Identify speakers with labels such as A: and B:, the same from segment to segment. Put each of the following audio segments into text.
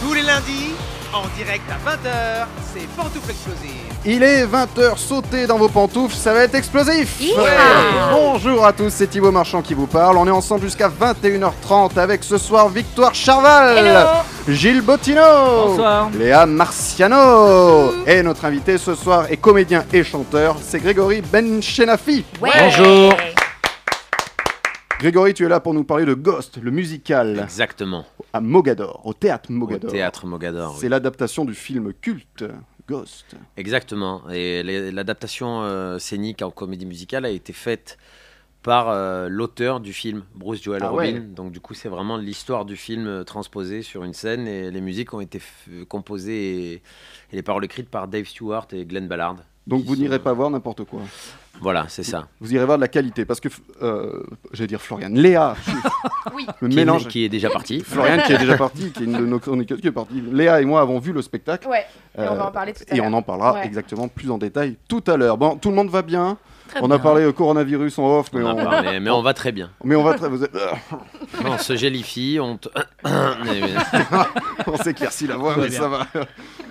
A: Tous les lundis, en direct à 20h, c'est Pantoufle Explosive.
B: Il est 20h, sautez dans vos pantoufles, ça va être explosif
C: Yeehaw
B: Bonjour à tous, c'est Thibaut Marchand qui vous parle. On est ensemble jusqu'à 21h30 avec ce soir Victoire Charval, Gilles Bottino,
D: Bonsoir.
B: Léa Marciano. Et notre invité ce soir est comédien et chanteur, c'est Grégory Benchenafi.
C: Ouais.
D: Bonjour.
B: Grégory, tu es là pour nous parler de Ghost, le musical
E: Exactement,
B: à Mogador, au théâtre
E: au
B: Mogador.
E: théâtre Mogador. oui.
B: C'est l'adaptation du film culte Ghost.
E: Exactement, et les- l'adaptation euh, scénique en comédie musicale a été faite par euh, l'auteur du film, Bruce Joel
B: Ah
E: Robin.
B: ouais.
E: Donc du coup, c'est vraiment l'histoire du film euh, transposée sur une scène, et les musiques ont été f- euh, composées et, et les paroles écrites par Dave Stewart et Glenn Ballard.
B: Donc
E: Ils
B: vous
E: sont-
B: n'irez pas voir n'importe quoi.
E: Voilà, c'est ça.
B: Vous irez voir de la qualité parce que, euh, j'allais dire Florian, Léa,
C: Oui.
B: le
E: Qui est-
B: mélange.
E: qui est déjà parti.
B: Florian qui est déjà parti, qui est une de nos chroniqueuses qui est partie. Léa et moi avons vu le spectacle
C: Ouais. Et
B: euh,
C: on va en parler tout à
B: et
C: l'heure.
B: on en parlera
C: Ouais.
B: exactement plus en détail tout à l'heure. Bon, tout le monde va bien.
D: Très
B: on a
D: bien.
B: parlé euh, coronavirus en off, mais
E: On a
B: on,
E: parlé, mais on va très bien.
B: mais on va très- vous êtes- euh,
E: On se gélifie, on te-
B: on s'éclaircit la voix,
D: Tout va
B: mais ça va.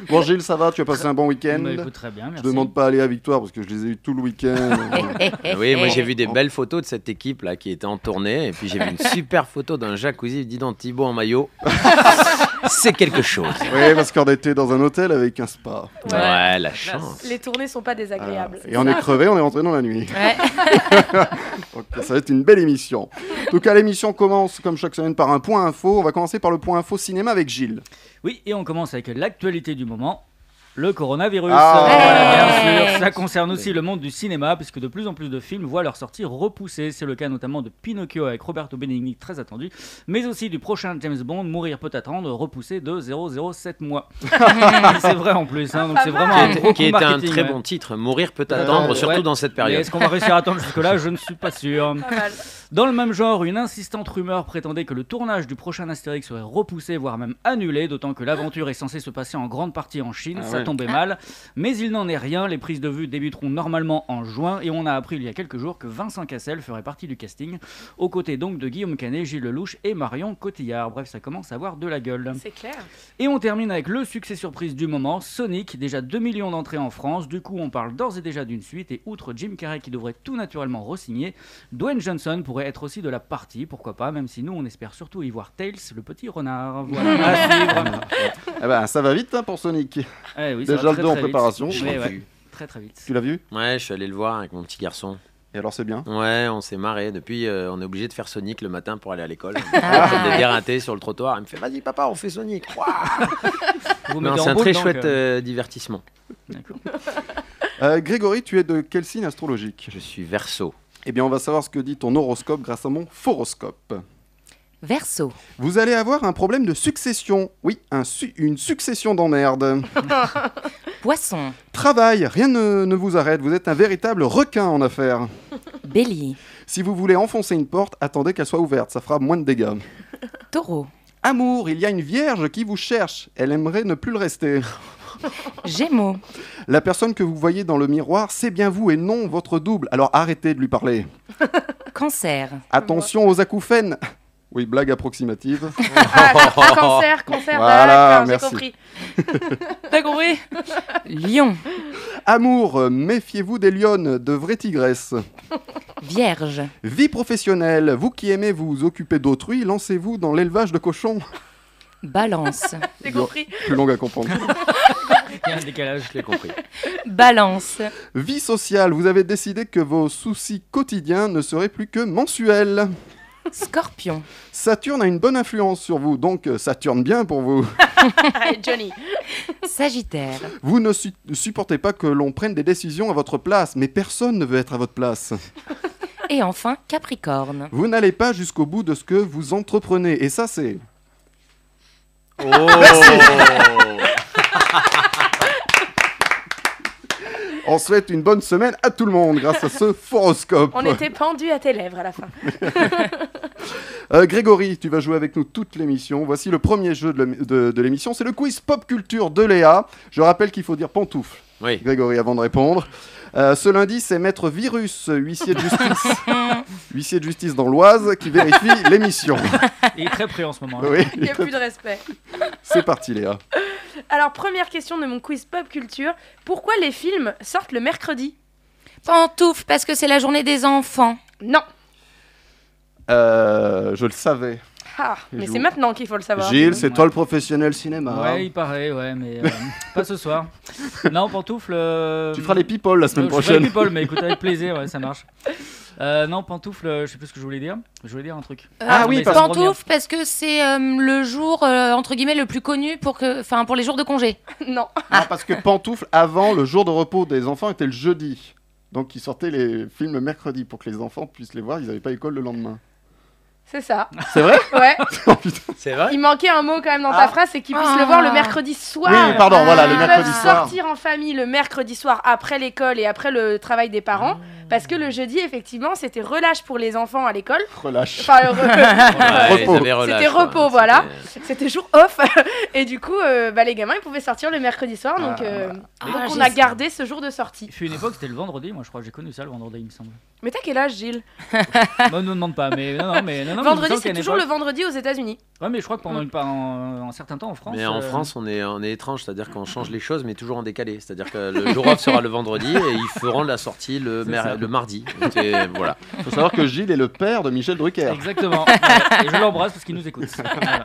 B: Bon Gilles, ça va Tu as passé un bon week-end
D: Bah, écoute, très bien,
B: Je
D: merci.
B: demande pas à aller à Victoire parce que je les ai eu tout le week-end.
F: Eh,
E: Oui, moi j'ai vu
D: Oh.
E: des belles photos de cette équipe là qui était en tournée et puis j'ai vu une super photo d'un jacuzzi. Dis donc Thibaut en maillot, c'est quelque chose.
B: oui, parce qu'on était dans un hôtel avec un spa.
E: Ouais,
C: Ouais.
E: la chance.
C: Les tournées sont pas désagréables.
B: et on est crevé, on est rentré dans la nuit.
C: Ouais.
B: Donc, ça va être une belle émission. En tout cas, l'émission commence comme chaque semaine par un point info. On va commencer par le point info cinéma avec Gilles.
D: Oui, et on commence avec l'actualité du moment. Le coronavirus.
B: Ah.
D: Voilà,
C: Ouais.
D: bien sûr, ça concerne aussi le monde du cinéma, puisque de plus en plus de films voient leur sortie repoussée. C'est le cas notamment de Pinocchio avec Roberto Benigni, très attendu, mais aussi du prochain James Bond, Mourir peut attendre, repoussé de 007 mois. c'est vrai en plus, hein, donc c'est vraiment
E: Qui
D: un
E: est,
D: gros
E: qui est
D: coup
E: un
D: marketing,
E: très
D: ouais. Euh,
E: bon titre. Mourir peut attendre,
D: ouais.
E: surtout dans cette
D: Mais
E: période.
D: Est-ce qu'on va réussir à attendre jusque-là Je ne suis pas sûr.
C: Pas mal.
D: Dans le même genre, une insistante rumeur prétendait que le tournage du prochain Astérix serait repoussé, voire même annulé, d'autant que l'aventure est censée se passer en grande partie en Chine,
B: Ah
D: ça
B: ouais.
D: tombait mal. Mais il n'en est rien, les prises de vue débuteront normalement en juin, et on a appris il y a quelques jours que Vincent Cassel ferait partie du casting, aux côtés donc de Guillaume Canet, Gilles Lelouch et Marion Cotillard. Bref, ça commence à avoir de la gueule.
C: C'est clair.
D: Et on termine avec le succès surprise du moment, Sonic, déjà 2 millions d'entrées en France, du coup on parle d'ores et déjà d'une suite, et outre Jim Carrey qui devrait tout naturellement re-signer, Dwayne Johnson pourrait être aussi de la partie, pourquoi pas, même si nous on espère surtout y voir Tails, le petit renard. Voilà, à suivre.
B: Eh ben, ça va vite hein, pour Sonic.
D: Eh oui, ça
B: Déjà
D: va
B: le
D: très,
B: dos en
D: très vite. Eh
B: préparation.
D: Ouais,
E: Je l'ai
D: ouais,
E: vu.
D: Très très vite.
B: Tu l'as vu
E: Ouais, je suis allé le voir avec mon petit garçon.
B: Et alors c'est bien.
E: Ouais, on s'est marré. Depuis, euh, on est obligé de faire Sonic le matin pour aller à l'école.
C: Ah.
E: J'ai des dératés sur le trottoir. Il me fait Vas-y, papa, on fait Sonic. Ouah.
D: Vous
E: Non,
D: mettez
E: C'est
D: en
E: un
D: boule,
E: très
D: donc,
E: chouette
D: euh,
E: euh, divertissement.
D: d'accord.
B: Euh, Grégory, tu es de quel signe astrologique
E: Je suis verso.
B: Eh bien, on va savoir ce que dit ton horoscope grâce à mon foroscope.
F: Verso.
B: Vous allez avoir un problème de succession. Oui, un su- une succession d'emmerdes.
F: Poisson.
B: Travail, rien ne, ne vous arrête. Vous êtes un véritable requin en affaires.
F: Bélier.
B: Si vous voulez enfoncer une porte, attendez qu'elle soit ouverte. Ça fera moins de dégâts.
F: Taureau.
B: Amour, il y a une vierge qui vous cherche. Elle aimerait ne plus le rester.
F: Gémeaux.
B: La personne que vous voyez dans le miroir, c'est bien vous et non votre double. Alors arrêtez de lui parler.
F: Cancer.
B: Attention aux acouphènes. Oui, blague approximative.
C: Ah, cancer, cancer,
B: Voilà,
C: d'accord, j'ai
B: merci.
C: compris. T'as compris
F: Lion.
B: Amour, euh, méfiez-vous des lionnes, de vraies tigresses.
F: Vierge.
B: Vie professionnelle, vous qui aimez vous occuper d'autrui, lancez-vous dans l'élevage de cochons.
F: Balance.
C: J'ai compris.
B: Plus long à comprendre.
D: Il y a un décalage.
E: Je l'ai compris.
F: Balance.
B: Vie sociale, vous avez décidé que vos soucis quotidiens ne seraient plus que mensuels.
F: Scorpion.
B: Saturne a une bonne influence sur vous, donc euh, ça tourne bien pour vous.
C: Allez, Ah, Johnny.
F: Sagittaire.
B: Vous ne su- ne supportez pas que l'on prenne des décisions à votre place, mais personne ne veut être à votre place.
F: Et enfin Capricorne.
B: Vous n'allez pas jusqu'au bout de ce que vous entreprenez, et ça c'est...
E: Oh.
B: On souhaite une bonne semaine à tout le monde grâce à ce foroscope.
C: On était pendus à tes lèvres à la fin.
B: Euh, Grégory, tu vas jouer avec nous toute l'émission. Voici le premier jeu de l'ém- de de l'émission, c'est le quiz pop culture de Léa. Je rappelle qu'il faut dire pantoufle,
E: Oui.
B: Grégory, avant de répondre. Euh, ce lundi, c'est Maître Virus, huissier de justice, huissier de justice dans l'Oise, qui vérifie l'émission.
D: Il est très prêt en ce moment.
B: Oui,
C: Il n'y a plus de respect.
B: c'est parti, Léa.
C: Alors, première question de mon quiz pop culture. Pourquoi les films sortent le mercredi
F: Pantoufle, parce que c'est la journée des enfants.
C: Non.
B: Euh, je le savais.
C: Ah,
B: Il
C: mais
B: joue.
C: c'est maintenant qu'il faut le savoir.
B: Gilles, c'est toi le professionnel cinéma. hein.
D: Ouais, il paraît, ouais, mais euh, pas ce soir. Non, pantoufle. euh,
B: Tu feras les people la semaine
D: euh, je ferai les
B: prochaine.
D: people, mais écoute, avec plaisir, ouais, ça marche. Euh, non, pantoufle, euh, je sais plus ce que je voulais dire. Je voulais dire un truc.
B: Ah oui,
D: mais ça me revient.
F: Pantoufle, parce que c'est euh, le jour, euh, entre guillemets, le plus connu pour, que, enfin, pour les jours de congé.
C: Non.
B: Non, parce que Pantoufle, avant, le jour de repos des enfants était le jeudi. Donc ils sortaient les films le mercredi pour que les enfants puissent les voir, ils n'avaient pas école le lendemain.
C: C'est ça.
B: C'est vrai
C: Ouais.
B: Oh, putain.
E: C'est vrai
C: Il manquait un mot quand même dans ta
E: Ah.
C: phrase, c'est qu'ils puissent
F: Ah.
C: le voir le mercredi soir.
B: Oui, pardon, voilà, le
C: Ils
B: mercredi
C: peuvent
B: soir.
C: sortir en famille le mercredi soir après l'école et après le travail des parents, parce que le jeudi, effectivement, c'était relâche pour les enfants à l'école.
B: Relâche.
C: Enfin, le re-
E: Ouais,
B: Repos.
E: ils avaient relâche,
C: C'était
E: quoi.
C: repos, voilà.
E: C'était-
C: c'était jour off. Et du coup, euh, bah, les gamins, ils pouvaient sortir le mercredi soir, donc,
B: Ah,
C: euh,
F: Ah,
C: donc on
F: j'ai
C: a
F: ça.
C: gardé ce jour de sortie.
D: Il fut une époque, c'était le vendredi, moi je crois que j'ai connu ça le vendredi, il me semble.
C: Mais t'as quel âge, Gilles
D: Moi, ne me demande pas, mais non, non, mais non, non, mais il me
C: Vendredi,
D: semble qu'à
C: c'est
D: une
C: toujours le
D: époque-
C: vendredi aux États-Unis.
D: Ouais, mais je crois que pendant une... par- en- un certain temps en France.
E: Mais en
D: euh,
E: France, on est, on est étrange, c'est-à-dire qu'on change les choses, mais toujours en décalé. C'est-à-dire que le jour off sera le vendredi et ils feront la sortie le,
D: C'est
E: mer-
D: ça.
E: le mardi. C'est- euh, Voilà.
B: Il faut savoir que Gilles est le père de Michel Drucker.
D: Exactement. Ouais, Et je l'embrasse parce qu'il nous écoute. Voilà.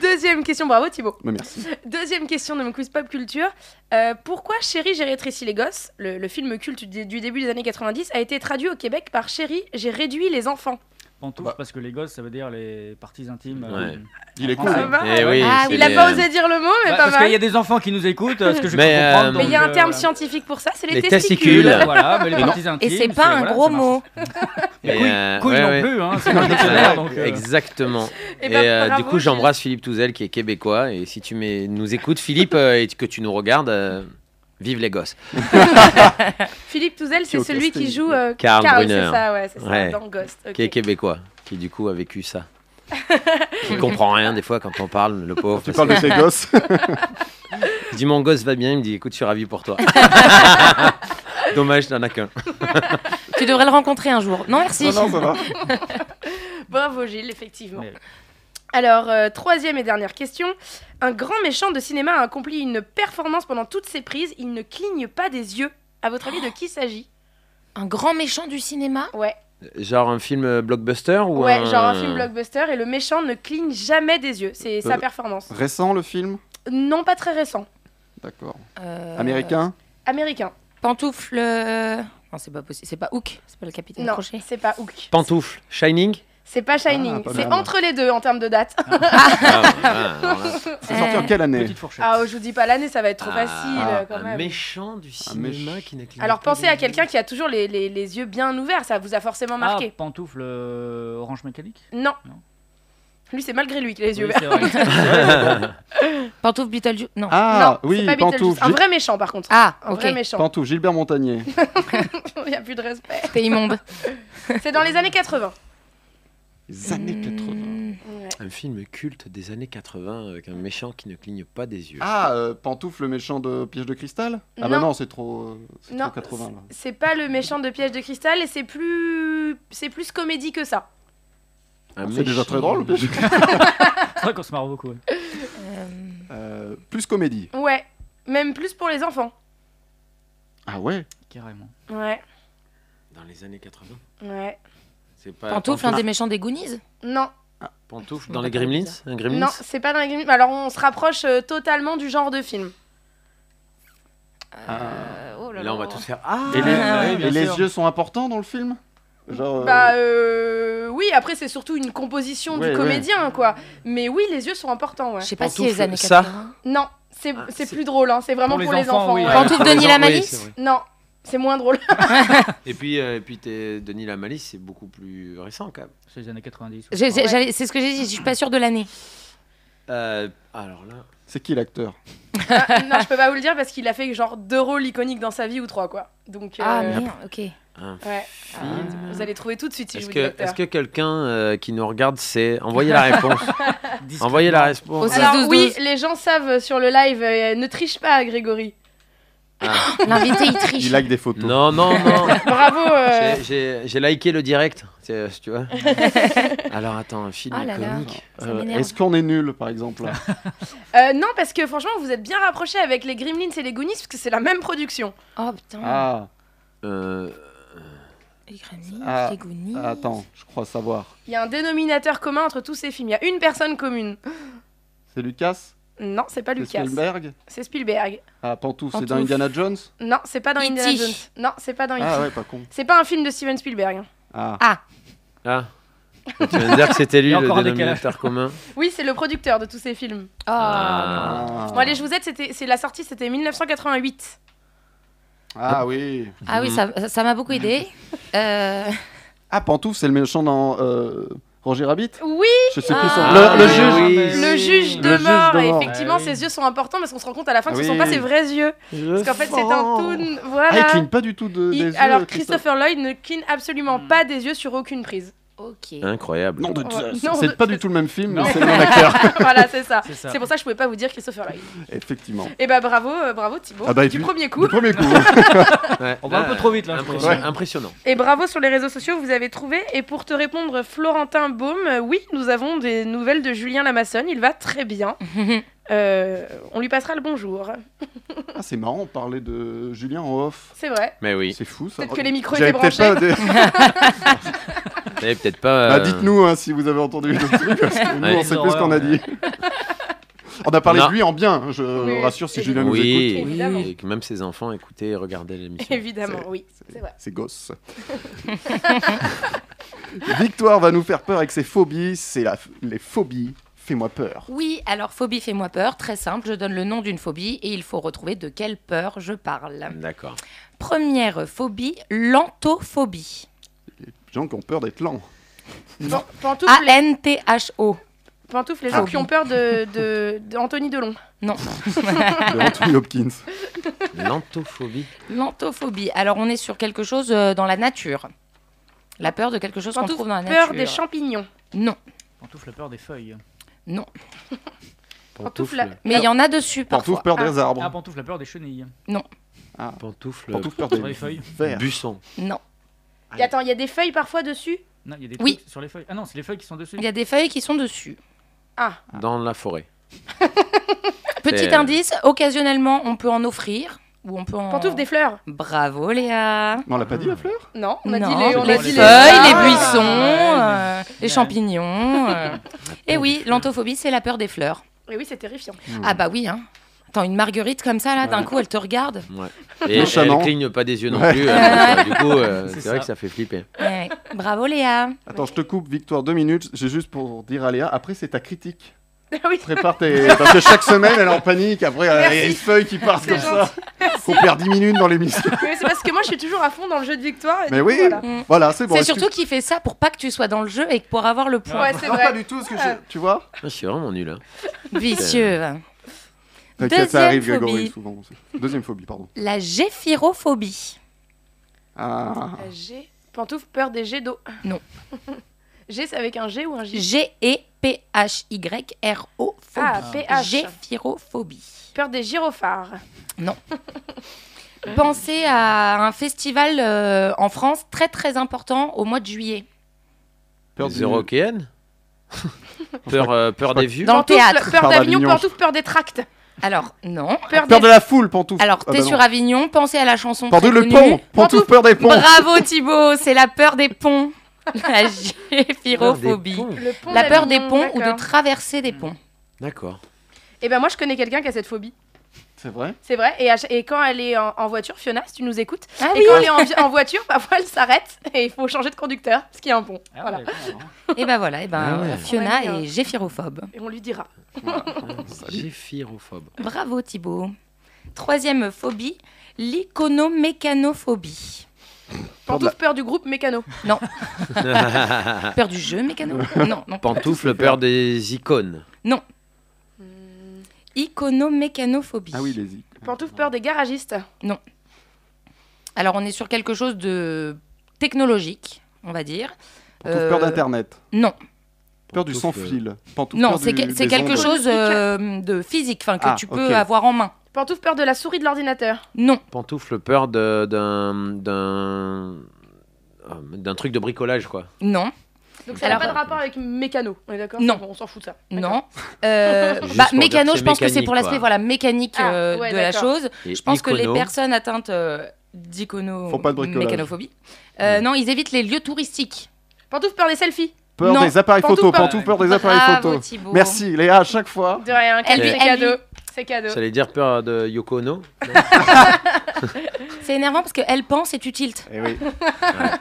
C: Deuxième question, bravo Thibaut.
B: Mais merci.
C: Deuxième question de mon quiz pop culture. Euh, pourquoi Chérie, j'ai rétréci les gosses, le, le film culte du, du début des années 90, a été traduit au Québec par Chérie, j'ai réduit les enfants
D: Pantoufle,
C: Bah.
D: parce que les gosses, ça veut dire les parties intimes. euh,
E: Ouais.
B: Il est
D: en
B: cool.
D: français.
C: Ça va
E: Eh oui,
F: Ah,
E: c'est
C: Il a
E: les-
C: pas osé dire le mot, mais
D: Bah,
C: pas
D: parce qu'il y a
C: mal.
D: des enfants qui nous écoutent, euh, ce que je
E: Mais,
D: peux comprendre.
E: euh,
C: Mais il y a
D: donc,
C: un terme
D: euh,
C: scientifique pour ça, c'est les,
E: Les
C: testicules.
E: testicules.
D: Voilà, mais les parties intimes.
F: Et c'est pas un
D: voilà,
F: gros
D: ça marche.
F: mot.
D: Mais
E: Et,
D: couille,
E: euh,
D: couille
E: ouais,
D: non
E: ouais.
D: plus, hein, c'est dans le dictionnaire. donc, euh,
E: Exactement.
C: Eh
E: Et,
C: ben,
E: euh, du
C: bravo,
E: coup, j'embrasse Philippe Touzel qui est québécois. Et si tu m'es- nous écoutes, Philippe, euh, et que tu nous regardes, euh, vive les gosses.
C: Philippe Touzel, c'est
B: au
C: celui
B: casting.
C: qui joue euh,
E: Karl Brunner.
C: c'est ça, ouais, c'est ça,
E: Ouais.
C: dans Ghost. ok.
E: Qui est québécois, qui du coup a vécu ça. Il comprend rien des fois quand on parle, le pauvre.
B: Tu
E: parce
B: parles de tes gosses.
E: que- Je dis mon gosse va bien, il me dit écoute, je suis ravi pour toi. Dommage, t'en as qu'un.
F: Tu devrais le rencontrer un jour. Non, merci.
B: Non, non, bah. ça va.
C: Bravo Gilles, effectivement.
D: Mais-
C: Alors, euh, troisième et dernière question. Un grand méchant de cinéma a accompli une performance pendant toutes ses prises. Il ne cligne pas des yeux. À votre avis, de qui s'agit
F: Un grand méchant du cinéma
C: Ouais.
E: Genre un film euh, blockbuster ou
C: Ouais, genre un film blockbuster et le méchant ne cligne jamais des yeux. C'est sa
B: Euh.
C: performance.
B: Récent le film
C: Non, pas très récent.
B: D'accord.
F: Euh,
B: Américain
C: Américain.
F: Pantoufle. euh, Non, c'est pas possible. C'est pas Hook. C'est pas le capitaine
C: Non,
F: Crochet.
C: c'est pas Hook.
E: Pantoufle, Shining
C: C'est pas Shining.
B: Ah, pas
C: c'est
B: mal.
C: entre les deux en termes de date.
E: Ah, ouais, ah, alors là,
B: C'est sorti en quelle année
D: Euh, Petite fourchette.
C: Ah, je vous dis pas l'année, ça va être trop
E: Ah,
C: facile
B: ah,
C: euh, quand
E: Un
C: même.
E: méchant du cinéma
B: méchant.
E: qui n'incline
C: Alors
E: pas
C: pensez
E: les
C: à
E: yeux.
C: quelqu'un qui a toujours les, les- les yeux bien ouverts, ça vous a forcément
D: Ah,
C: marqué.
D: pantoufle euh, orange mécanique.
C: Non.
D: Non.
C: Lui, c'est malgré lui qu'il a les yeux
D: Oui,
C: ouverts.
D: c'est vrai.
F: Pantoufle Beetlejuice. Non.
B: Ah
C: non, c'est
B: oui,
C: pas Beetlejuice.
B: Pantoufle.
C: Un
B: Gi-
C: vrai méchant, par contre.
F: Ah,
C: Un
F: ok.
C: vrai méchant.
B: Pantoufle, Gilbert Montagnier.
C: Il n'y a plus de respect.
F: C'était immonde.
C: C'est dans les années 80.
B: Les années 80.
F: Hmm.
E: Un film culte des années 80 avec un méchant qui ne cligne pas des yeux.
B: Ah, euh, Pantoufle, le méchant de Piège de Cristal Ah bah
C: Non.
B: non, c'est trop, euh, c'est
C: Non,
B: trop 80 là.
C: C'est pas le méchant de Piège de Cristal et c'est plus... C'est plus comédie que ça.
E: Un
B: Ah, C'est déjà
E: méchant-
B: très drôle, le Piège de Cristal.
D: C'est vrai qu'on se marre beaucoup. ouais.
F: Euh,
B: Euh, Plus comédie.
C: Ouais. Même plus pour les enfants.
B: Ah ouais
D: Carrément.
C: Ouais.
E: Dans les années 80
C: Ouais.
E: C'est pas
F: Pantoufle, un des méchants des Goonies
C: Non,
E: Pantoufle dans les Gremlins Un Gremlins
C: non, c'est pas dans les Gremlins. Alors on se rapproche euh, totalement du genre de film.
F: Euh, oh
E: Là, on va tous faire Ah
B: Et les,
F: Ah ouais,
B: et
D: bien
B: les
D: sûr.
B: yeux sont importants dans le film Genre. euh,
C: Bah euh, oui, après c'est surtout une composition
B: Ouais,
C: du
B: ouais.
C: comédien quoi. Mais oui, les yeux sont importants ouais.
F: Je sais pas si
E: Pantoufle,
F: les années
E: ça.
F: 80.
C: Non, c'est
E: Ah,
C: c'est
E: c'est-
C: plus drôle hein, c'est vraiment pour, les enfants.
D: oui.
C: ouais.
F: Pantoufle
E: Pour
F: de
E: les
F: Nila
E: enfants, Ah, oui,
F: Malice
E: c'est vrai.
C: Non, c'est moins drôle.
E: Et puis, euh, et puis t'es- Denis la Malice, c'est beaucoup plus récent quand même.
D: C'est les années 90. ouais.
F: J'ai- j'ai-
C: Ouais.
F: j'allais- C'est ce que j'ai dit, je suis pas sûre de l'année.
E: Euh, alors là,
B: C'est qui l'acteur
C: Ah, non, je peux pas vous le dire parce qu'il a fait genre deux rôles iconiques dans sa vie ou trois quoi. Donc euh,
F: Ah merde, ok.
E: un
C: ouais, Ah,
E: film.
C: vous allez trouver tout de suite si je
E: Est-ce
C: vous
E: que,
C: dis l'acteur.
E: est-ce que quelqu'un euh, qui nous regarde sait Envoyez la réponse.
D: Discrètement.
E: Envoyez la réponse.
F: Aussi-
C: Alors
F: 16-12-12.
C: oui, les gens savent sur le live, euh, ne triche pas Grégory.
F: L'invité, il
C: euh,
F: triche.
B: Il like des photos.
E: Non, non, non.
C: Bravo. euh,
E: J'ai- J'ai j'ai liké le direct, c'est- tu vois. Alors attends, un film
F: Oh là là.
E: comique.
F: Ça
B: Euh,
F: m'énerve.
B: Est-ce qu'on est nul, par exemple
C: euh, non, parce que franchement, vous êtes bien rapprochés avec les Gremlins et les Goonies, parce que c'est la même production.
F: Oh putain.
B: Ah,
E: Euh,
F: Les Gremlins,
B: Ah.
F: les Goonies.
B: attends, je crois savoir.
C: Il y a un dénominateur commun entre tous ces films. Il y a une personne commune.
B: C'est Lucas
C: Non, c'est pas
B: C'est
C: Lucas.
B: Spielberg
C: C'est Spielberg.
B: Ah, Pantouf, c'est
F: Pantouf.
B: dans Indiana Jones
C: Non, c'est pas dans
F: E.T.
C: Indiana Jones. Non, c'est pas dans E.T.
B: Ah ouais, pas con.
C: C'est pas un film de Steven Spielberg.
B: Ah,
E: ah. Tu viens de dire que c'était lui
D: Il y a
E: le
D: encore un
E: dénominateur commun.
C: Oui, c'est le producteur de tous ces films.
F: Ah,
E: Ah.
B: ah.
C: Bon, allez, je vous aide. C'était, c'est la sortie, c'était 1988.
B: Ah oui.
F: non. Ah oui, ça ça m'a beaucoup aidé. Euh,
B: Ah, Pantouf, c'est le méchant dans euh, Roger Rabbit
C: Oui,
B: Je sais plus
F: Ah.
B: son
E: Ah,
B: Le, le
E: mais
B: juge
E: oui.
C: le juge de
B: Le juge
C: mort.
B: de
C: Et
B: mort.
C: effectivement,
D: Ah oui.
C: ses yeux sont importants parce qu'on se rend compte à la fin que ce
B: Oui.
C: sont pas ses vrais yeux. Parce qu'en fait, c'est un toon. Voilà.
B: Ah, il cligne pas du tout de,
C: Il-
B: des yeux.
C: Alors, Christopher Lloyd ne cligne absolument
D: Hmm.
C: pas des yeux sur aucune prise.
F: Ok.
E: Incroyable.
B: Non, de
C: Ouais,
B: c'est-
C: Oh, non, de-
B: c'est pas du tout le même film,
D: Non.
B: mais c'est le même acteur.
C: voilà, c'est ça.
D: C'est ça.
C: C'est pour ça que je pouvais pas vous dire Christopher Lloyd.
B: Effectivement.
C: Et bah bravo, euh, bravo Thibaut,
B: Ah bah, et
C: du
B: puis-
C: premier coup.
B: Le premier coup.
E: Ouais,
D: On va
E: là,
D: un peu trop vite là. je
E: impression-
D: trouve.
B: Ouais.
E: Impressionnant.
C: Et bravo sur les réseaux sociaux, vous avez trouvé. Et pour te répondre, Florentin Baume, euh, oui, nous avons des nouvelles de Julien Lamassonne, il va très bien. Euh, on lui passera le bonjour.
B: Ah, c'est marrant, on parlait de Julien en off.
C: C'est vrai.
E: Mais oui. Euh.
B: C'est fou ça.
C: Peut-être que les micros
B: Oh, J'avais
C: étaient
B: peut-être
C: branchés.
B: pas des-
E: Mais peut-être pas.
B: Bah,
E: euh,
B: Dites-nous hein, si vous avez entendu le truc, parce que nous,
E: Ouais,
B: on
E: les
B: sait plus ce qu'on a
D: horreurs,
B: dit. on a parlé
E: Non.
B: de lui en bien, hein, je
C: Oui,
B: rassure si
C: et-
B: Julien nous
E: oui,
B: écoute.
C: évidemment.
E: et que même ses enfants écoutaient et regardaient l'émission.
C: Évidemment, oui. C'est vrai.
B: C'est gosse. Victoire va nous faire peur avec ses phobies. C'est la... les phobies. Fais-moi peur.
F: Oui, alors phobie fais-moi peur, très simple, je donne le nom d'une phobie et il faut retrouver de quelle peur je parle.
E: D'accord.
F: Première phobie, l'antophobie.
B: Les gens qui ont peur d'être lents.
C: Pan- Pantoufle,
F: Ah.
C: les...
F: A-N-T-H-O.
C: pantoufle,
F: Ah,
C: les gens qui ont peur de, de, d'Anthony Delon.
F: Non,
B: De Anthony Hopkins.
E: L'antophobie.
F: l'antophobie. Alors on est sur quelque chose euh, dans la nature. La peur de quelque chose qu'on
C: Pantoufle,
F: trouve dans la nature.
C: peur des champignons.
F: Non,
D: Pantoufle la peur des feuilles.
C: Pantoufle.
F: mais il y en a dessus
B: Pantouf
F: parfois.
B: peur des
D: Ah,
B: arbres.
D: pantoufle la peur des chenilles.
E: Pantoufle.
B: Pantouf peur
D: Sur les
B: des
D: feuilles.
B: vers.
E: Buisson.
F: Non,
C: Et attends, il y a des feuilles parfois dessus
D: Non, il y a des
F: Oui.
D: trucs sur les feuilles. Ah non, c'est les feuilles qui sont dessus.
F: il y a des feuilles qui sont dessus.
C: Ah,
E: Dans la forêt.
F: Petit
E: C'est-
B: euh,
F: indice, occasionnellement on peut en offrir ou on peut en...
C: pantoufle des fleurs
F: Bravo Léa
B: Non, on l'a pas dit la fleur
C: Non, on a
F: Non,
C: dit les, on
F: les
C: a
D: les
C: dit les-
F: feuilles,
D: fleurs.
F: les
C: Ah
F: buissons,
D: Ouais,
F: euh,
D: mais-
F: les champignons. euh. Et oui, l'antophobie, c'est la peur des fleurs.
C: Et oui, c'est terrifiant.
B: Mm.
F: Ah bah oui, hein. Attends, une marguerite comme ça, là, d'un coup, elle te regarde.
E: Et elle
B: Nonchalant.
E: cligne pas des yeux non
B: Ouais.
E: plus. euh, donc, euh, du coup, euh,
D: C'est
E: c'est
D: ça.
E: vrai que ça fait flipper.
F: Ouais. Bravo Léa.
B: Attends, je te coupe, Victoire, deux minutes. J'ai juste pour dire à Léa, après c'est ta critique.
C: Ah oui,
B: Prépare tes... Parce que chaque semaine, elle est en panique. Après, il y a
C: Merci.
B: une feuille qui part
C: C'est
B: comme ça. Faut perdre 10 minutes dans l'émission.
C: mais c'est parce que moi je suis toujours à fond dans le jeu de victoire. et
B: Mais
C: du coup,
B: oui,
C: voilà.
B: Voilà, c'est bon.
F: c'est
B: excuse-
F: surtout qu'il fait ça pour pas que tu sois dans le jeu et que pour avoir le point.
C: Ouais, c'est
B: Non,
C: vrai.
B: pas du tout ce que je... Tu vois
E: Ah, je suis vraiment nul. Hein.
F: Vicieux.
B: T'inquiète, ça arrive,
F: Deuxième
B: Grégory,
F: phobie.
B: souvent. Deuxième phobie, pardon.
F: La géphirophobie.
B: Ah.
C: Euh, G. Pantoufle, peur des jets d'eau.
F: Non.
C: G, c'est avec un G ou un J
F: E G-E-P-H-Y-R-O-phobie.
C: Ah, PH.
F: Géphirophobie.
C: Peur des gyrophares.
F: Pensez à un festival euh, en France très très important au mois de juillet.
B: Peur du-
E: Peur européenne Peur, euh, peur des vieux
F: Dans le
C: Pantoufle,
F: théâtre.
C: Peur
B: Peur
C: d'Avignon,
B: d'Avignon.
C: pantoufle, peur des tracts.
F: Alors, non.
C: Peur,
B: Peur de
C: des...
B: la foule, Pantouf.
F: Alors,
B: Ah
F: t'es
B: bah
F: sur
B: non.
F: Avignon, pensez à la chanson.
B: Pantouf, le
F: très connue.
B: pont Pantouf, peur des ponts
F: Bravo Thibaut, c'est la peur des ponts. La
E: Peur des
F: géphirophobie.
E: ponts.
C: le pont
F: La peur des
C: d'Avignon,
F: ponts ou de
C: d'accord.
F: traverser des ponts.
E: D'accord.
C: Eh ben moi je connais quelqu'un qui a cette phobie.
B: C'est vrai
C: C'est vrai. Et, à ch- et quand elle est en, en voiture, Fiona, si tu nous écoutes,
F: Ah
C: et quand elle est en, vi- en voiture, parfois elle s'arrête et il faut changer de conducteur parce qu'il y a un pont.
D: Ah,
C: voilà.
D: ouais, d'accord, hein.
F: Et ben voilà, et ben
E: Ah ouais.
F: Fiona
C: On va
F: est géphirophobe.
C: Et on lui dira.
E: Géphirophobe.
F: Bravo Thibaut. Troisième phobie, l'iconomécanophobie.
B: Peur de la-
C: Pantoufle, peur du groupe mécano.
B: Ah.
F: Peur du jeu mécano Non, non.
E: Pantoufle, peur
B: hein
E: des icônes.
F: Iconomécanophobie.
B: Ah oui, les i.
C: Pantoufle, peur des garagistes.
F: Alors on est sur quelque chose de technologique, on va dire.
B: Pantouf,
F: Euh,
B: peur d'Internet.
F: Non,
B: Peur du
E: Pantouf, euh,
B: sans-fil. Pantouf,
F: non,
B: peur
F: c'est
B: du-
F: que- c'est
B: des
F: quelque
B: ondes.
F: chose euh, de physique, enfin que
B: Ah,
F: tu peux
B: ok.
F: avoir en main.
C: Pantoufle peur de la souris de l'ordinateur.
F: Non.
E: Pantoufle peur de- d'un d'un euh, d'un truc de bricolage quoi.
F: Non.
C: Donc ça n'a pas
F: Alors-
C: de rapport avec mécano, on est d'accord
F: Non.
C: Bon, On s'en fout de ça.
F: Non. Euh,
E: Juste
F: bah,
E: pour dire
F: mécano,
E: que
F: je
E: c'est
F: pense que c'est
E: mécanique,
F: pour l'aspect
E: quoi.
F: voilà, mécanique
C: Ah,
F: euh,
C: ouais,
F: de la
C: d'accord.
F: chose.
E: Et
F: Je pense que les
E: icono,
F: personnes atteintes euh, d'icono-
B: Font pas de bricolage. Hmm.
F: mécanophobie, euh, non, ils évitent les lieux touristiques.
C: Pantoufle peur des selfies.
B: Peur
F: Non.
B: des appareils photos,
C: Pantoufle.
B: pantoufle peur des appareils
F: Bravo,
B: photos.
F: Thibaut.
B: Merci Léa à chaque fois.
C: De rien, quel-
F: Elle
C: c'est
F: vit- elle
C: cadeau. C'est cadeau.
E: Ça allait dire peur de Yoko Ono
F: C'est énervant parce qu'elle pense et tu tiltes.
B: Eh oui.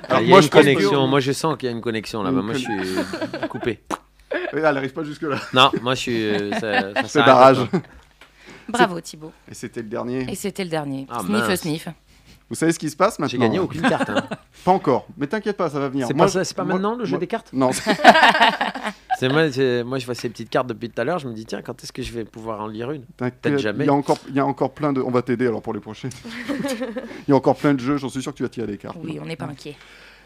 E: Ah, Il y a
B: moi,
E: une
B: je pense que-
E: connexion. Moi je sens qu'il y a une connexion là-bas.
B: Une
E: Moi je suis coupé.
B: Elle arrive pas jusque là.
E: Non, moi je suis. euh, ça- ça
B: C'est
E: s'arrête,
B: barrage.
E: quoi.
F: Bravo, Thibaut.
B: Et c'était le dernier.
F: Et c'était le dernier.
E: Ah,
F: sniff,
E: mince.
F: sniff.
B: Vous savez ce qui se passe maintenant
E: J'ai gagné
B: hein
E: aucune carte. hein.
B: Pas encore. Mais t'inquiète pas, ça va venir.
E: C'est
B: Moi,
E: pas, ça- c'est pas
B: moi-
E: maintenant le jeu
B: moi-
E: des cartes
B: Non,
E: C'est moi, c'est- moi je vois ces petites cartes depuis tout à l'heure. Je me dis tiens quand est-ce que je vais pouvoir en lire une
B: T'inquiète,
E: jamais.
B: Il y a encore, il y a encore plein de. On va t'aider alors pour les prochains. il y a encore plein de jeux. J'en suis sûr que tu vas tirer des cartes.
F: Oui, on n'est pas inquiet.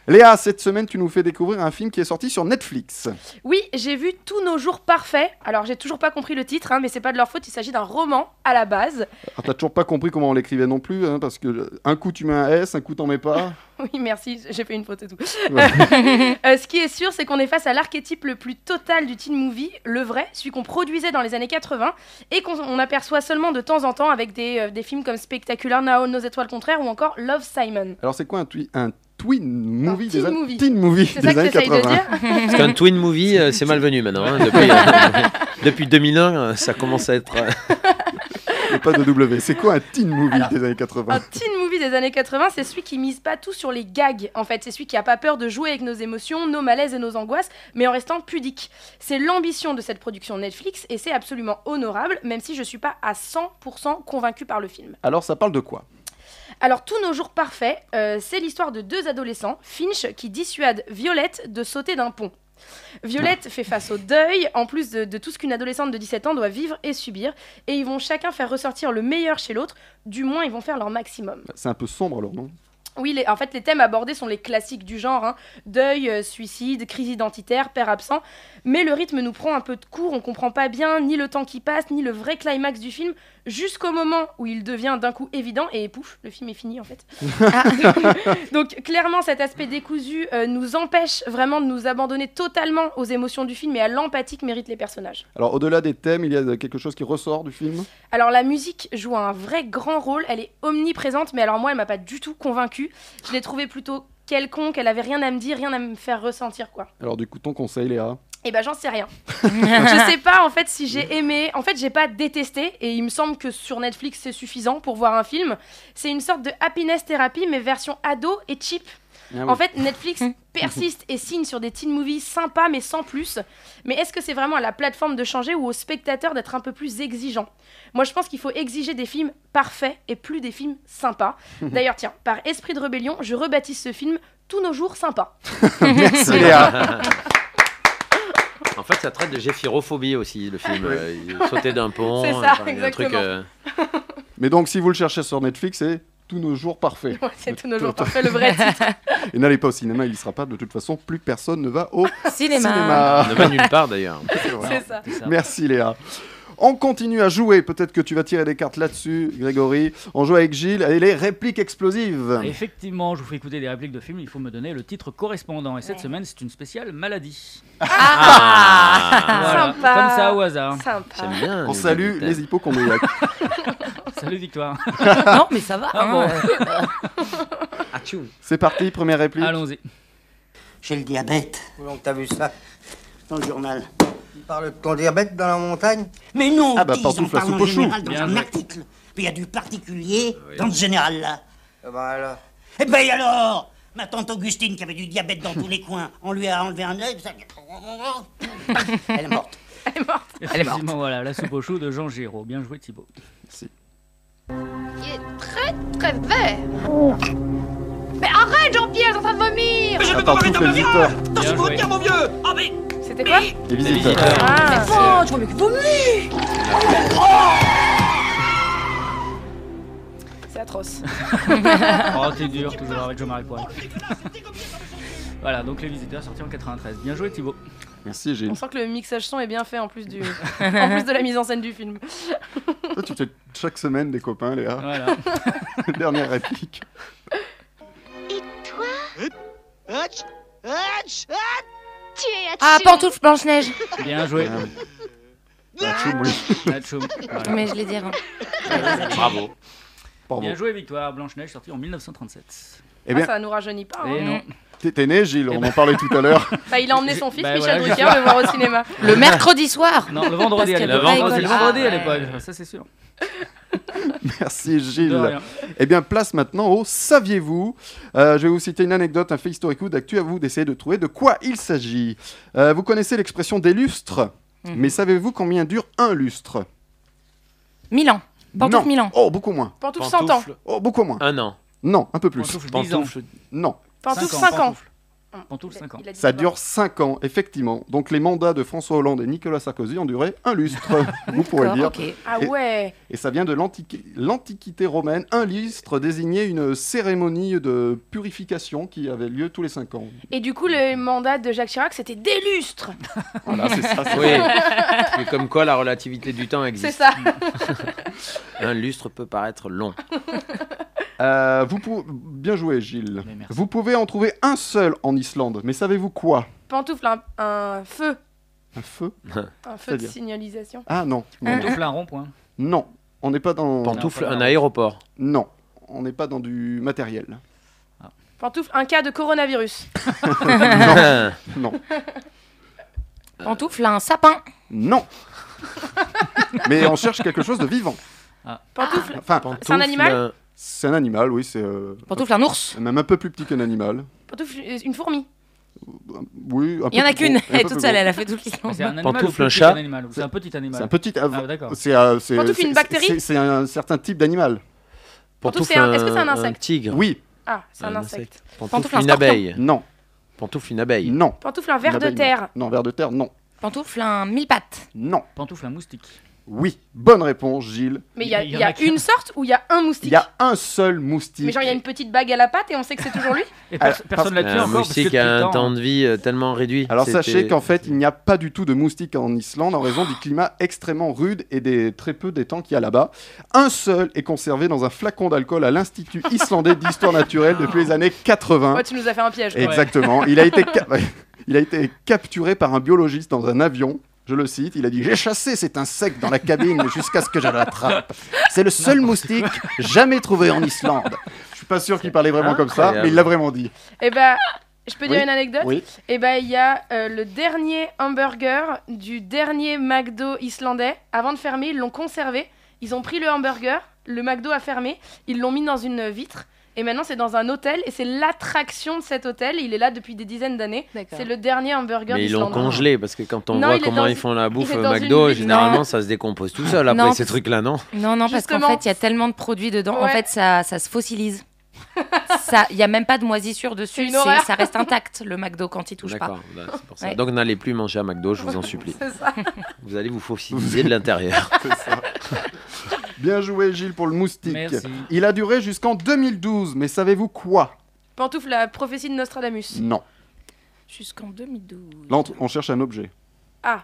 B: Léa, cette semaine, tu nous fais découvrir un film qui est sorti sur Netflix.
C: Oui, j'ai vu Tous nos jours parfaits. Alors, j'ai toujours pas compris le titre, hein, mais c'est pas de leur faute. Il s'agit d'un roman à la base.
B: Alors, Ah, t'as toujours pas compris comment on l'écrivait non plus, hein, parce que euh, un coup tu mets un S, un coup t'en mets pas.
C: Oui, merci, j'ai fait une faute et tout.
B: Ouais.
C: Euh, ce qui est sûr, c'est qu'on est face à l'archétype le plus total du teen movie, le vrai, celui qu'on produisait dans les années 80 et qu'on on aperçoit seulement de temps en temps avec des, euh, des films comme Spectacular Now, Nos étoiles contraires ou encore Love Simon.
B: Alors, c'est quoi un, twi- un twin movie
C: teen
B: des an-
C: movie.
B: teen movie
C: C'est
B: des
C: ça que
B: années
C: t'essayes de
B: 80
C: dire
E: Parce qu'un twin movie euh, c'est malvenu maintenant. hein. Depuis, euh, depuis 2001 euh, ça commence à être. euh,
B: Et pas de W. C'est quoi un teen movie des années 80
C: Un teen movie des années 80, c'est celui qui mise pas tout sur les gags. En fait, c'est celui qui a pas peur de jouer avec nos émotions, nos malaises et nos angoisses, mais en restant pudique. C'est l'ambition de cette production Netflix et c'est absolument honorable, même si je suis pas à 100% convaincue par le film.
B: Alors, ça parle de quoi
C: Alors, Tous nos jours parfaits, euh, c'est l'histoire de deux adolescents, Finch, qui dissuade Violette de sauter d'un pont. Violette fait face au deuil, en plus de, de tout ce qu'une adolescente de 17 ans doit vivre et subir, et ils vont chacun faire ressortir le meilleur chez l'autre, du moins ils vont faire leur maximum.
B: C'est un peu sombre alors, non
C: Oui, les- en fait, les thèmes abordés sont les classiques du genre hein. deuil, euh, suicide, crise identitaire, père absent. Mais le rythme nous prend un peu de court, on comprend pas bien ni le temps qui passe, ni le vrai climax du film, jusqu'au moment où il devient d'un coup évident et pouf, le film est fini en fait. Ah. Donc, clairement, cet aspect décousu euh, nous empêche vraiment de nous abandonner totalement aux émotions du film et à l'empathie que méritent les personnages.
B: Alors, au-delà des thèmes, il y a quelque chose qui ressort du film
C: Alors la musique joue un vrai grand rôle, elle est omniprésente, mais alors moi elle m'a pas du tout convaincue. Je l'ai trouvée plutôt quelconque, elle avait rien à me dire, rien à me faire ressentir quoi.
B: Alors, du coup, ton conseil, Léa
C: Et ben j'en sais rien. je sais pas en fait si j'ai aimé, en fait j'ai pas détesté et il me semble que sur Netflix c'est suffisant pour voir un film. C'est une sorte de happiness therapy mais version ado et cheap.
B: Ah
C: En fait, Netflix persiste et signe sur des teen movies sympas mais sans plus. Mais est-ce que c'est vraiment à la plateforme de changer ou au spectateur d'être un peu plus exigeant Moi, je pense qu'il faut exiger des films parfaits et plus des films sympas. D'ailleurs, tiens, par esprit de rébellion, je rebaptise ce film Tous nos jours sympas.
B: Merci Léa
E: En fait, ça traite de géphirophobie aussi, le film.
B: Oui.
E: Euh, il sautait d'un pont. euh,
C: C'est ça,
E: enfin, il y a un truc,
C: exactement.
E: euh,
B: Mais donc, si vous le cherchez sur Netflix, c'est Tous nos jours parfaits.
C: Ouais, c'est Tous nos jours parfaits, le vrai titre.
B: Et n'allez pas au cinéma, il n'y sera pas. De toute façon, plus personne ne va au
F: Cinéma.
B: cinéma.
E: ne va nulle part d'ailleurs.
C: C'est ça.
D: C'est ça.
B: Merci Léa. On continue à jouer. Peut-être que tu vas tirer des cartes là-dessus, Grégory. On joue avec Gilles et les répliques explosives.
D: Effectivement, je vous fais écouter des répliques de films, il faut me donner le titre correspondant. Et cette semaine, c'est une spéciale maladie.
E: Ah,
D: Voilà,
C: Sympa.
D: Comme ça, au hasard.
C: Sympa.
E: J'aime bien.
B: On salue les hypochondriaques.
D: Salut, Victoire.
F: Non, mais ça va.
D: Ah
F: hein,
D: bon.
F: euh,
E: Achou.
B: C'est parti, première réplique.
D: Allons-y.
G: J'ai le diabète
H: Donc t'as vu ça
G: dans le journal.
H: Il parle de ton diabète dans la montagne
G: Mais non,
B: Ah bah,
G: dis, ils
B: partout
G: en
B: la
G: parlent en
B: soupe aux choux.
G: général dans
D: Bien
G: un
D: joué.
G: article. Puis il y a du particulier
B: Ah
G: dans le général là.
H: Ah bah alors
G: Eh ben et alors Ma tante Augustine qui avait du diabète dans tous les coins, on lui a enlevé un œil. ça- Elle est morte.
D: Effectivement, voilà, la soupe au chou de Jean Giraud. Bien joué, Thibaut.
I: Il est très très vert. Mais arrête Jean-Pierre, t'es en train de vomir
B: Attends, tous les visiteurs.
D: Bien joué.
C: C'était quoi
B: Les visiteurs.
C: Ah,
F: Oh,
C: c'est atroce. Ah.
D: Oh, t'es dur, toujours avec Jean-Marie Poiret. Voilà, donc les visiteurs sortis en 93. Bien joué, Thibaut.
B: Merci Gilles.
C: On sent que le mixage son est bien fait en plus, du... en plus de la mise en scène du film.
B: Toi, tu fais chaque semaine des copains, Léa.
D: Voilà.
B: Dernière réplique.
I: Tu es à
F: Ah, pantoufle Blanche-Neige
D: Bien joué.
B: Ah, Nachoum, oui.
D: Nachoum. Voilà.
F: Mais je l'ai dit avant.
C: Ah,
E: Bravo.
B: Pardon.
D: Bien joué, Victoire. Blanche-Neige, sortie en 1937.
B: Eh
C: Ah,
B: bien,
C: ça nous rajeunit pas. hein.
D: Et non.
B: t'étais né, Gilles,
D: Eh
B: on
D: ben-
B: en parlait tout à l'heure.
C: Enfin, il a emmené son fils,
D: Bah,
C: Michel
D: voilà,
C: Drucker, le voir au cinéma.
F: Le mercredi soir
D: Non, le vendredi, à
F: Parce
D: l'époque.
F: qu'elle
D: Le
E: peut pas
D: vendredi, le
F: écouter.
D: vendredi à
F: Ah, ouais.
D: l'époque, ça c'est sûr. hein.
B: Merci
D: De
B: Gilles.
D: rien.
B: Eh bien, place maintenant au Saviez-vous Euh, Je vais vous citer une anecdote, un fait historique ou d'actu à vous d'essayer de trouver de quoi il s'agit. Euh, vous connaissez l'expression des lustres,
F: Mhm.
B: mais savez-vous combien dure un lustre
F: Milan. Pantoufle
B: Non.
F: Milan.
B: Oh, beaucoup moins.
C: Pantoufle 100 ans.
B: Oh, beaucoup moins.
E: Un an.
B: Non, un peu plus.
D: Pantoufle, 10 ans.
E: Ah. Pantoufle.
B: Non,
C: Pantoufle
D: Cinq
C: 5 ans.
D: Pantoufle. Pantoufle, 5 ans.
C: Il a dit
B: ça
C: pas.
B: dure 5 ans, effectivement. Donc les mandats de François Hollande et Nicolas Sarkozy ont duré un lustre, vous pourrez
F: D'accord,
B: dire.
F: ok.
C: Ah ouais.
B: Et ça vient de l'Antiqui- l'Antiquité romaine. Un lustre désignait une cérémonie de purification qui avait lieu tous les 5 ans.
C: Et du coup, le mandat de Jacques Chirac, c'était des lustres.
B: Voilà, c'est ça. c'est
E: Oui. Parce que comme quoi la relativité du temps
C: C'est
E: existe.
C: ça.
E: Un lustre peut paraître long.
B: Euh, vous pou- Bien joué, Gilles.
D: Mais merci.
B: Vous pouvez en trouver un seul en Islande, mais savez-vous quoi
C: Pantoufle, un, un feu.
B: Un feu
C: Un feu de
B: C'est-à-dire
C: signalisation.
B: Ah non. Non, non.
D: Pantoufle à un rond-point.
B: Non, on n'est pas dans.
E: Pantoufle,
D: Non, pas
E: un
D: là.
E: aéroport.
B: Non, on n'est pas dans du matériel.
C: Pantoufle, un cas de coronavirus.
B: Non.
F: Pantoufle un sapin.
B: Non. mais on cherche quelque chose de vivant.
C: Pantoufle,
B: Enfin,
C: C'est un animal
B: c'est un animal, oui, c'est euh,
F: Pantoufle un ours.
B: même un peu plus petit qu'un animal.
C: pantoufle, euh, une fourmi.
B: Oui, un peu
F: Il y en a
B: plus
F: qu'une.
B: gros, un
F: Elle est
B: peu
F: toute
B: plus
F: seule,
B: gros.
F: elle a fait tout le film.
D: C'est un animal.
E: Pantoufle,
D: ou c'est
E: un
D: petit
E: chat.
D: animal ou C'est un petit
B: C'est un
D: animal.
B: petit. av-
D: Ah, d'accord.
B: c'est euh, c'est-
C: Pantoufle, une
B: c'est-
C: bactérie
B: c'est- C'est un certain type d'animal.
C: Pantoufle, c'est un- est-ce que c'est un insecte
E: tigre.
B: Oui.
C: Ah, c'est
E: Un
C: un, insecte.
E: Pantoufle,
F: un
E: une
F: scorpion.
E: abeille.
B: Non.
E: Pantoufle, une abeille.
B: Non.
C: Pantoufle, un ver
B: Une
C: de
B: abeille, non.
C: terre.
B: Non, vers de terre, non.
F: Pantoufle un mi-patte.
B: Non.
D: Pantoufle à moustique.
B: Oui. Bonne réponse, Gilles.
C: Mais il y a,
D: Il y en
C: il y a
D: a qu'un.
C: une sorte ou il y a un
B: Il
C: moustique.
B: y a un seul moustique.
C: Mais genre, il y a une petite bague à la patte et on sait que c'est toujours lui.
D: Et
B: Alors,
D: pers- personne l'a tué
E: Un
D: encore. parce que
E: Euh, moustique
D: depuis
E: a
D: le
E: un
D: temps- hein.
E: temps de vie euh, tellement réduit.
B: Alors
E: C'était-
B: sachez qu'en fait, il n'y a pas du tout de moustiques en Islande en raison du climat extrêmement rude et des très peu des temps qu'il y a là-bas. Un seul est conservé dans un flacon d'alcool à l'Institut islandais d'histoire naturelle depuis les années 80.
C: Ouais, tu nous as fait un piège. quoi.
B: Exactement. Il a, été ca- il a été capturé par un biologiste dans un avion. Je le cite, il a dit J'ai chassé cet insecte dans la cabine jusqu'à ce que je l'attrape. C'est le seul moustique jamais trouvé en Islande. Je suis pas sûr qu'il parlait vraiment comme ça, mais il l'a vraiment dit.
C: Eh ben, je peux dire
B: Oui.
C: une anecdote
B: Oui.
C: Eh ben, il y a euh, le dernier hamburger du dernier McDo islandais. Avant de fermer, ils l'ont conservé. Ils ont pris le hamburger, le McDo a fermé, ils l'ont mis dans une vitre. Et maintenant, c'est dans un hôtel et c'est l'attraction de cet hôtel. Il est là depuis des dizaines d'années.
F: D'accord.
C: C'est le dernier hamburger
E: Mais ils l'ont
C: islandais.
E: congelé parce que quand on
C: Non,
E: voit
C: il est
E: comment
C: dans
E: ils font la bouffe
C: il est
E: au
C: dans une
E: McDo,
C: vitre.
E: généralement
F: Non.
E: ça se décompose tout seul
F: Non.
E: après ces trucs-là, non
F: Non, non, parce qu'en
C: Justement.
F: fait, il y a tellement de produits dedans. En
C: Ouais.
F: fait, ça, ça se fossilise. Ça, Il n'y a même pas de moisissure
C: C'est
F: dessus.
C: une
F: c'est-
C: horreur.
F: Ça reste intact, le McDo, quand il touche pas.
E: D'accord, là, c'est pour ça.
F: Ouais.
E: Donc n'allez plus manger à McDo, je vous en supplie.
C: C'est ça.
E: Vous allez vous fossiliser de l'intérieur.
B: C'est ça. Bien joué, Gilles, pour le moustique.
D: Merci.
B: Il a duré jusqu'en 2012, mais savez-vous quoi
C: Pantoufle, la prophétie de Nostradamus.
B: Non.
F: Jusqu'en 2012.
B: Là, on tr- on cherche un objet.
C: Ah,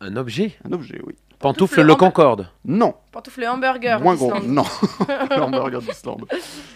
E: Un objet
B: Un objet, oui.
E: Pantoufle le Concorde.
B: Non.
C: pantoufle hamburger.
B: moins gros.
C: d'Islande.
B: Non. Le hamburger d'Islande.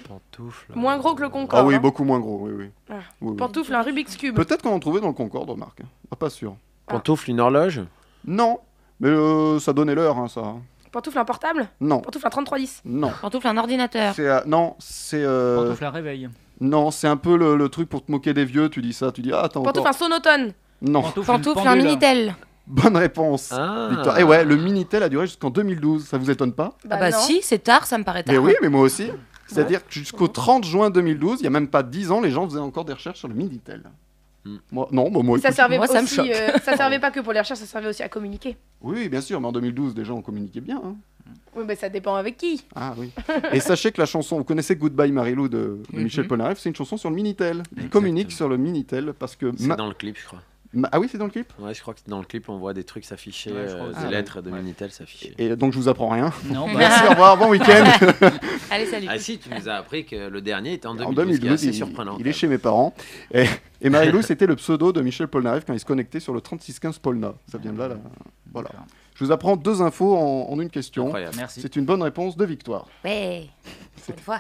E: Pantoufle.
C: Moins gros que le Concorde.
B: Ah oui,
C: hein.
B: beaucoup moins gros, oui, oui.
C: Ah.
B: Oui, oui.
C: Pantoufle, un Rubik's Cube.
B: Peut-être qu'on en trouvait dans le Concorde, remarque. Ah, pas sûr.
E: Pantoufle une horloge.
B: Non. Mais euh, ça donnait l'heure, hein, ça.
C: Pantoufle, un portable.
B: Non.
C: Pantoufle, un 3310.
B: Non.
F: Pantoufle, un ordinateur.
B: C'est, euh, non, c'est euh,
D: Pantoufle à réveil.
B: non, c'est un peu le, le truc pour te moquer des vieux. Tu dis ça, tu dis ah attends
C: Pantoufle, un sonotone.
F: Ah
B: Non,
F: Pantoufle, un
D: pendule.
F: minitel.
B: bonne réponse.
E: Ah.
B: Victoire. Et eh ouais, le minitel a duré jusqu'en 2012. Ça vous étonne pas
F: Ah bah
C: non.
F: si, c'est tard, ça me paraît
C: Ah.
F: tard.
B: Mais oui, mais moi aussi. C'est-à-dire que jusqu'au 30 juin 2012, il y a même pas 10 ans, les gens faisaient encore des recherches sur le minitel.
E: Hmm.
B: Moi, non, bah, moi.
C: Et ça
B: écoute-
C: servait
F: moi, ça me
C: aussi,
F: choque.
C: euh, ça servait pas que pour les recherches, ça servait aussi à communiquer.
B: Oui, oui, bien sûr, mais en 2012, déjà, on communiquait bien. hein.
C: Oui, mais ça dépend avec qui.
B: Ah oui. Et sachez que la chanson, vous connaissez Goodbye Marilou
E: Mhm.
B: de, de Michel Polnareff, c'est une chanson sur le Minitel. Il communique sur le Minitel parce que.
E: C'est
B: ma-
E: dans le clip, je crois.
B: Ma- Ah oui, c'est dans le clip
E: Ouais, je crois que dans le clip, on voit des trucs s'afficher,
D: Ouais, je crois
E: euh,
D: aussi.
E: des
B: Ah,
E: lettres de
D: ouais.
E: Minitel s'afficher.
B: Et donc je vous apprends rien.
D: Non, bah,
B: Merci, au revoir, bon week-end.
F: Allez, salut.
E: Ah si, tu nous as appris que le dernier était en 2012,
B: en
E: ce qui est
B: 2012,
E: assez
B: il,
E: surprenant.
B: il est chez mes parents. Et, et Marie-Lou, c'était le pseudo de Michel Polnareff quand il se connectait sur le 3615 Polna. Ça vient de là, là. Voilà.
D: D'accord.
B: Je vous apprends deux infos en, en une question.
E: Incroyable.
D: merci.
B: C'est une bonne réponse de victoire.
F: Ouais. Cette fois.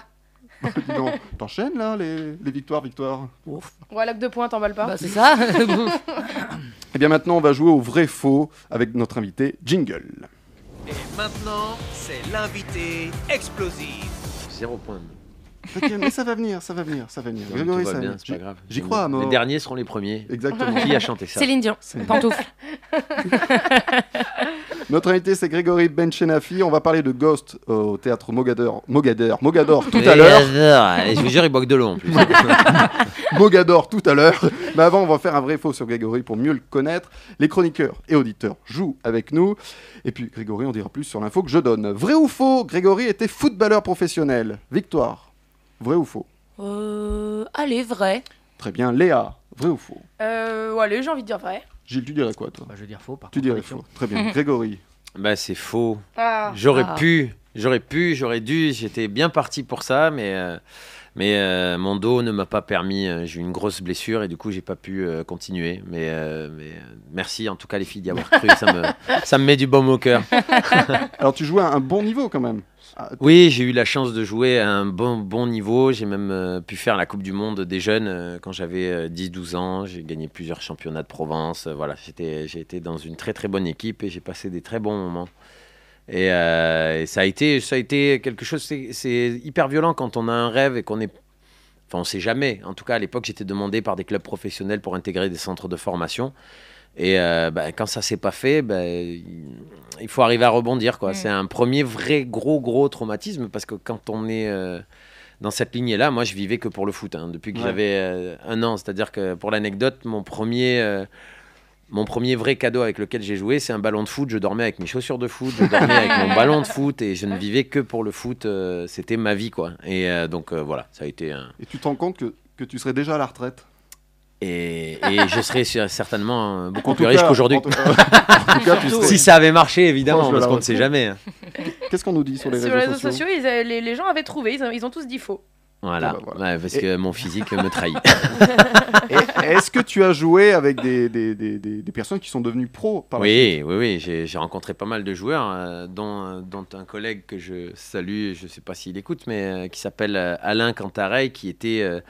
B: Dis donc, T'enchaînes là les, les victoires, victoires.
C: Voilà, que deux points, t'emballe pas.
F: Bah, c'est ça.
B: Et Eh bien maintenant, on va jouer au vrai-faux avec notre invité Jingle.
A: Et maintenant, c'est l'invité explosif.
E: Zéro point. Donc,
B: T'inquiète, mais ça va venir, ça va venir, ça va venir.
E: tout
B: Grégory,
E: va
B: ça
E: bien,
B: va
E: c'est pas
B: venir.
E: grave.
B: J'y crois à
E: Les
B: mort.
E: derniers seront les premiers.
B: Exactement.
E: Qui a chanté ça
F: Céline Dion.
B: C'est-
F: Pantoufle.
B: Notre invité, c'est Grégory Benchenafi. On va parler de Ghost euh, au théâtre Mogador, Mogador, Mogador tout à l'heure.
E: l'heure. Ah, Je vous jure, il boque de l'eau en plus.
B: Mogador tout à l'heure. Mais avant, on va faire un vrai faux sur Grégory pour mieux le connaître. Les chroniqueurs et auditeurs jouent avec nous. Et puis, Grégory, on dira plus sur l'info que je donne. Vrai ou faux Grégory était footballeur professionnel. Victoire. Vrai ou faux
F: Euh, allez, vrai.
B: Très bien. Léa, vrai ou faux
C: Euh, ouais, allez, j'ai envie de dire vrai.
B: Gilles, tu dirais quoi, toi
D: Bah, je vais dire faux. Par
B: Tu dirais
D: contradiction.
B: faux. Très bien. Grégory.
E: bah c'est faux.
C: Ah.
E: J'aurais
F: Ah.
E: pu, j'aurais pu, j'aurais dû. J'étais bien parti pour ça, mais euh, mais euh, mon dos ne m'a pas permis. euh, J'ai eu une grosse blessure et du coup j'ai pas pu euh, continuer. Mais euh, mais euh, merci en tout cas les filles d'y avoir cru. ça me ça me met du baume au cœur.
B: Alors, tu jouais à un bon niveau quand même.
E: Oui, j'ai eu la chance de jouer à un bon bon niveau. J'ai même euh, pu faire la Coupe du Monde des jeunes euh, quand j'avais 10-12 ans. J'ai gagné plusieurs championnats de Provence. Euh, voilà, j'étais j'ai été dans une très très bonne équipe et j'ai passé des très bons moments. Et, euh, et ça a été ça a été quelque chose. c'est- C'est hyper violent quand on a un rêve et qu'on est Enfin, on sait jamais. En tout cas, à l'époque, j'étais demandé par des clubs professionnels pour intégrer des centres de formation. Et euh, bah, quand ça s'est pas fait, bah, il faut arriver à rebondir. quoi.
F: Mm.
E: C'est un premier vrai gros gros traumatisme parce que quand on est euh, dans cette lignée-là, moi, je vivais que pour le foot hein, depuis que
B: Ouais.
E: j'avais euh, un an. C'est-à-dire que pour l'anecdote, mon premier euh, mon premier vrai cadeau avec lequel j'ai joué, c'est un ballon de foot. Je dormais avec mes chaussures de foot, je dormais avec mon ballon de foot et je ne vivais que pour le foot. euh, C'était ma vie, quoi. Et euh, donc euh, voilà, ça a été un,
B: Et tu te rends compte que, que tu serais déjà à la retraite.
E: et, et je serais sûr- certainement euh, beaucoup
B: En
E: plus
B: tout
E: riche
B: cas-
E: qu'aujourd'hui.
B: En tout cas, en tout cas, tu serais-
E: Si ça avait marché, évidemment,
B: Franchement,
E: parce
B: la
E: qu'on ne sait jamais. hein.
B: Qu'est-ce qu'on nous dit sur les réseaux, sociaux,
C: ils avaient- les, les gens avaient trouvé, ils ont, ils ont tous dit faux.
E: Voilà,
B: Ah bah voilà.
E: Ouais, parce
B: Et-
E: que mon physique me trahit.
B: Et Est-ce que tu as joué avec des, des, des, des- des personnes qui sont devenues pros par la
E: oui, oui, oui, j'ai j'ai rencontré pas mal de joueurs, euh, dont, euh, dont un collègue que je salue, je ne sais pas s'il écoute, mais euh, qui s'appelle euh, Alain Cantareil, qui, était, euh,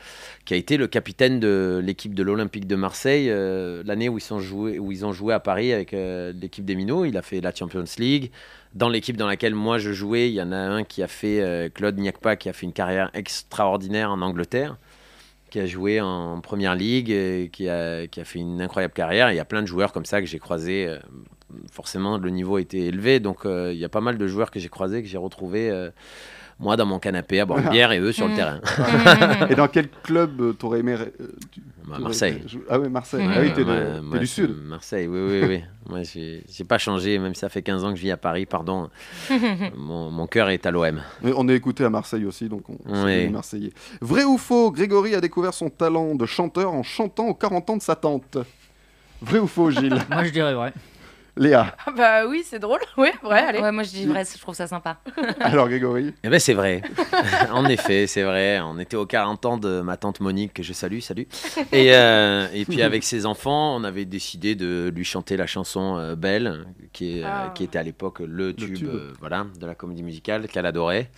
E: qui a été le capitaine de l'équipe de l'Olympique de Marseille euh, l'année où, ils sont joués- où ils ont joué à Paris avec euh, l'équipe des Minots. Il a fait la Champions League. Dans l'équipe dans laquelle moi je jouais, il y en a un qui a fait, euh, Claude Niakpa, qui a fait une carrière extraordinaire en Angleterre qui a joué en première ligue, et qui a, qui a fait une incroyable carrière. Il y a plein de joueurs comme ça que j'ai croisés. euh, Forcément, le niveau était élevé, donc euh, il y a pas mal de joueurs que j'ai croisés, que j'ai retrouvés, euh, moi, dans mon canapé à boire une bière et eux sur le
F: Mm.
E: terrain.
B: suite Et dans quel club euh, t'aurais aimé euh, tu-
E: À Bah,
B: t'aurais-
E: Marseille.
B: Ah oui, Marseille.
F: Mhm.
B: Ah oui,
E: Euh,
B: t'es de-
E: moi-
B: t'es
E: moi,
B: du
E: c'est
B: sud.
E: Marseille, oui, oui, oui. moi, j'ai j'ai pas changé, même si ça fait 15 ans que je vis à Paris, pardon. mon mon cœur est à l'OM.
B: Mais on est écouté à Marseille aussi, donc on
E: Ouais.
B: on est devenu marseillais. Vrai ou faux Grégory a découvert son talent de chanteur en chantant aux 40 ans de sa tante. Vrai ou faux, Gilles
D: Moi, je dirais vrai.
B: Léa.
C: Ah bah oui, c'est drôle. Oui, vrai, allez.
F: Ouais, moi je dis vrai, je trouve ça sympa.
B: Alors, Grégory
E: Eh ben c'est vrai. en effet, c'est vrai. On était aux 40 ans de ma tante Monique, que je salue, salut. Et, euh, et puis avec ses enfants, on avait décidé de lui chanter la chanson euh, Belle, qui, est, euh,
C: Ah.
E: qui était à l'époque le tube,
B: tube.
E: euh, voilà, de la comédie musicale qu'elle adorait.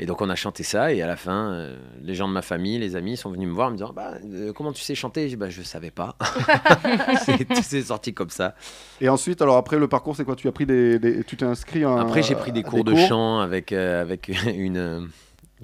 E: Et donc on a chanté ça, et à la fin, euh, les gens de ma famille, les amis, sont venus me voir en me disant bah, euh, Comment tu sais chanter Je dis bah, Je savais pas. c'est c'est sorti comme ça.
B: Et ensuite, alors après le parcours, c'est quoi Tu as pris des, des- tu t'es inscrit en
E: Après, j'ai pris des cours de chant avec, euh, avec une. euh,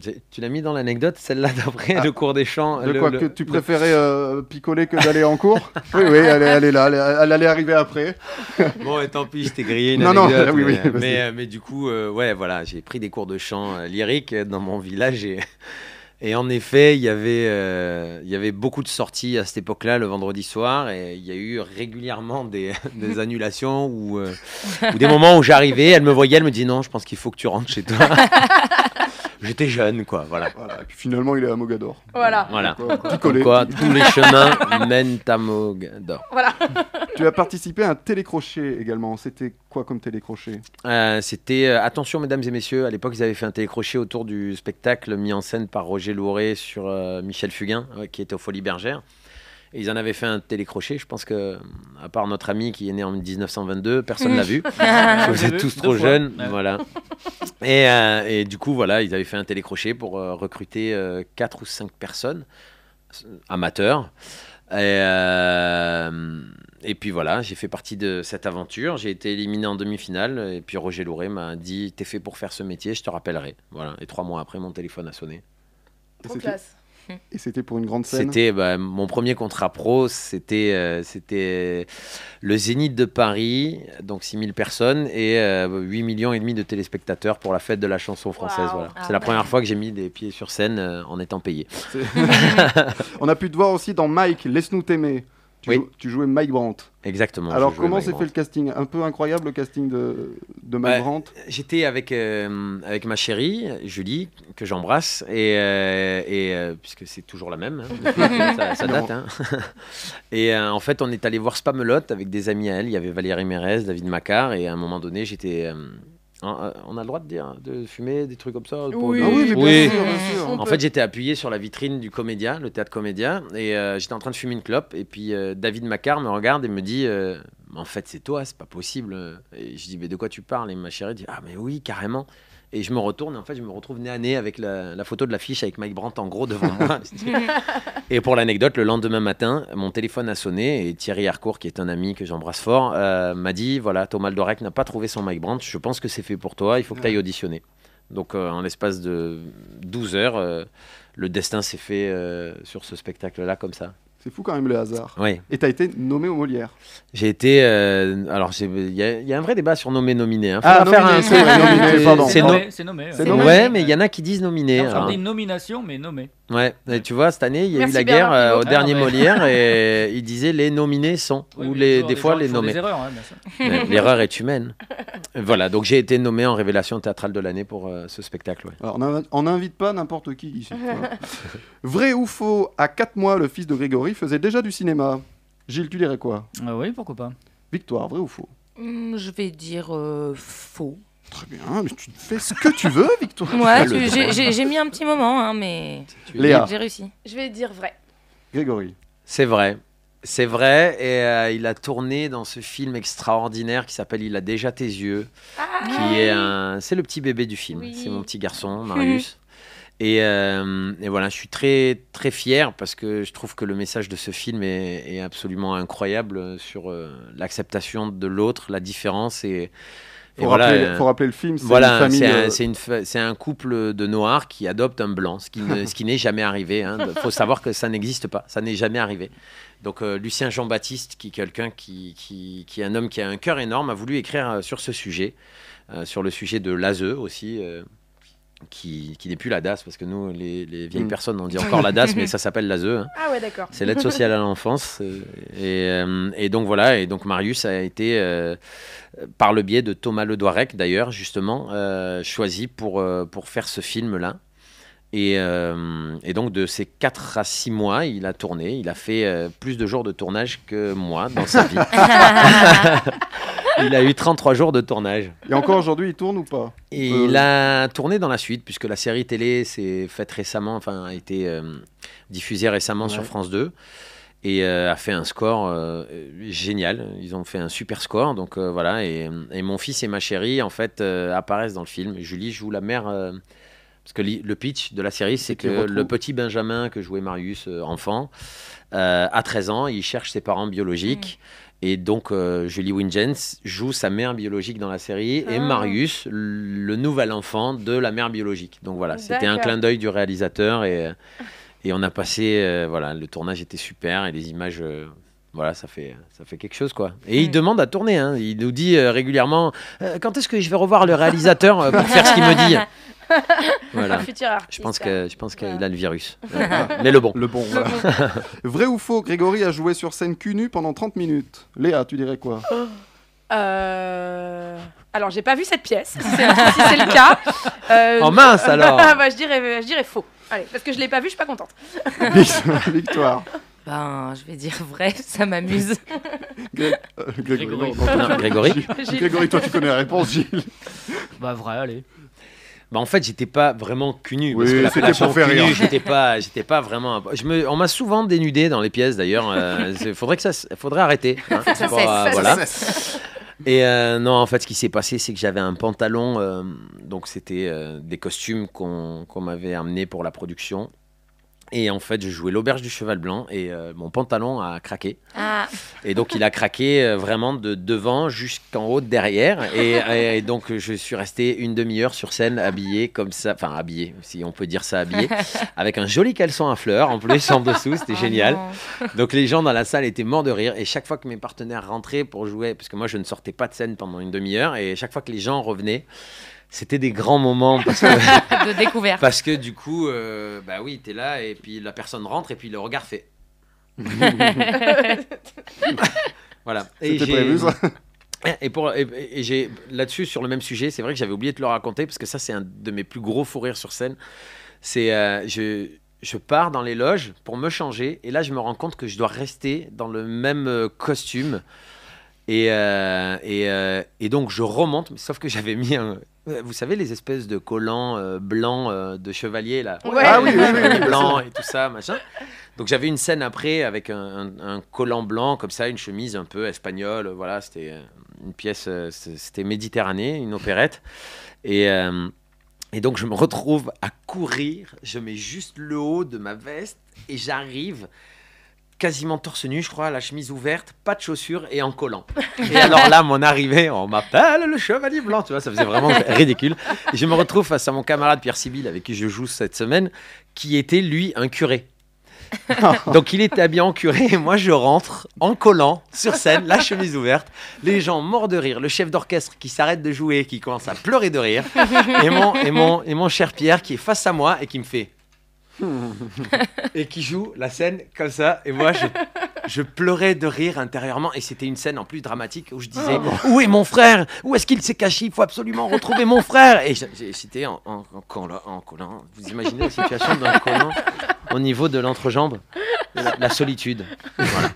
E: j'ai- tu l'as mis dans l'anecdote, celle-là d'après, le cours des chants.
B: Ah. De
E: le-
B: quoi
E: le-
B: que tu
E: le-
B: préférais euh, picoler que d'aller en cours Oui, oui, elle est, elle est là, elle, est- elle allait arriver après.
E: Bon, et tant pis, je t'ai grillé une
B: Non, non,
E: anecdote.
B: oui, oui,
E: mais,
B: vas-y.
E: mais, euh, mais du coup, euh, ouais, voilà, j'ai pris des cours de chant euh, lyrique euh, dans mon village. Et, et en effet, il y avait, euh, il y avait beaucoup de sorties à cette époque-là, le vendredi soir. Et il y a eu régulièrement des, des annulations ou euh, ou des moments où j'arrivais, elle me voyait, elle me dit non, je pense qu'il faut que tu rentres chez toi. J'étais jeune, quoi, voilà.
B: Voilà. Et puis finalement, il est à Mogador. euh,
C: Voilà.
E: Voilà.
B: Quoi, petit
E: Comme
B: collet.
E: quoi, tous les chemins mènent à Mogador.
C: Voilà.
B: Tu as participé à un télécrochet également. C'était quoi comme télécrochet
E: Euh, C'était euh, attention, mesdames et messieurs. À l'époque, ils avaient fait un télécrochet autour du spectacle mis en scène par Roger Louret sur euh, Michel Fugain, euh, qui était au Folies Bergères. Et ils en avaient fait un télécrochet. Je pense que, à part notre ami qui est né en 1922, personne l'a vu. Parce que Ah, Vous
D: J'ai
E: êtes
D: vu
E: tous
D: deux
E: trop
D: fois.
E: jeunes,
D: Ouais.
E: voilà. Et, euh, et du coup, voilà, ils avaient fait un télécrochet pour euh, recruter euh, quatre ou cinq personnes s- amateurs. Et, euh, et puis voilà, j'ai fait partie de cette aventure. J'ai été éliminé en demi-finale. Et puis Roger Louré m'a dit T'es fait pour faire ce métier, je te rappellerai. Voilà. Et trois mois après, mon téléphone a sonné.
B: Et
C: Trop
B: c'était-
C: classe.
B: Et c'était pour une grande scène.
E: C'était bah, mon premier contrat pro, c'était euh, c'était le Zénith de Paris, donc 6000 personnes et euh, 8 millions et demi de téléspectateurs pour la fête de la chanson française.
C: Waouh.
E: Voilà.
F: Ah
E: C'est la
F: ouais.
E: première fois que j'ai mis des pieds sur scène euh, en étant payé.
B: C'est- On a pu te voir aussi dans Mike, Laisse-nous t'aimer. Tu,
E: Oui.
B: jou- tu jouais Mike Brandt.
E: Exactement.
B: Alors
E: je jouais
B: comment
E: Mike
B: s'est fait
E: Brandt.
B: le casting Un peu incroyable le casting de, de Mike
E: Ouais.
B: Brandt.
E: J'étais avec, euh, avec ma chérie, Julie, que j'embrasse, et, euh, et, euh, puisque c'est toujours la même, hein, ça, ça date. hein. Et euh, en fait, on est allé voir Spamelot avec des amis à elle. Il y avait Valérie Mérez, David Macquart, et à un moment donné, j'étais. euh, on on a le droit de dire, de fumer des trucs comme ça pour
C: Oui.
E: le-
B: Ah oui, mais bien
E: Oui.
B: sûr, bien sûr.
C: On
E: En
C: peut.
E: fait, j'étais appuyé sur la vitrine du comédien, le théâtre comédien, et euh, j'étais en train de fumer une clope. Et puis euh, David Macquart me regarde et me dit euh, En fait, c'est toi, c'est pas possible. Et je dis Mais de quoi tu parles Et ma chérie dit Ah, mais oui, carrément. Et je me retourne, et en fait, je me retrouve nez à nez avec la, la photo de l'affiche avec Mike Brandt en gros devant moi. et pour l'anecdote, le lendemain matin, mon téléphone a sonné et Thierry Harcourt, qui est un ami que j'embrasse fort, euh, m'a dit Voilà, Thomas Aldorec n'a pas trouvé son Mike Brandt, je pense que c'est fait pour toi, il faut que tu ailles auditionner. Donc, euh, en l'espace de 12 heures, euh, le destin s'est fait euh, sur ce spectacle-là, comme ça.
B: C'est fou quand même le hasard.
E: Oui.
B: Et t'as été nommé au Molière.
E: J'ai été. euh, alors, j'ai- il y, a- il y a un vrai débat sur nommé-nominé. hein. Faut
B: Ah,
E: en faire
B: nominé,
E: un-
B: c'est vrai, nominé, pardon.
D: C'est
E: nom-
D: nommé. C'est nommé.
B: C'est
D: ouais.
B: nommé.
E: Ouais, mais il y en a hein. qui disent nominé.
D: Non,
E: alors.
D: on dit nomination, mais nommé.
E: Ouais, et tu vois, cette année, il y a
C: Merci
E: eu la guerre
C: Bernard
E: euh,
C: Pivot.
E: au
D: Ah,
E: dernier
D: non, mais-
E: Molière et il disait les nominés sont,
D: Ouais,
E: ou
D: mais
E: les,
D: toujours
E: des fois
D: gens qui
E: les
D: font
E: nommés.
D: Des erreurs, hein, bien sûr.
E: Mais L'erreur est humaine. Voilà, donc j'ai été nommé en révélation théâtrale de l'année pour euh, ce spectacle. ouais.
B: Alors on n'invite- on n'invite pas n'importe qui ici. Voilà. Vrai ou faux À 4 mois, le fils de Grégory faisait déjà du cinéma. Gilles, tu dirais quoi
D: Ah oui, pourquoi pas.
B: Victoire, vrai ou faux
F: Hmm, je vais dire euh, faux.
B: Très bien, mais tu fais ce que tu veux, Victoire.
F: Ouais,
E: le
F: tu-
E: droit.
F: j'ai- j'ai j'ai mis un petit moment, hein, mais
E: Tu es
B: Léa,
F: j'ai réussi.
C: Je vais dire vrai.
B: Grégory.
E: C'est vrai. C'est vrai, et euh, il a tourné dans ce film extraordinaire qui s'appelle Il a déjà tes yeux, qui est un... C'est le petit bébé du film,
C: Oui.
E: c'est mon petit garçon, Marius. Et, euh, et voilà, je suis très, très fier parce que je trouve que le message de ce film est, est absolument incroyable sur euh, l'acceptation de l'autre, la différence. Et, et
B: Faut,
E: voilà,
B: rappeler,
E: euh,
B: faut rappeler le film, c'est une
E: voilà,
B: famille.
E: c'est
B: euh,
E: un, c'est une fa- c'est un couple de noirs qui adopte un blanc, ce qui ne- ce qui n'est jamais arrivé. Il faut savoir que ça n'existe pas, ça n'est jamais arrivé. Donc euh, Lucien Jean-Baptiste, qui est quelqu'un qui, qui, qui est un homme qui a un cœur énorme, a voulu écrire euh, sur ce sujet, euh, sur le sujet de l'ASE aussi. euh, qui, qui n'est plus la DAS, parce que nous, les, les vieilles
B: Mm.
E: personnes, on dit encore la DAS, mais ça s'appelle l'ASE. hein.
C: Ah ouais, d'accord.
E: C'est l'aide sociale à l'enfance. euh, Et, euh, et donc voilà, et donc Marius a été, euh, par le biais de Thomas Ledoirec d'ailleurs, justement, euh, choisi pour, euh, pour faire ce film-là. Et, euh, et donc de ces 4 à 6 mois, il a tourné, il a fait euh, plus de jours de tournage que moi dans sa vie. il a eu 33 jours de tournage.
B: Et encore aujourd'hui, il tourne ou pas
E: Et
B: Euh.
E: il a tourné dans la suite, puisque la série télé s'est faite récemment, enfin a été euh, diffusée récemment sur
B: Ouais.
E: France 2 et euh, a fait un score euh, euh, génial. Ils ont fait un super score, donc euh, voilà. Et, et mon fils et ma chérie en fait euh, apparaissent dans le film. Julie joue la mère. euh, parce que li- le pitch de la série, c'est
B: qu'il
E: que
B: retrouve-
E: le petit Benjamin que jouait Marius euh, enfant, euh, à 13 ans, il cherche ses parents biologiques. Et donc, euh, Julie Wingens joue sa mère biologique dans la série et
C: Ah.
E: Marius, l- le nouvel enfant de la mère biologique. Donc voilà, c'était un
C: D'accord.
E: clin d'œil du réalisateur et, et on a passé. euh, voilà, le tournage était super et les images. euh, voilà, ça fait, ça fait quelque chose, quoi. Et il
F: Mm.
E: demande à tourner. hein. Il nous dit euh, régulièrement euh, Quand est-ce que je vais revoir le réalisateur euh, pour faire ce qu'il me dit Voilà.
C: Un futur artiste.
E: Je pense que je pense qu'il
C: Voilà.
E: a le virus, mais le bon.
B: Le bon, voilà. Vrai ou faux Grégory a joué sur scène cul nu pendant 30 minutes. Léa, tu dirais quoi
C: Euh... Alors, j'ai pas vu cette pièce, si c'est si c'est le cas. Euh,
E: Oh mince alors
C: bah, je, dirais, je dirais faux. Allez, parce que je l'ai pas vu, je suis pas contente.
B: Victoire.
F: Ben, je vais dire vrai, ça m'amuse.
B: Gré- euh, Grégory.
D: Grégory.
B: non, non,
E: Non, Grégory
B: non. Grégory, toi tu connais la réponse, Gilles.
D: Bah, vrai, allez.
E: Bah en fait, j'étais pas vraiment cunu.
B: Oui, c'était pour faire rire.
E: J'étais pas, j'étais pas vraiment. Je me, on m'a souvent dénudé dans les pièces d'ailleurs. euh, c'est- faudrait que ça, se- faudrait arrêter. hein,
F: ça
E: pour,
F: cesse, ça
E: voilà. Et euh, non, en fait, ce qui s'est passé, c'est que j'avais un pantalon. euh, donc c'était euh, des costumes qu'on qu'on m'avait amenés pour la production. Et en fait, je jouais l'auberge du cheval blanc et euh, mon pantalon a craqué.
F: Ah,
E: Et donc, il a craqué euh, vraiment de devant jusqu'en haut de derrière. Et, et donc, euh, je suis resté une demi-heure sur scène habillé comme ça. Enfin, habillé, si on peut dire ça, habillé. Avec un joli caleçon à fleurs en plus, en dessous. C'était
F: oh
E: génial.
F: non.
E: Donc, les gens dans la salle étaient morts de rire. Et chaque fois que mes partenaires rentraient pour jouer, parce que moi, je ne sortais pas de scène pendant une demi-heure. Et chaque fois que les gens revenaient, c'était des grands moments. Parce que,
F: De découverte.
E: parce que du coup, euh, bah oui, t'es là. Et puis, la personne rentre. Et puis, le regard fait. Voilà. Et
B: C'était
E: j'ai-
B: prévu ça.
E: et pour et, et- et j'ai là-dessus sur le même sujet, c'est vrai que j'avais oublié de le raconter parce que ça c'est un de mes plus gros fous rires sur scène. C'est euh, je je pars dans les loges pour me changer et là je me rends compte que je dois rester dans le même euh, costume et euh, et, euh, et donc je remonte mais sauf que j'avais mis un euh, vous savez les espèces de collants euh, blancs euh, de chevalier là
C: Ouais.
B: Ah oui, oui, oui, oui, bien
E: blanc et tout ça, machin. Donc j'avais une scène après avec un, un- un collant blanc comme ça, une chemise un peu espagnole, voilà, c'était euh, une pièce, euh, c- c'était Méditerranée, une opérette. Et, euh, et donc je me retrouve à courir, je mets juste le haut de ma veste et j'arrive quasiment torse nu, je crois, la chemise ouverte, pas de chaussures et en collant. Et alors là, mon arrivée, on m'appelle le chevalier blanc, tu vois, ça faisait vraiment ridicule. Et je me retrouve face à mon camarade Pierre Sibyl, avec qui je joue cette semaine, qui était lui un curé. Donc il était habillé en curé et moi je rentre en collant sur scène, la chemise ouverte, les gens morts de rire, le chef d'orchestre qui s'arrête de jouer, qui commence à pleurer de rire, et mon, et, mon, et mon cher Pierre qui est face à moi et qui me fait... et qui joue la scène comme ça, et moi je, je pleurais de rire intérieurement, et c'était une scène en plus dramatique où je disais, où est mon frère Où est-ce qu'il s'est caché Il faut absolument retrouver mon frère Et je- j'ai- j'étais en, en, en collant- en collant. Vous imaginez la situation d'un collant au niveau de l'entrejambe la, la solitude. Voilà.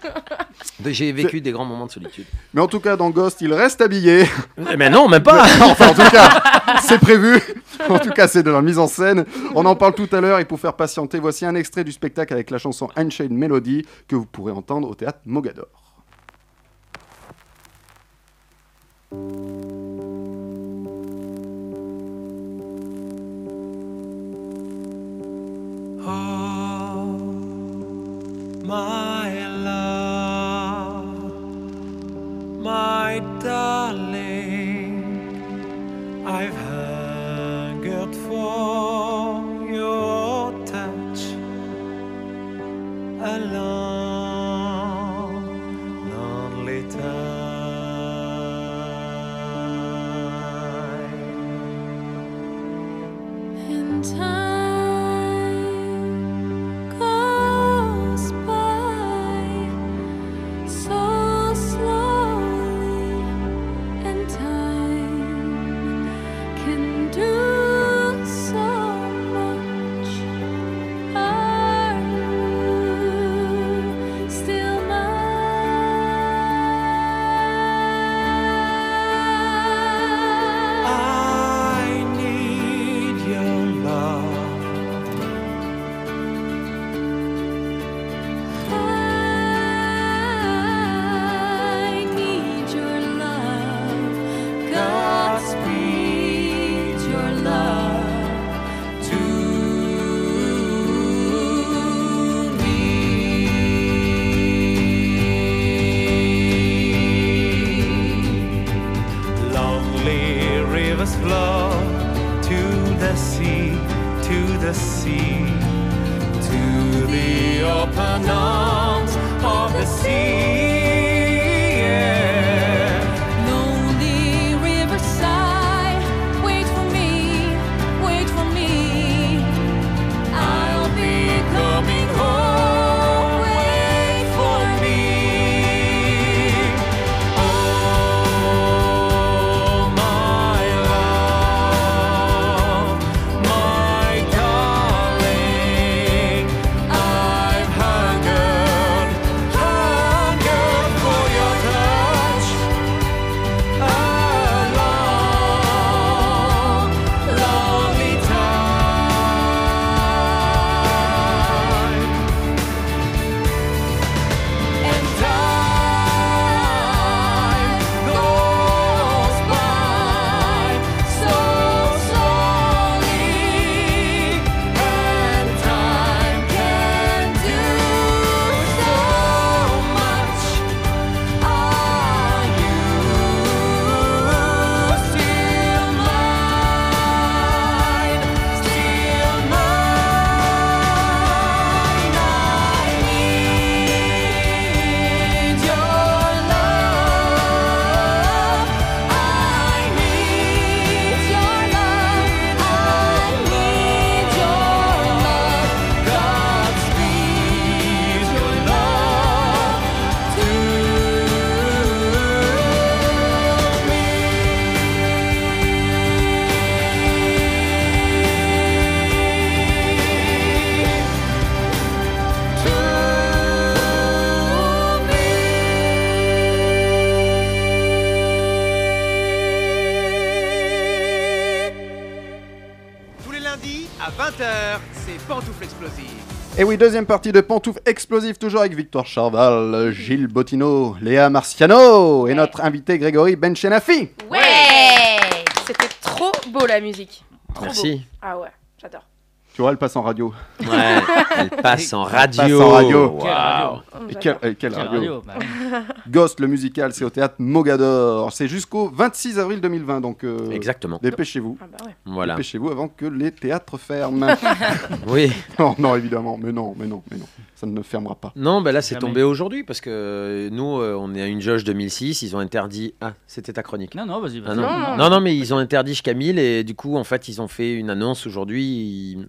E: De- J'ai vécu des grands moments de solitude.
B: Mais en tout cas, dans Ghost, il reste habillé.
E: Mais non, même pas
B: enfin, en tout cas, c'est prévu. En tout cas, c'est de la mise en scène. On en parle tout à l'heure et pour faire patienter, voici un extrait du spectacle avec la chanson Unchained Melody que vous pourrez entendre au théâtre Mogador.
J: Oh, My love, my darling, I've hungered for your touch a long, lonely time.
I: And time goes by so slowly, and time can do so much. Are you still mine?
J: I need your love.
I: I need your love. Godspeed your love to
J: Lonely rivers flow to the sea, to the sea, to the open arms of the sea. yeah.
I: Lonely riverside, wait for me, wait for me. I'll be coming home. Wait for me.
J: Oh, my
A: 20h, c'est Pantoufle Explosive.
B: Et oui, deuxième partie de Pantouf Explosif, toujours avec Victor Charval, Gilles Bottineau, Léa Marciano et notre invité Grégory Benchenafi.
C: Ouais C'était trop beau la musique. Trop
E: Merci.
C: beau. Ah ouais, j'adore.
B: Tu vois, elle passe en radio.
E: Ouais, elle passe en radio.
B: Elle passe en radio.
E: Quelle radio.
B: Et quelle, et quelle
D: Quelle
B: radio,
D: radio, bah oui.
B: Ghost, le musical, c'est au théâtre Mogador. C'est jusqu'au 26 avril 2020, donc euh,
E: Exactement.
B: dépêchez-vous.
C: Ah bah ouais.
E: Voilà.
B: Dépêchez-vous avant que les théâtres ferment.
E: Oui.
B: non, non, évidemment, mais non, mais non, mais non. Ça ne fermera pas.
E: Non, ben là c'est
D: Jamais.
E: tombé aujourd'hui parce que euh, nous euh, on est à une jauge 2006, ils ont interdit. Ah, c'était ta chronique.
D: Non, non, vas-y,
E: Ah
D: vas-y.
E: non.
C: Non, non.
E: Non, non, mais ils ont interdit jusqu'à 1000 et du coup en fait ils ont fait une annonce aujourd'hui, ils,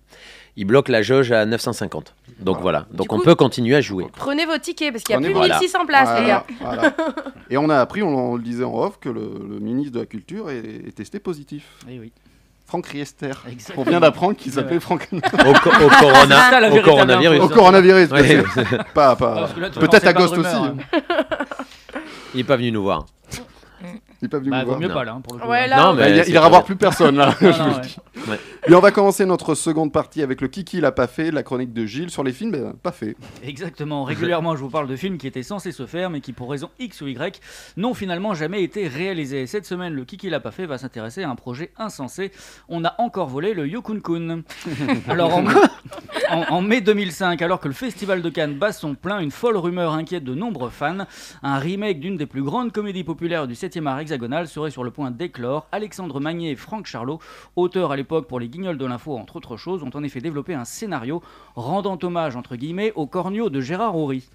E: ils bloquent la jauge à 950. Donc voilà, donc on
C: coup-
E: peut continuer à jouer.
C: Prenez vos tickets parce qu'il n'y a
B: Prenez
C: plus
B: vos-
C: 1600 places, les gars.
B: Voilà, voilà. Et on a appris, on, on le disait en off, que le, le ministre de la Culture est, est testé positif.
D: Eh oui.
B: Franck Riester.
D: Exactement.
B: On vient d'apprendre qu'il
D: Ouais.
B: s'appelait Franck.
E: Au, co- au
D: C'est ça, la
E: corona, au coronavirus.
D: véritable info.
B: Au coronavirus,
E: Ouais.
B: bien sûr. pas, pas.
D: Parce que là, tu
B: Peut-être à
D: pensais pas
B: Ghost
D: de
B: aussi.
D: rumeur, hein.
E: hein. Il est pas venu nous voir.
B: Il est pas venu
D: Bah,
B: me
D: vaut
B: voir.
D: mieux
E: Non.
D: pas là, hein, pour le coup.
C: Ouais,
D: hein.
C: là,
E: Non,
C: on-
E: mais-
B: Bah, il y a-
E: c'est
B: il ira
E: pas
B: voir plus personne là.
D: Non,
B: je vous
D: non,
B: le
D: ouais.
B: dis.
E: Ouais.
B: Et on va commencer notre seconde partie avec le Kiki l'a pas fait, la chronique de Gilles sur les films, eh ben, pas fait.
D: Exactement. Régulièrement, je vous parle de films qui étaient censés se faire, mais qui, pour raison X ou Y, n'ont finalement jamais été réalisés. Cette semaine, le Kiki l'a pas fait va s'intéresser à un projet insensé. On a encore volé le Yokun Kun. Alors, en, en- en mai 2005, alors que le Festival de Cannes bat son plein, une folle rumeur inquiète de nombreux fans. Un remake d'une des plus grandes comédies populaires du 7e art hexagonal serait sur le point d'éclore. Alexandre Magnier et Franck Charlot, auteurs à l'époque pour Les Guignols de l'Info, entre autres choses, ont en effet développé un scénario rendant hommage, entre guillemets, au corneau de Gérard Horry.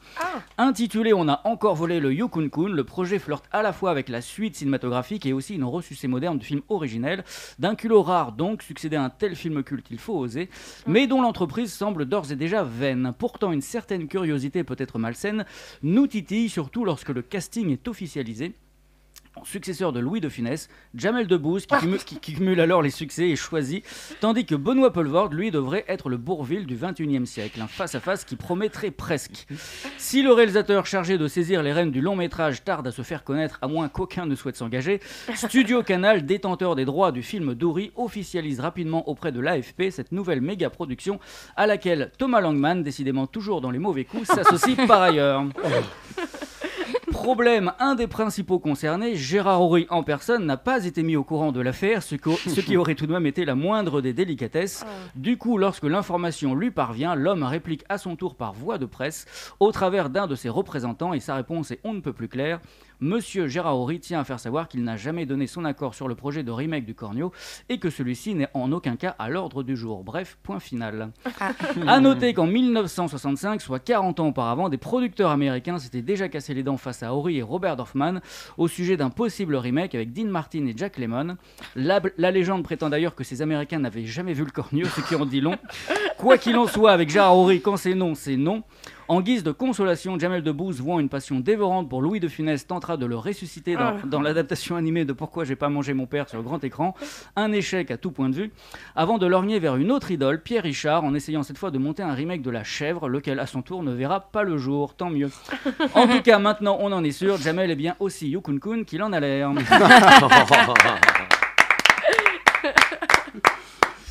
D: Intitulé On a encore volé le Yokun Kun, le projet flirte à la fois avec la suite cinématographique et aussi une ressucée moderne du film originel. D'un culot rare donc, succéder à un tel film culte, il faut oser, mais dont l'entreprise semble d'ores et déjà vaine. Pourtant, une certaine curiosité peut-être malsaine nous titille, surtout lorsque le casting est officialisé. En successeur de Louis de Funès, Jamel Debbouze, qui, cumule- qui- qui cumule alors les succès, est choisi, tandis que Benoît Pelvord, lui, devrait être le Bourvil du 21e siècle, un face-à-face qui promettrait presque. Si le réalisateur chargé de saisir les rênes du long métrage tarde à se faire connaître, à moins qu'aucun ne souhaite s'engager, Studio Canal, détenteur des droits du film Dory, officialise rapidement auprès de l'AFP cette nouvelle méga-production à laquelle Thomas Langman, décidément toujours dans les mauvais coups, s'associe par ailleurs. Problème, un des principaux concernés, Gérard Horry en personne, n'a pas été mis au courant de l'affaire, ce, qu'au- ce qui aurait tout de même été la moindre des délicatesses. Du coup, lorsque l'information lui parvient, l'homme réplique à son tour par voie de presse, au travers d'un de ses représentants, et sa réponse est on ne peut plus claire. Monsieur Gérard Horry tient à faire savoir qu'il n'a jamais donné son accord sur le projet de remake du Cornio et que celui-ci n'est en aucun cas à l'ordre du jour. Bref, point final. À noter qu'en 1965, soit 40 ans auparavant, des producteurs américains s'étaient déjà cassé les dents face à Horry et Robert Dorfman au sujet d'un possible remake avec Dean Martin et Jack Lemmon. La, la légende prétend d'ailleurs que ces Américains n'avaient jamais vu le corneau, ce qui en dit long. Quoi qu'il en soit, avec Gérard Horry, quand c'est non, c'est non. En guise de consolation, Jamel Debbouze, vouant une passion dévorante pour Louis de Funès, tentera de le ressusciter dans, dans l'adaptation animée de Pourquoi j'ai pas mangé mon père sur le grand écran. Un échec à tout point de vue avant de lorgner vers une autre idole, Pierre Richard, en essayant cette fois de monter un remake de La Chèvre, lequel à son tour ne verra pas le jour, tant mieux. En tout cas, maintenant on en est sûr, Jamel est bien aussi Yukun Kun qu'il en a l'air.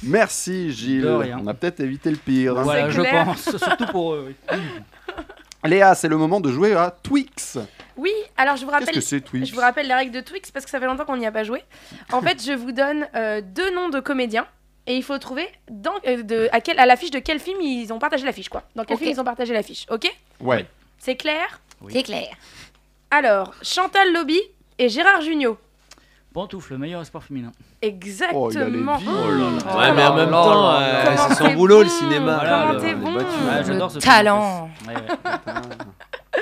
B: Merci Gilles.
D: De rien.
B: On a peut-être évité le pire. hein.
D: voilà,
C: C'est
D: je
C: clair.
D: pense, surtout pour eux. oui.
B: Léa, c'est le moment de jouer à Twix.
C: Oui, alors je vous
B: Qu'est-ce
C: rappelle
B: que c'est Twix
C: Je vous rappelle les règles de Twix parce que ça fait longtemps qu'on n'y a pas joué. En fait, je vous donne euh, deux noms de comédiens et il faut trouver dans, euh, de, à, quel, à l'affiche de quel film ils ont partagé l'affiche, quoi. Dans quel
F: Ok.
C: film ils ont partagé l'affiche, ok
B: Ouais.
C: C'est clair
F: C'est clair.
C: Alors, Chantal Lobby et Gérard Jugnot.
D: Pantoufle, le meilleur espoir féminin.
B: Oh, il a les
C: Exactement.
B: vies.
E: Ouais, mais en même
D: Ah, là
E: temps,
D: là.
E: euh,
C: Comment
E: c'est
C: t'es
E: son boulot le
C: bon,
E: cinéma.
D: Voilà,
C: Comment
D: le-
C: t'es
B: on est
C: bon
E: Ah,
B: battus.
D: Ouais,
F: Le
D: j'adore ce
F: talent.
D: film, en plus. Ouais, ouais.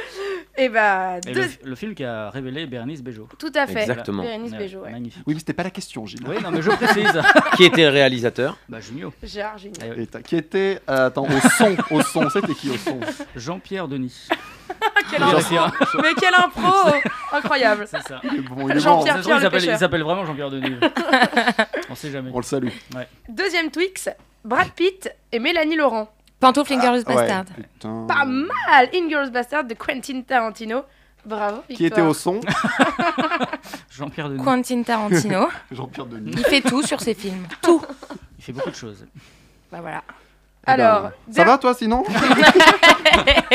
C: Eh bah,
D: Et
C: deux-
D: le, le film qui a révélé Bérénice Bejo.
C: tout à fait.
E: Exactement.
C: Bérénice
D: ben, Ouais,
C: Bejo, ouais.
D: Magnifique.
B: Oui, mais c'était pas la question, Gilles.
D: Oui, non, mais je précise.
E: Qui était le réalisateur
D: bah, Junio.
C: Gérard Jugnot.
B: Et t'as- qui était euh, attends au son au son c'était qui au son
D: Jean-Pierre Denis.
C: Quel
D: Jean-
C: impro Mais quel impro Incroyable
D: C'est ça.
B: Il est bon, il est bon.
C: Jean-Pierre
D: Ça se trouve,
C: Pierre le
D: il s'appelle-
C: pêcheur.
D: il s'appelle vraiment Jean-Pierre Denis. On sait jamais.
B: on le salue
C: Deuxième Twix, Brad Pitt et Mélanie Laurent.
F: Pantouflingers
B: Ah, Ouais,
F: Bastard.
B: putain.
C: Pas mal In Girls Bastard de Quentin Tarantino. Bravo, Victor.
B: qui était au son
D: Jean-Pierre Denis.
F: Quentin Tarantino.
B: Jean-Pierre Denis
F: Il fait tout sur ses films.
D: Il fait beaucoup de choses.
F: Bah voilà.
B: Eh ben,
C: Alors,
B: ça
C: der-
B: va toi sinon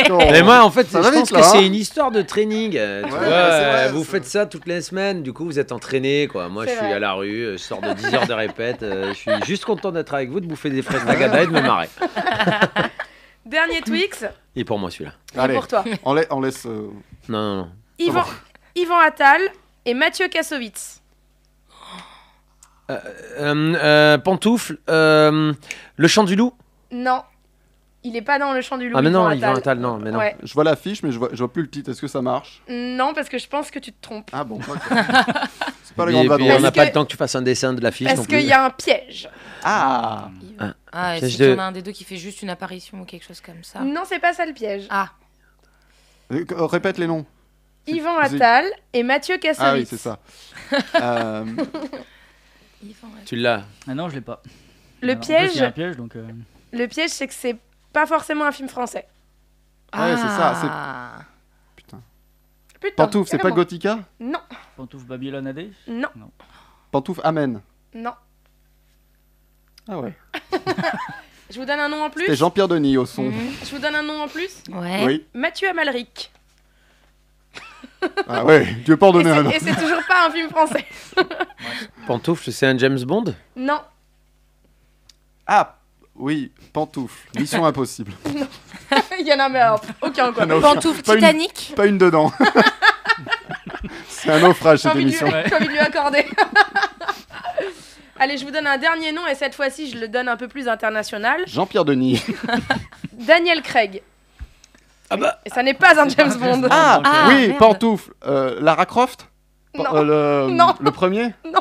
B: Non.
E: Mais moi, en fait, je
B: Eh, Ça va
E: pense
B: vite,
E: que
B: là, hein.
E: c'est une histoire de training. euh, tu
B: Ouais,
E: vois,
B: ouais, c'est vrai,
E: euh, vous
B: c'est-
E: faites ça toutes les semaines, du coup, vous êtes entraîné. Quoi. Moi, je
C: C'est
E: suis
C: vrai.
E: à la rue, euh, je sors de 10 heures de répète. euh, je suis juste content d'être avec vous, de bouffer des fraises tagada et de me marrer.
C: Dernier Twix,
E: Et pour moi, celui-là.
C: c'est
B: Allez,
C: pour toi.
B: on, la- on laisse. euh,
E: Non, non, non.
C: Yvan, Yvan Attal et Mathieu Kassovitz.
E: Euh, euh, pantoufle, euh, le chant du loup.
C: Non, il est pas dans le champ du loup.
E: ah, mais non,
C: Yvan
E: Yvan
C: Attal.
E: Attal, non, mais non.
C: Ouais.
B: Je vois l'affiche, mais je vois, je vois plus le titre. Est-ce que ça marche
C: Non, parce que je pense que tu te trompes.
B: Ah bon. d'accord. c'est pas les
E: Et
B: grandes
E: puis, on n'a
B: vacances.
C: Parce
E: pas
C: que-
E: le temps que tu fasses un dessin de l'affiche non
C: Parce
E: plus.
C: qu'il y a un piège.
B: Ah.
E: Ah,
F: Ah, et
E: piège
F: si
E: de-
F: t'en as un des deux qui fait juste une apparition ou quelque chose comme
E: Ah.
F: ça.
B: Mm.
C: Non, c'est pas ça le piège.
F: Ah,
B: Euh, Répète les noms.
C: Yvan
B: c'est-
C: Attal et Mathieu Kassovitz.
B: Ah oui, c'est ça. Euh,
F: Yvan. ouais.
E: Tu l'as.
D: Ah non, je l'ai pas.
C: Le
D: Alors, en plus, Il y
C: piège,
D: a un piège, donc. euh,
C: le piège, c'est que c'est pas forcément un film français.
B: Ah ouais, c'est ça, c'est-
F: Ah.
C: Putain,
B: Pantouf, c'est pas
C: carrément.
B: Gothica
C: Non,
D: Pantouf Babylone AD
C: non,
B: Pantouf, Amen.
C: non.
B: Ah ouais.
C: Je vous donne un nom en
B: C'était
C: plus.
B: Jean-Pierre Denis au son.
F: Mhm.
C: Je vous donne un nom en plus.
F: Ouais.
B: Oui.
C: Mathieu Amalric.
B: Ah ouais, tu veux pas en
C: Et
B: donner un
C: c'est-
B: nom.
C: et c'est toujours pas un film français.
E: Pantoufle, c'est un James Bond
C: Non,
B: Ah oui, Pantouf. Mission impossible.
C: il y en a mais alors, aucun quoi.
B: Ah non,
F: Pantoufle
B: Pas une-
F: Titanic
B: Pas une dedans. c'est un naufrage
C: J'ai
B: cette
C: envie, de lui-
B: émission.
D: Ouais.
C: j'ai envie de lui accorder. Allez, je vous donne un dernier nom et cette fois-ci, je le donne un peu plus international.
B: Jean-Pierre Denis.
C: Daniel Craig.
E: Ah bah.
C: Et ça n'est pas un James Bond.
B: Ah,
F: Ah,
B: oui,
F: merde.
B: Pantouf. Euh, Lara Croft Pan-
C: Non,
B: euh, le,
C: Non.
B: le premier
C: Non.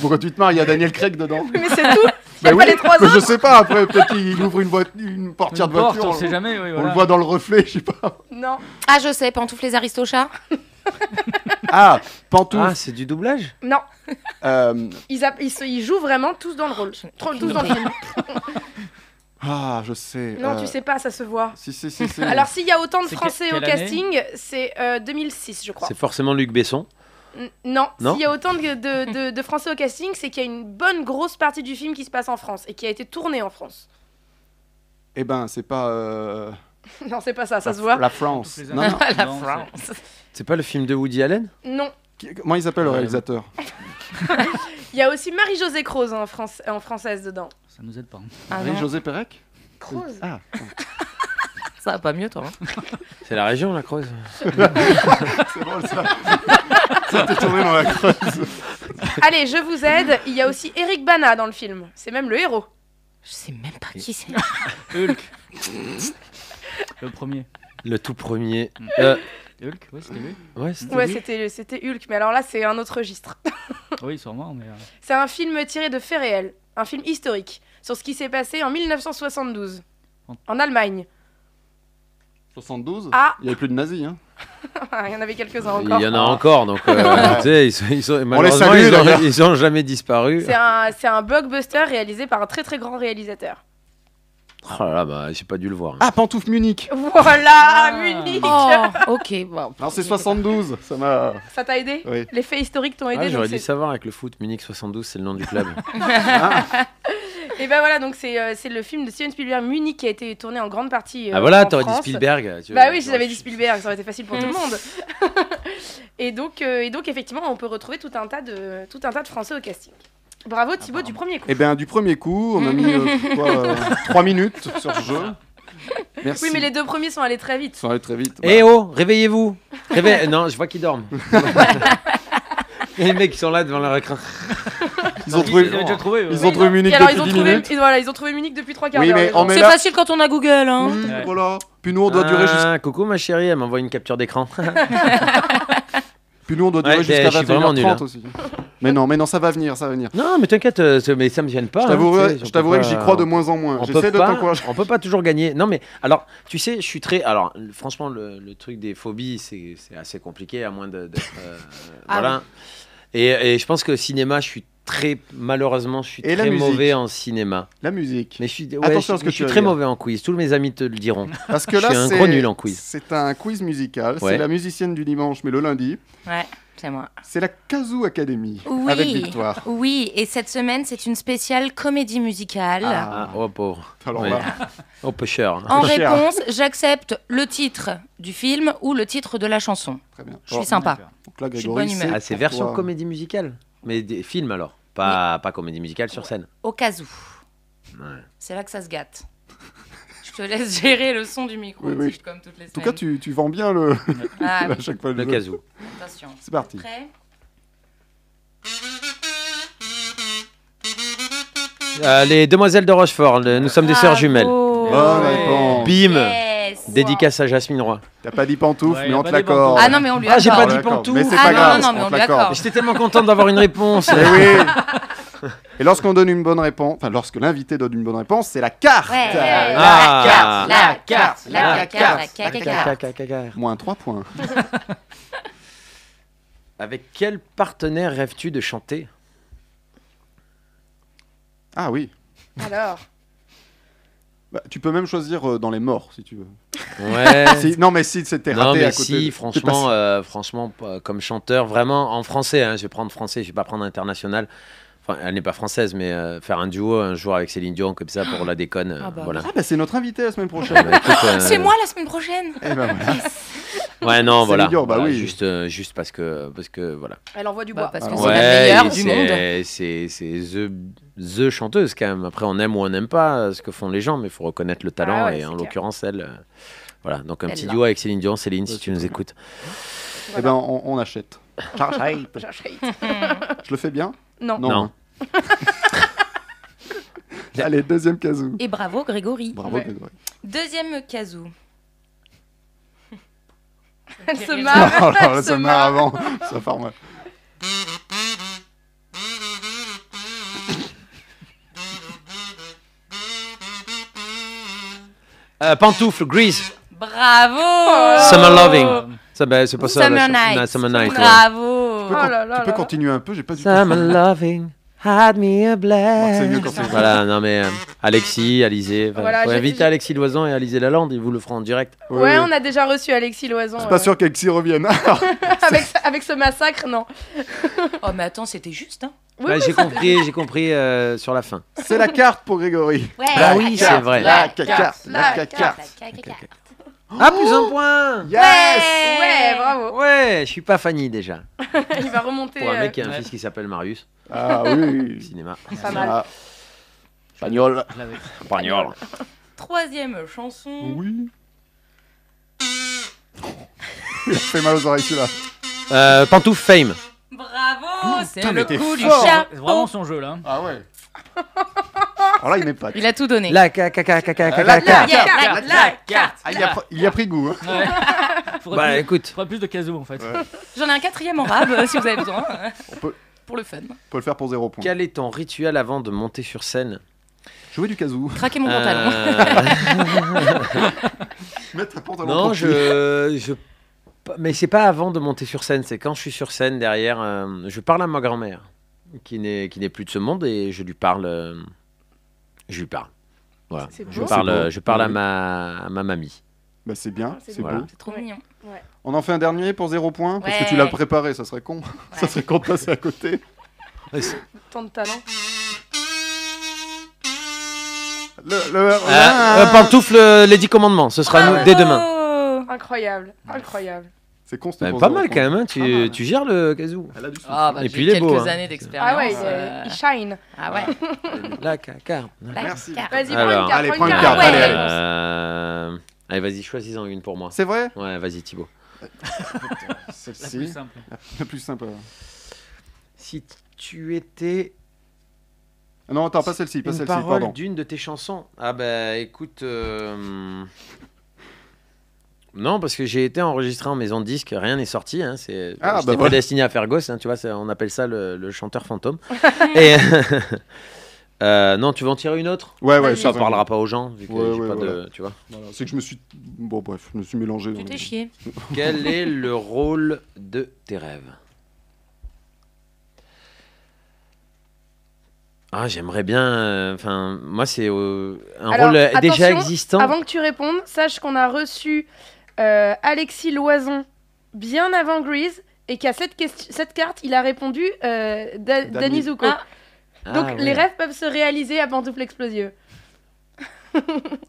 B: Pourquoi tu te marres Il y a Daniel Craig dedans.
C: mais c'est tout.
B: Mais
C: pas les trois
B: mais Bah je sais pas, après, peut-être qu'il ouvre une, voit- une portière
D: Une
B: de
D: porte,
B: voiture.
D: on sait jamais. oui,
B: on
D: voilà.
B: le voit dans le reflet, je sais pas.
C: Non.
F: Ah, je sais, pantoufle les aristochats.
B: Ah, Pantouf.
E: Ah, c'est du doublage
C: Non,
B: euh,
C: ils, app- ils se- ils jouent vraiment tous dans le rôle. Tro- Tous dans le film.
B: ah, je sais.
C: Non,
B: euh,
C: tu sais pas, ça se voit.
B: Si, si, si, si.
C: Alors, s'il y a autant de
D: C'est que-
C: Français au
D: quelle année
C: casting, c'est euh, 2006, je crois.
E: C'est forcément Luc Besson.
C: N- Non,
E: Non
C: s'il y a autant de, de- de- de Français au casting, c'est qu'il y a une bonne grosse partie du film qui se passe en France et qui a été tournée en France.
B: Eh ben, c'est pas. euh,
C: Non, c'est pas ça, ça
B: la,
C: se voit.
B: La France.
D: Pantoufles les
B: Non, non.
D: Anglais.
F: La
D: Non, c'est-
F: France.
E: C'est pas le film de Woody Allen
C: Non,
B: Qui- Comment ils appellent le
E: Ouais.
B: réalisateur
C: il y a aussi Marie-Josée Croze en, France- en française dedans.
D: Ça nous aide pas. hein.
F: Ah non,
B: José Pérec
C: Croze
B: Ah,
F: ça va pas mieux, toi. hein.
E: C'est la région, la Creuse.
B: c'est drôle ça. ça t'est tourné dans la creuse.
C: Allez, je vous aide. Il y a aussi Eric Bana dans le film. C'est même le héros.
F: Je sais même pas qui c'est.
D: Hulk. le premier.
E: Le tout premier.
D: Mm.
E: Euh,
D: Hulk, oui, c'était lui.
E: ouais, c'était
C: Ouais,
E: lui.
C: c'était c'était Hulk, mais alors là, c'est un autre registre.
D: Oui, sûrement, mais. euh,
C: C'est un film tiré de faits réels, un film historique, sur ce qui s'est passé en 1972 en Allemagne.
B: 72
C: Ah,
B: Il n'y avait plus de nazis. Hein.
C: il y en avait quelques-uns
E: Il
C: encore.
E: y en a encore, donc euh, tu sais, ils sont, ils sont- malheureusement,
B: salue,
E: ils ont-
B: d'ailleurs.
E: ils ont jamais disparu.
C: C'est un, c'est un blockbuster réalisé par un très très grand réalisateur.
E: Oh là là, bah, j'ai pas dû le voir.
B: Ah, Pantouf Munich
C: Voilà,
D: Ah.
C: Munich
F: Oh, ok. Bon,
B: Non, c'est 72. Ça m'a.
C: Ça t'a aidé
B: Oui.
C: Les faits historiques t'ont
E: Ah,
C: aidé.
E: J'aurais
C: donc
E: dû
C: c'est-
E: savoir avec le foot. Munich 72, c'est le nom du club.
C: Et ben voilà, donc c'est euh, c'est le film de Steven Spielberg, Munich, qui a été tourné en grande partie. euh,
E: ah voilà,
C: en
E: t'aurais dit
C: France.
E: Spielberg. tu-
C: Bah oui,
E: tu-
C: j'avais dit Spielberg, ça aurait été facile pour
F: Mm.
C: tout le monde. et, donc, euh, et donc, effectivement, on peut retrouver tout un tas de, tout un tas de Français au casting. Bravo Thibaut du premier coup.
B: Eh bien, du premier coup, on a mis euh, 3 minutes sur ce jeu. Merci.
C: Oui, mais les deux premiers sont allés très vite.
B: Ça va très vite.
E: Eh oh, réveillez-vous. Réveille- Non, je vois qu'ils dorment. Les mecs ils sont là devant leur écran.
B: ils ont
D: Ils l'avaient
B: trouvé, oh.
D: déjà trouvé.
B: ils
D: ouais.
B: ont trouvé Munich
C: Et alors,
B: depuis
C: ils ont
B: 10
C: trouvé,
B: minutes.
C: ils, voilà, ils ont trouvé Munich depuis trois quarts
B: Oui,
C: d'heure.
B: mais
C: les
B: en
C: gens.
B: Mais
F: C'est
B: là- Mm.
F: facile quand on a Google, hein.
B: Oui,
D: Ouais.
B: Voilà. Puis nous, on doit durer jusqu'à
E: Ah, Coucou ma chérie, elle m'envoie une capture d'écran.
B: Puis nous, on doit durer
E: Ouais,
B: jusqu'à
E: mais je suis vraiment
B: 21h30
E: nul, hein.
B: aussi. Mais non, mais non, ça va venir, ça va venir.
E: non, mais t'inquiète, euh, c'est- mais ça me gêne pas.
B: Je
E: hein, tu
B: t'avouerai
E: sais,
B: je
E: on
B: t'avouerai
E: peut
B: que j'y
E: pas-
B: crois de moins en moins.
E: On
B: J'essaie
E: peut,
B: de
E: pas,
B: t'encourager.
E: on peut pas toujours gagner. Non, mais alors, tu sais, je suis très. Alors, le- franchement, le, le truc des phobies, c'est c'est assez compliqué, à moins de- d'être. euh,
F: Ah
E: voilà. Et, et je pense que cinéma, je suis très. Malheureusement, je suis
B: Et la
E: très
B: musique.
E: mauvais en cinéma.
B: La musique.
E: Mais je suis, ouais,
B: Attention
E: je-
B: à ce que
E: mais
B: tu
E: je suis
B: vas
E: très
B: dire. Ah.
E: mauvais en quiz. Tous mes amis te le diront.
B: Parce que
E: Je
B: là,
E: suis un
B: c'est-
E: gros nul en quiz.
B: C'est un quiz musical. C'est
E: Ouais.
B: la musicienne du dimanche, mais le lundi.
F: Ouais. C'est moi.
B: C'est la Kazoo Academy
F: Oui.
B: avec Victoire.
F: Oui, et cette semaine, c'est une spéciale comédie musicale.
E: Ah, oh pauvre.
B: Alors
E: Ouais.
F: Ah.
B: là.
E: Oh pêcheur.
F: En
B: Cher.
F: réponse, j'accepte le titre du film ou le titre de la chanson.
B: Très bien.
F: Je suis sympa.
B: Donc là,
F: Je suis de
B: Grégory,
F: bonne humeur.
E: Ah, c'est
B: pour
E: version
B: toi.
E: comédie musicale. Mais des films alors, pas, pas comédie musicale sur scène.
F: Au cas où.
E: Ouais.
F: C'est là que ça se gâte. Je te laisse gérer le son du micro,
B: Oui, oui.
F: Tiff, comme toutes les semaines.
B: En tout cas, tu, tu vends bien le.
F: Ah,
B: à chaque fois
E: Le
B: jeu.
E: casou.
F: attention.
B: C'est parti.
F: Prêt
E: Euh, les Demoiselles de Rochefort, le- nous
B: Ah,
E: sommes des sœurs jumelles.
F: Bravo.
B: Bonne réponse.
E: Bim
F: Yes.
E: Dédicace à Jasmine Roy.
B: T'as pas dit pantoufle,
D: Ouais,
B: mais
D: y a
B: on
D: pas
B: te
D: des
B: l'accorde.
F: Ah non, mais on lui
E: Ah, j'ai
F: accorde.
E: pas dit
B: D'accord,
E: pantouf.
B: Mais c'est
F: Ah
B: pas
F: non,
B: grave.
F: non, non, mais on
B: te l'accorde.
F: l'accorde.
E: Ah. J'étais tellement content d'avoir une réponse.
B: Eh oui. Et lorsqu'on donne une bonne réponse, enfin lorsque l'invité donne une bonne réponse, c'est la carte.
F: Ouais.
E: Ah.
F: La
B: carte,
F: la
B: la
F: carte, la
B: carte.
F: carte.
B: Moins 3 points.
E: Avec quel partenaire rêves-tu de chanter
B: Ah oui.
C: Alors,
B: Bah, tu peux même choisir euh, dans les morts si tu veux. Ah,
E: Ouais.
B: Si- non mais si c'était raté
E: Ah, Non mais
B: à côté.
E: si,
B: de- t'es
E: franchement,
B: passé.
E: euh, franchement, p- euh, comme chanteur, vraiment en français, hein, je vais prendre français, je vais pas prendre international. Enfin, elle n'est pas française, mais euh, faire un duo un jour avec Céline Dion comme ça pour la déconne, euh,
F: Ah bah.
E: voilà.
B: Ah bah c'est notre invité la semaine prochaine.
E: Bah, écoute, euh,
F: C'est moi la semaine prochaine.
B: Eh ben voilà.
E: Ouais non,
B: Céline
E: voilà.
B: Dion, bah
E: Voilà,
B: oui.
E: Juste, euh, juste parce que, parce que voilà.
C: elle envoie du
F: Bah,
C: bois.
F: parce que
B: Ah
F: c'est
B: ouais.
F: la
E: et
F: meilleure du
E: c'est-
F: monde.
E: C'est c'est the, the chanteuse quand même. Après, on aime ou on n'aime pas euh, ce que font les gens, mais il faut reconnaître le talent
C: Ah ouais,
E: et
C: c'est
E: en
C: clair.
E: l'occurrence elle. euh, voilà, donc un
F: Elle
E: petit
F: l'a.
E: duo avec Céline Dion, Céline, si tu nous écoutes.
B: Eh ben on, on achète. Je le fais bien
C: Non.
E: Non.
B: hein. Allez deuxième casou.
F: Et bravo, Grégory.
B: Bravo Grégory.
F: Deuxième casou.
C: Elle se
B: Oh
C: marre.
B: là là,
C: se
B: ça marre avant. Ça part mal.
E: Euh, pantoufle, Grease,
F: Bravo
E: Summer
D: Euh,
E: Loving. Ça, ben, c'est pas ça. la
F: Oh. Summer
E: chanson. Non,
F: Night.
E: Summer Night. ouais.
F: Bravo
C: Oh là là
B: tu peux
C: là.
B: continuer un peu, j'ai pas du tout.
E: Summer Loving, had me a blast.
B: Oh, C'est mieux quand c'est
E: Voilà, non mais euh, Alexis, Alizé, enfin,
C: Voilà,
E: faut
C: j'ai-
E: inviter
C: j'ai-
E: Alexis Loisan et Alizé Lalande, ils vous le feront en direct.
B: Ouais,
C: Ouais,
B: ouais.
C: on a déjà reçu Alexis Loison.
B: Ah, C'est
C: euh,
B: pas sûr qu'Alexis revienne.
C: avec, avec ce massacre, non.
F: Oh mais attends, c'était juste, hein
C: Oui,
E: Ouais, Bah, j'ai compris, j'ai compris euh, sur la fin.
B: c'est la carte pour Grégory.
F: Ouais
E: Bah oui, c'est vrai.
B: La carte, la carte.
E: Ah, plus un point
B: Yes
C: Ouais, bravo.
E: Ouais, je suis pas Fanny déjà.
C: Il va remonter.
E: Pour un
C: euh,
E: mec qui a un
D: Ouais.
E: fils qui s'appelle Marius,
B: Ah oui.
E: cinéma.
C: pas mal.
B: Ah. Pagnol.
D: Je l'avais.
E: Espagnol.
F: Troisième chanson.
B: Oui. Il a fait mal aux oreilles celui-là.
E: Euh, pantoufle Fame.
F: Bravo C'est
B: putain, mais
F: le
B: t'es
F: coup du
B: fort.
D: C'est
F: chapeau
D: vraiment son jeu là.
B: Ah ouais. Alors là, il met pas.
F: Il a tout donné.
E: La ca- ca- ca- ca- ca- ca- ca-
F: La
E: ca-
F: carte, la carte.
B: Ah, il, a pr- il a pris goût. hein.
D: Faudrait
E: Bah
D: plus-
E: écoute,
D: faudrait plus de casou en fait.
B: Ouais.
F: J'en ai un quatrième en rab, euh, si vous avez besoin.
B: On peut-
F: Pour le fun.
B: On peut le faire pour zéro point.
E: quel est ton rituel avant de monter sur scène
B: Jouer du kazoo.
F: Craquez mon pantalon.
E: Euh,
B: Mettre un pantalon
E: Non,
B: contre
E: je,
B: lui.
E: je. Mais c'est pas avant de monter sur scène, c'est quand je suis sur scène derrière. euh, je parle à ma grand-mère, qui n'est qui n'est plus de ce monde, et je lui parle. euh, je lui parle. Voilà.
C: C'est
E: Je
C: beau.
E: parle,
B: C'est beau.
E: je parle à
B: Oui.
E: ma, à ma mamie.
B: Bah, c'est bien,
C: Ah, c'est
B: c'est
E: voilà.
B: beau.
F: C'est trop
C: Ouais.
F: mignon.
B: On en fait un dernier pour zéro point Parce que tu
F: Ouais.
B: l'as préparé, ça serait con. Ça
F: Ouais.
B: serait con de passer à côté. Ah,
C: Tant de talent.
B: Le, le-
E: Euh,
B: Ah.
E: euh, pantoufle, euh, les 10 commandements, ce sera nous dès demain.
F: Ah Oh.
C: Incroyable. Incroyable.
B: C'est con, c'était
E: Bah,
B: pour
E: pas
B: zéro
E: mal
B: point.
E: quand même, hein,
B: Pas
E: tu,
B: mal.
E: tu gères le casou.
B: Elle a du souffle.
F: Ah, bah,
E: Et
F: j'ai
E: puis il est beau,
F: quelques
E: hein.
F: années d'expérience.
C: Ah ouais, il,
F: euh,
C: il shine.
F: ah ouais.
E: La caca.
F: La
B: Merci.
F: carte.
C: Vas-y, prends
E: Alors.
C: une carte.
B: Allez,
C: prends une
B: prends une
C: carte.
B: carte, allez,
C: Ouais.
E: Euh, allez, vas-y, choisis-en une pour moi.
B: C'est vrai
E: Ouais, vas-y, Thibaut.
D: La plus
B: Celle-ci.
D: simple.
B: La plus simple.
E: Si tu étais
B: Ah Non, attends, pas celle-ci, pas
E: une
B: celle-ci,
E: parole
B: pardon.
E: d'une de tes chansons. Ah bah écoute, euh, non parce que j'ai été enregistré en maison de disque, rien n'est sorti. Hein, c'est
B: Ah,
E: j'étais
B: bah
E: pas
B: voilà.
E: destiné à faire gosse, hein, tu vois, ça- on appelle ça le, le chanteur fantôme. Et euh, non, tu veux en tirer une autre
B: Ouais, ouais,
E: Ça
B: ça
E: parlera pas aux gens vu que
B: Ouais,
E: j'ai
B: ouais,
E: pas de,
B: voilà.
E: tu vois.
B: Voilà, C'est que je me suis. Bon, bref, je me suis mélangé. dans
F: Tu t'es
B: les-
F: chié.
E: Quel est le rôle de tes rêves ah, j'aimerais bien. euh, Enfin, moi, c'est euh, un
C: Alors,
E: rôle euh, déjà
C: attention,
E: existant.
C: Avant que tu répondes, sache qu'on a reçu euh, Alexis Loison bien avant Grease et qu'à cette, question- cette carte, il a répondu euh, Da- Danny Zuko. Donc
E: Ah,
C: les
E: ouais.
C: rêves peuvent se réaliser à pantoufles explosives.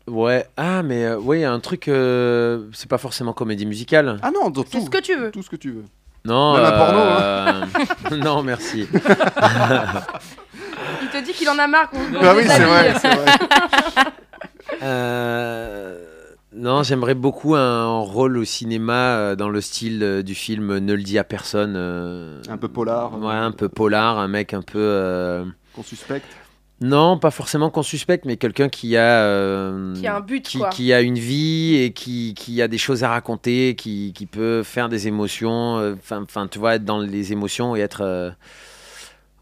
E: Ouais, ah, mais euh, ouais, un truc, euh, c'est pas forcément comédie musicale.
B: Ah non, donc
C: C'est
B: tout,
C: ce que tu veux.
B: tout ce que tu veux.
E: Non,
B: Même un hein.
E: porno. non, merci.
C: Il te dit qu'il en a marre qu'on qu'on
B: Bah oui,
C: les
B: c'est
C: habille.
B: vrai, c'est vrai.
E: Euh, non, j'aimerais beaucoup un rôle au cinéma euh, dans le style euh, du film Ne le dis à personne. euh,
B: Un peu polar. euh,
E: Ouais, un peu polar, un mec un peu. euh,
B: Qu'on suspecte.
E: Non, pas forcément qu'on suspecte, mais quelqu'un qui a. euh,
C: Qui a un but,
E: qui,
C: quoi.
E: qui a une vie et qui, qui a des choses à raconter, qui, qui peut faire des émotions, euh, enfin, enfin, tu vois, être dans les émotions et être. euh,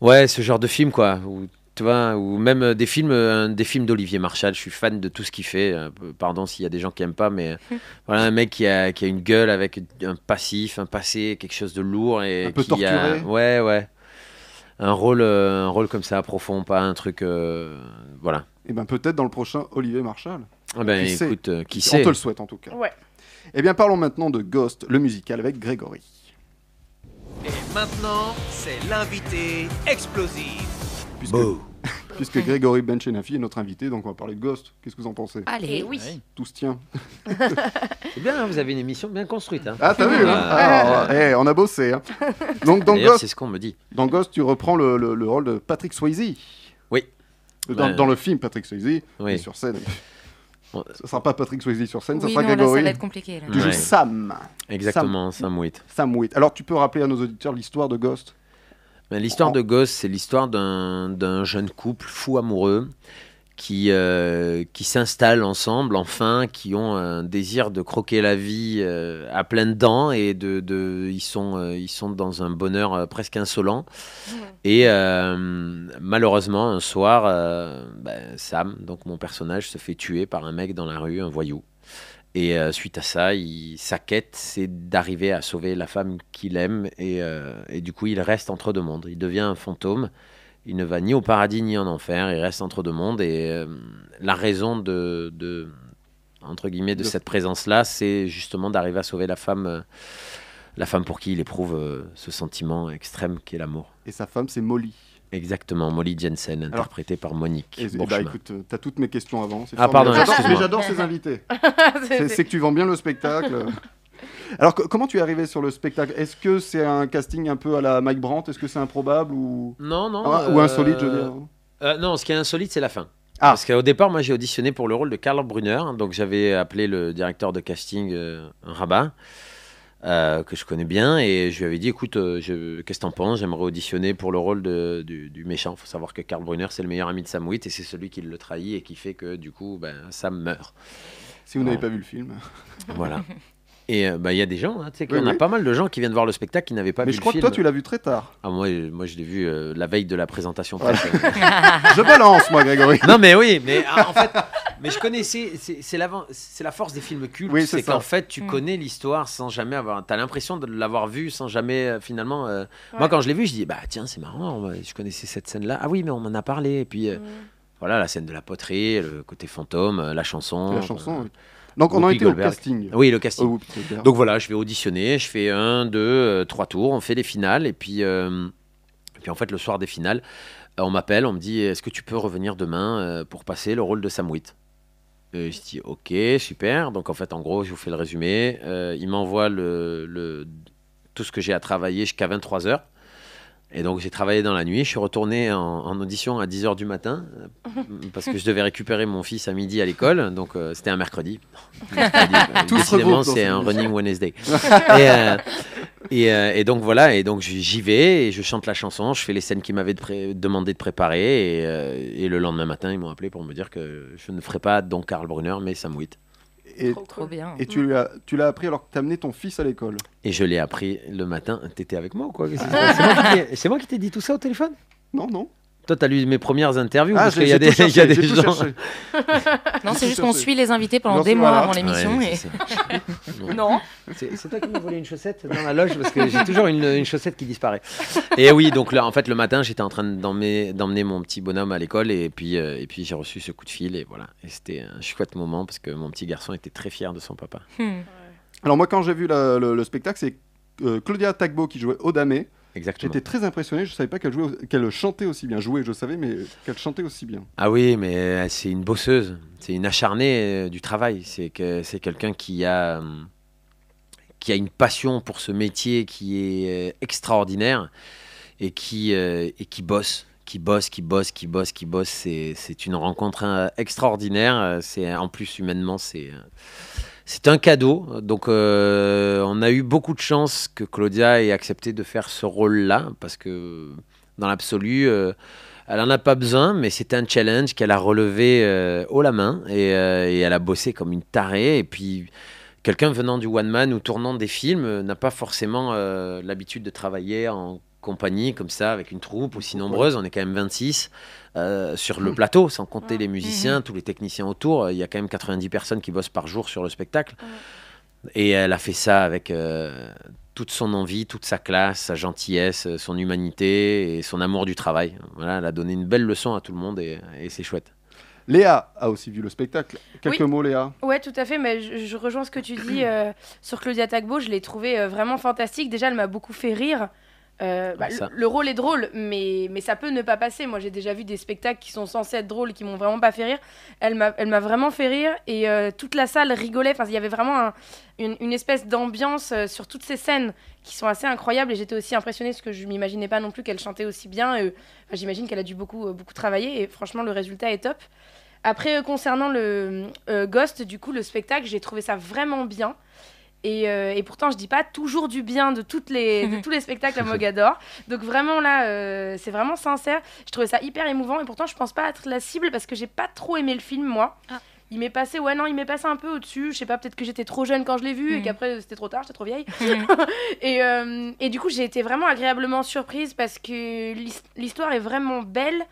E: Ouais, ce genre de film, quoi. Ou, tu vois, ou même euh, des films, euh, des films d'Olivier Marchal. Je suis fan de tout ce qu'il fait. euh, Pardon s'il y a des gens qui aiment pas, mais euh, voilà, un mec qui a, qui a une gueule avec un passif, un passé, quelque chose de lourd et
B: Un peu
E: qui a-
B: torturé.
E: ouais, ouais. Un rôle, euh, un rôle comme ça, profond, pas un truc, euh, voilà.
B: Et ben peut-être dans le prochain Olivier Marshall.
E: Ah ben,
B: Qui sait
E: écoute, euh, qui
B: On
E: sait
B: te le souhaite en tout cas.
C: Ouais.
B: Eh bien parlons maintenant de Ghost, le musical avec Grégory.
A: Et maintenant, c'est l'invité explosif.
B: Puisque, puisque Grégory Benchenafi est notre invité, donc on va parler de Ghost. Qu'est-ce que vous en pensez
F: Allez,
C: Eh oui.
D: Bah
B: Tout se tient.
E: C'est bien, hein, vous avez une émission bien construite. hein.
B: Ah t'as vu hein
E: Ah,
B: Ah, eh, On a bossé. hein. Donc dans
E: D'ailleurs,
B: Ghost,
E: c'est ce qu'on me dit.
B: dans Ghost, tu reprends le, le- le rôle de Patrick Swayze.
E: Oui.
B: Dans,
E: Ouais.
B: dans le film Patrick Swayze,
E: Oui.
B: et sur scène.
E: Bon.
B: Ce sera pas Patrick Swayze sur scène, ça
F: oui,
B: sera
F: non, là, ça
B: Grégory.
F: va être compliqué. Là.
B: tu joues
E: Ouais.
B: Sam.
E: Exactement, Sam Witt.
B: Sam Witt. Alors tu peux rappeler à nos auditeurs l'histoire de Ghost
E: Ben, l'histoire
B: En-
E: de Ghost, c'est l'histoire d'un d'un jeune couple fou amoureux qui, euh, qui s'installent ensemble, enfin, qui ont un désir de croquer la vie euh, à pleines dents et de, de- ils, sont, euh, ils sont dans un bonheur euh, presque insolent. Et euh, malheureusement, un soir, euh, ben, Sam, donc mon personnage, se fait tuer par un mec dans la rue, un voyou. Et euh, suite à ça, il, sa quête, c'est d'arriver à sauver la femme qu'il aime. Et, euh, et du coup, il reste entre deux mondes. Il devient un fantôme. Il ne va ni au paradis ni en enfer. Il reste entre deux mondes. Et euh, la raison de, de- entre guillemets, de,
B: De-
E: cette présence-là, c'est justement d'arriver à sauver la femme, euh, la femme pour qui il éprouve euh, ce sentiment extrême qu'est l'amour.
B: et sa femme c'est Molly.
E: Exactement, Molly Jensen, interprétée par Monique.
B: Et, et bah
E: Bourchemin.
B: écoute, euh, t'as toutes mes questions avant. c'est
E: Ah,
B: formidable.
E: pardon,
B: J'adore-
E: excuse-moi.
B: mais j'adore ces invités. C'est- C'est que tu vends bien le spectacle. Alors co- comment tu es arrivé sur le spectacle Est-ce que c'est un casting un peu à la Mike Brandt Est-ce que c'est improbable ou
E: non, non.
B: Ah, ou
E: euh,
B: insolite je veux dire
E: euh, non, ce qui est insolite, c'est la fin.
B: Ah.
E: Parce qu'au départ, moi, j'ai auditionné pour le rôle de Karl Brunner. Donc, j'avais appelé le directeur de casting, euh, un rabat, euh, que je connais bien. Et je lui avais dit écoute, euh, je- qu'est-ce que t'en penses J'aimerais auditionner pour le rôle de- du, du méchant. Il faut savoir que Karl Brunner, c'est le meilleur ami de Sam Witt. Et c'est celui qui le trahit et qui fait que, du coup, ben, Sam meurt.
B: Si vous n'avez
E: Non.
B: pas vu le film.
E: Voilà. Et euh, ben, il y a des gens, hein, tu sais,
B: Oui,
E: qu'on a
B: oui.
E: pas mal de gens qui viennent voir le spectacle qui n'avaient pas
B: mais
E: vu
B: je
E: le
B: crois
E: film.
B: que toi tu l'as vu très tard.
E: Ah, moi, euh, moi je l'ai vu euh, la veille de la présentation.
B: Voilà.
E: presse.
B: je balance moi Grégory.
E: non, mais oui, mais ah, en fait, mais je connaissais, c'est c'est l'avant- c'est la force des films cultes,
B: Oui, c'est
E: c'est
B: ça.
E: qu'en fait, tu
F: Mm.
E: connais l'histoire sans jamais avoir, t'as l'impression de l'avoir vu sans jamais euh, finalement. euh,
C: Ouais.
E: Moi, quand je l'ai vu, je dis, bah tiens, c'est marrant, on va- je connaissais cette scène-là. Ah oui, mais on m'en a parlé. Et puis euh, voilà, la scène de la poterie, le côté fantôme, euh, la chanson.
B: La chanson. oui. Donc on en
E: euh, Whoopi
B: était au
E: Goldberg. Ah
B: casting.
E: Oui, le casting.
B: Oh, Whoopi Goldberg.
E: Donc voilà, je vais auditionner, je fais un, deux, euh, trois tours, on fait les finales, et puis, euh, et puis en fait, le soir des finales, euh, on m'appelle, on me dit Est-ce que tu peux revenir demain euh, pour passer le rôle de Sam Witt Et Je dis Ok, super. Donc en fait, en gros, je vous fais le résumé. Euh, il m'envoie le, le- tout ce que j'ai à travailler jusqu'à 23h. Et donc j'ai travaillé dans la nuit, je suis retourné en, en audition à 10h du matin, euh, parce que je devais récupérer mon fils à midi à l'école, donc euh, c'était un mercredi. mercredi euh,
B: Tout se
E: décidément,
B: regroupe dans
E: c'est
B: cette
E: un
B: émission.
E: running Wednesday. et, euh, et, euh, et donc voilà, et donc j- j'y vais, et je chante la chanson, je fais les scènes qu'ils m'avaient de pré- demandé de préparer, et, euh, et le lendemain matin, ils m'ont appelé pour me dire que je ne ferai pas Don Karl Brunner, mais Sam Witt.
B: Et,
F: Trop bien.
B: et tu l'as tu l'as appris alors que t'as amené ton fils à l'école.
E: Et je l'ai appris le matin. T'étais avec moi ou quoi Qu'est-ce qui se passe C'est moi qui t'ai- C'est moi qui t'ai dit tout ça au téléphone
B: Non non. Ah,
E: Toi, t'as lu mes premières interviews parce
B: j'ai-
E: qu'il y
B: j'ai
E: a des,
B: tout cherché,
E: il y a des
B: j'ai tout
E: gens.
B: cherché.
F: Non, c'est
B: tout
F: juste
B: à
F: qu'on
B: fait.
F: suit les invités pendant
B: Merci,
F: des mois
B: voilà.
F: avant l'émission.
E: Ouais,
F: et...
E: c'est ça.
F: Non,
E: C'est c'est toi qui m'as volé une chaussette dans la loge parce que j'ai toujours une, une chaussette qui disparaît. Et oui, donc là, en fait, le matin, j'étais en train d'emmener d'emmener mon petit bonhomme à l'école et puis, euh, et puis j'ai reçu ce coup de fil et voilà. Et c'était un chouette moment parce que mon petit garçon était très fier de son papa.
B: Alors moi quand j'ai vu la- le, le spectacle c'est euh, Claudia Tagbo qui jouait Odame.
E: Exactement.
B: J'étais très impressionné, je savais pas qu'elle jouait, au- qu'elle chantait aussi bien. Jouer, je savais, mais qu'elle chantait aussi bien.
E: Ah oui, mais euh, c'est une bosseuse, c'est une acharnée euh, du travail, c'est que c'est quelqu'un qui a euh, qui a une passion pour ce métier qui est euh, extraordinaire et qui euh, et qui bosse, qui bosse, qui bosse, qui bosse, qui bosse. C'est c'est une rencontre euh, extraordinaire. euh, C'est en plus humainement c'est euh, c'est un cadeau. Donc, euh, on a eu beaucoup de chance que Claudia ait accepté de faire ce rôle-là, parce que dans l'absolu, euh, elle n'en a pas besoin, mais c'est un challenge qu'elle a relevé euh, haut la main et, euh, et elle a bossé comme une tarée. Et puis, quelqu'un venant du one man ou tournant des films euh, n'a pas forcément euh, l'habitude de travailler en compagnie comme ça avec une troupe aussi nombreuse on est quand même 26 euh, sur le plateau sans compter les musiciens tous les techniciens autour il y a quand même 90 personnes qui bossent par jour sur le spectacle et elle a fait ça avec euh, toute son envie, toute sa classe, sa gentillesse, euh, son humanité et son amour du travail. Voilà, elle a donné une belle leçon à tout le monde et, et c'est chouette.
B: Léa a aussi vu le spectacle. Quelques
C: Oui.
B: mots, Léa
C: Ouais, tout à fait, mais je, je rejoins ce que tu dis euh, sur Claudia Tagbo. Je l'ai trouvée euh, vraiment fantastique. Déjà, elle m'a beaucoup fait rire. Euh, bah,
E: Ah, ça.
C: le, le rôle est drôle, mais, mais ça peut ne pas passer. Moi, j'ai déjà vu des spectacles qui sont censés être drôles, qui m'ont vraiment pas fait rire. Elle m'a elle m'a vraiment fait rire et euh, toute la salle rigolait. Enfin, il y avait vraiment un- une, une espèce d'ambiance euh, sur toutes ces scènes qui sont assez incroyables. Et j'étais aussi impressionnée parce que je m'imaginais pas non plus qu'elle chantait aussi bien. Et, euh, enfin, J'imagine qu'elle a dû beaucoup, euh, beaucoup travailler et franchement, le résultat est top. Après, euh, concernant le euh, Ghost, du coup, le spectacle, j'ai trouvé ça vraiment bien. Et, euh, et pourtant, je dis pas toujours du bien de, toutes les, de tous les spectacles à Mogador. Donc vraiment là, euh, c'est vraiment sincère. Je trouvais ça hyper émouvant et pourtant, je pense pas être la cible parce que j'ai pas trop aimé le film, moi. Il m'est passé, ouais, non, il m'est passé un peu au-dessus. Je sais pas, peut-être que j'étais trop jeune quand je l'ai vu et
F: Mhm.
C: qu'après, c'était trop tard, j'étais trop vieille.
F: Mhm.
C: et, euh, et du coup, j'ai été vraiment agréablement surprise parce que l'his- l'histoire est vraiment belle.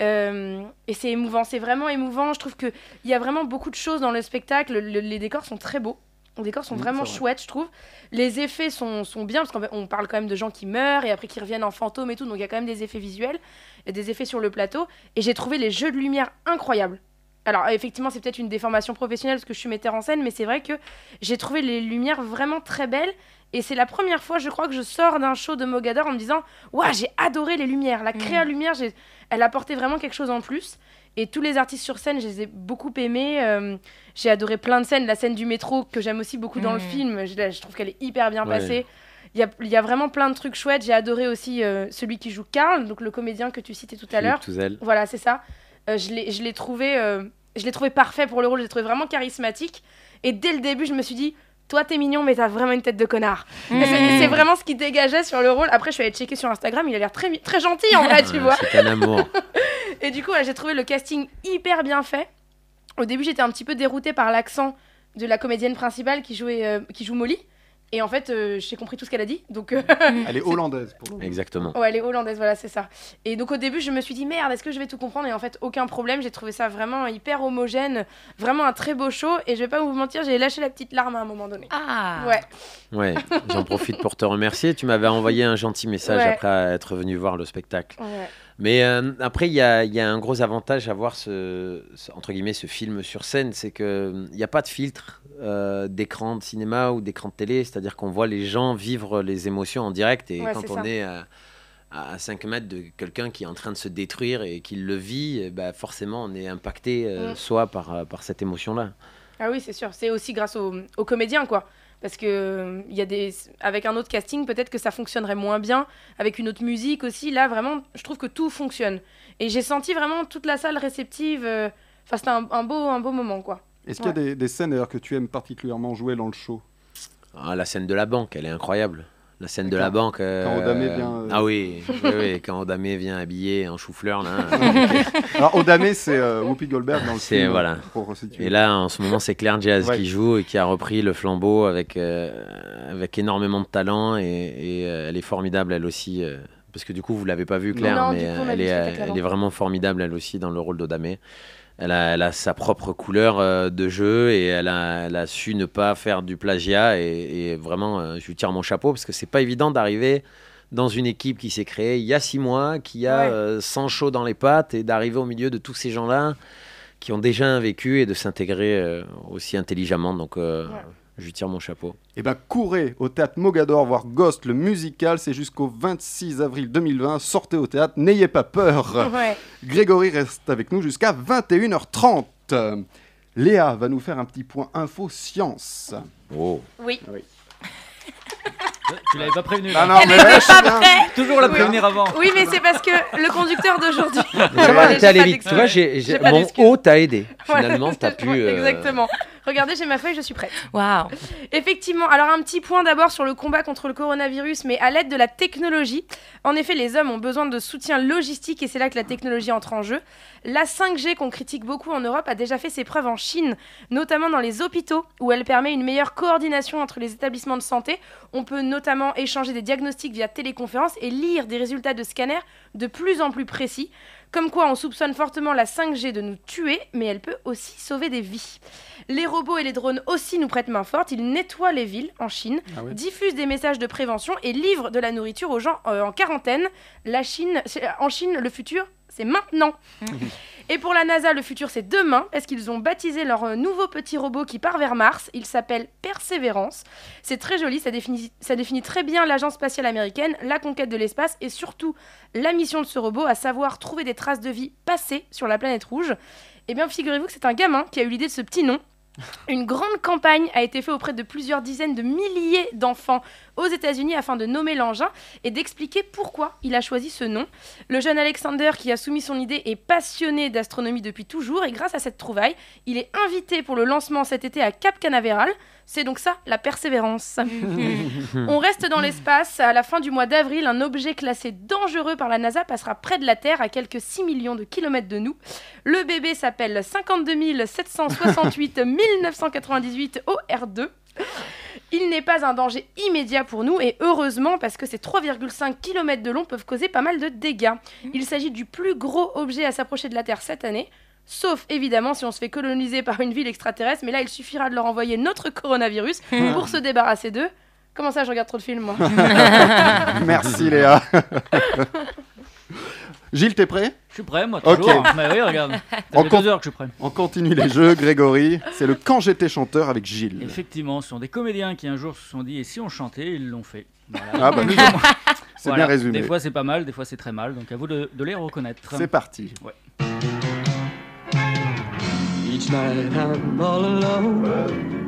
C: Euh, et c'est émouvant, c'est vraiment émouvant. Je trouve qu'il y a vraiment beaucoup de choses dans le spectacle. Le- les décors sont très beaux. Les décors sont
F: Mhm,
C: vraiment
F: c'est vrai.
C: chouettes, je trouve. Les effets sont, sont bien, parce qu'on fait- on parle quand même de gens qui meurent et après qui reviennent en fantôme et tout. Donc il y a quand même des effets visuels, et des effets sur le plateau. Et j'ai trouvé les jeux de lumière incroyables. Alors euh, effectivement, c'est peut-être une déformation professionnelle parce que je suis metteur en scène, mais c'est vrai que j'ai trouvé les lumières vraiment très belles. Et c'est la première fois, je crois, que je sors d'un show de Mogador en me disant Waouh, j'ai adoré les lumières.
F: Mmh.
C: La créa lumière, j'ai- elle apportait vraiment quelque chose en plus. Et tous les artistes sur scène, je les ai beaucoup aimés. Euh, j'ai adoré plein de scènes. La scène du métro, que j'aime aussi beaucoup dans le
F: Mm.
C: film, je, la- je trouve qu'elle est hyper bien
F: Ouais.
C: passée. Il y a, il y a vraiment plein de trucs chouettes. J'ai adoré aussi euh, celui qui joue Karl, donc le comédien que tu citais tout à
E: Philippe
C: l'heure.
E: Touzel.
C: Voilà, c'est ça. Euh, je l'ai je l'ai trouvé, euh, je l'ai trouvé parfait pour le rôle. Je l'ai trouvé vraiment charismatique. Et dès le début, je me suis dit, toi, t'es mignon, mais t'as vraiment une tête de connard.
F: Mm.
C: Et C'est c'est vraiment ce qui dégageait sur le rôle. Après, je suis allée checker sur Instagram. Il a l'air très, mi- très gentil en vrai, tu
E: Ouais,
C: vois.
E: Euh, C'est un amour.
C: Et du coup, ouais, j'ai trouvé le casting hyper bien fait. Au début, j'étais un petit peu déroutée par l'accent de la comédienne principale qui, jouait, euh, qui joue Molly. Et en fait, euh, j'ai compris tout ce qu'elle a dit. Donc, euh,
B: Elle est hollandaise pour le coup.
E: Exactement.
C: Ouais, elle est hollandaise, voilà, c'est ça. Et donc au début, je me suis dit merde, est-ce que je vais tout comprendre Et en fait, aucun problème, j'ai trouvé ça vraiment hyper homogène, vraiment un très beau show. Et je vais pas vous mentir, j'ai lâché la petite larme à un moment donné.
F: Ah
C: Ouais.
E: Ouais, j'en profite pour te remercier. Tu m'avais envoyé un gentil message
C: Ouais.
E: après être venu voir le spectacle.
C: Ouais.
E: Mais euh, après, il y a, il y a un gros avantage à voir ce, ce- entre guillemets, ce film sur scène, c'est qu'il n'y a pas de filtre euh, d'écran de cinéma ou d'écran de télé, c'est-à-dire qu'on voit les gens vivre les émotions en direct, et
J: Ouais,
E: quand
J: c'est
E: on
J: ça.
E: est à, à 5 mètres de quelqu'un qui est en train de se détruire et qui le vit, eh ben, forcément, on est impacté euh,
C: Mm.
E: soit par, euh, par cette émotion-là.
C: Ah oui, c'est sûr. C'est aussi grâce aux, aux comédiens, quoi. Parce que euh, il y a des, avec un autre casting, peut-être que ça fonctionnerait moins bien. Avec une autre musique aussi, là vraiment, je trouve que tout fonctionne. Et j'ai senti vraiment toute la salle réceptive. euh, Enfin, c'était un, un beau, un beau moment, quoi.
B: Est-ce qu'il y a
C: Ouais.
B: des, des scènes d'ailleurs que tu aimes particulièrement jouer dans le show
E: Ah, la scène de la banque, elle est incroyable. La scène de
B: Quand-
E: la banque. euh,
B: Odamé vient, euh,
E: Ah oui, oui, oui, quand Odamé vient habillé en chou-fleur. là,
B: Ah,
E: hein.
B: Alors, Odame, c'est euh, Whoopi Goldberg dans le
E: C'est
B: film.
E: voilà.
B: Pour resituer.
E: Et là, en ce moment, c'est Claire Diaz
B: Ouais.
E: qui joue et qui a repris le flambeau avec, euh, avec énormément de talent et, et, euh, elle est formidable elle aussi. euh, parce que du coup, vous l'avez pas vue Claire,
J: Non, du
E: mais
J: coup, on
E: euh,
J: a
E: elle,
J: vu
E: est,
J: ce
E: euh,
J: spectacle
E: elle est
J: avant.
E: vraiment formidable elle aussi dans le rôle d'Odamé. Elle a, elle a sa propre couleur euh, de jeu et elle a, elle a su ne pas faire du plagiat. Et, et vraiment, euh, je lui tire mon chapeau parce que c'est pas évident d'arriver dans une équipe qui s'est créée il y a six mois, qui a
J: Ouais.
E: euh, 100 shows dans les pattes et d'arriver au milieu de tous ces gens-là qui ont déjà un vécu et de s'intégrer euh, aussi intelligemment. Donc, euh, Je lui tire mon chapeau.
B: Eh ben, courez au théâtre Mogador voir Ghost, le musical. C'est jusqu'au 26 avril 2020. Sortez au théâtre, n'ayez pas
E: Ah.
B: peur.
C: Ouais.
B: Grégory reste avec nous jusqu'à 21h30. Euh, Léa va nous faire un petit point info science.
E: Oh.
C: Oui.
D: Euh, Tu l'avais pas prévenu.
B: Ah
D: là.
B: non,
C: Elle
B: mais
C: était
B: là, je
C: pas
B: suis bien.
C: prête.
D: Toujours la
C: Oui.
D: prévenir avant.
C: Oui, mais c'est parce que le conducteur d'aujourd'hui.
E: Ça va,
C: J'ai
E: t'es allé
C: pas
E: vite.
C: d'excuse.
E: Tu vois, j'ai- j'ai-
C: J'ai pas
E: mon
C: d'excuse.
E: haut t'a aidé.
C: Ouais.
E: Finalement, t'as pu.
C: Ouais,
E: euh,
C: Exactement. Regardez, j'ai ma feuille, je suis prête.
F: Waouh.
C: Effectivement, alors un petit point d'abord sur le combat contre le coronavirus, mais à l'aide de la technologie. En effet, les hommes ont besoin de soutien logistique et c'est là que la technologie entre en jeu. La 5G qu'on critique beaucoup en Europe a déjà fait ses preuves en Chine, notamment dans les hôpitaux, où elle permet une meilleure coordination entre les établissements de santé. On peut notamment échanger des diagnostics via téléconférence et lire des résultats de scanners de plus en plus précis. Comme quoi, on soupçonne fortement la 5G de nous tuer, mais elle peut aussi sauver des vies. Les robots et les drones aussi nous prêtent main forte. Ils nettoient les villes en Chine,
B: Ah ouais.
C: diffusent des messages de prévention et livrent de la nourriture aux gens euh, en quarantaine. La Chine, c'est- euh, en Chine, le futur, c'est maintenant. et pour la NASA, le futur, c'est demain, parce qu'ils ont baptisé leur euh, nouveau petit robot qui part vers Mars. Il s'appelle Persévérance. C'est très joli, ça définit, ça définit très bien l'agence spatiale américaine, la conquête de l'espace et surtout la mission de ce robot, à savoir trouver des traces de vie passées sur la planète rouge. Eh bien, figurez-vous que c'est un gamin qui a eu l'idée de ce petit nom. Une grande campagne a été faite auprès de plusieurs dizaines de milliers d'enfants aux États-Unis afin de nommer l'engin et d'expliquer pourquoi il a choisi ce nom. Le jeune Alexander qui a soumis son idée est passionné d'astronomie depuis toujours et grâce à cette trouvaille, il est invité pour le lancement cet été à Cap Canaveral. C'est donc ça, la persévérance.
F: Hmm.
C: On reste dans l'espace. À la fin du mois d'avril, un objet classé dangereux par la NASA passera près de la Terre à quelques 6 millions de kilomètres de nous. Le bébé s'appelle 52 768 1998 OR2. Il n'est pas un danger immédiat pour nous et heureusement parce que ces 3,5 km de long peuvent causer pas mal de dégâts. Il s'agit du plus gros objet à s'approcher de la Terre cette année. Sauf évidemment si on se fait coloniser par une ville extraterrestre, mais là il suffira de leur envoyer notre coronavirus pour se débarrasser d'eux. Comment ça, je regarde trop de films, moi
B: Merci Léa. Gilles, t'es prêt
D: Je suis prêt, moi,
B: Ok.
D: toujours. Mais oui, regarde. Ça
B: On
D: fait
B: compte-
D: deux heures que je suis prêt.
B: On continue les jeux, Grégory. C'est le Quand j'étais chanteur avec Gilles.
D: Effectivement, ce sont des comédiens qui un jour se sont dit et si on chantait, ils l'ont fait. Voilà.
B: Ah bah,
D: Plus ou moins.
B: C'est
D: Voilà.
B: bien résumé.
D: Des fois c'est pas mal, des fois c'est très mal, donc à vous de, de les reconnaître.
B: C'est parti.
J: Each night I'm all alone.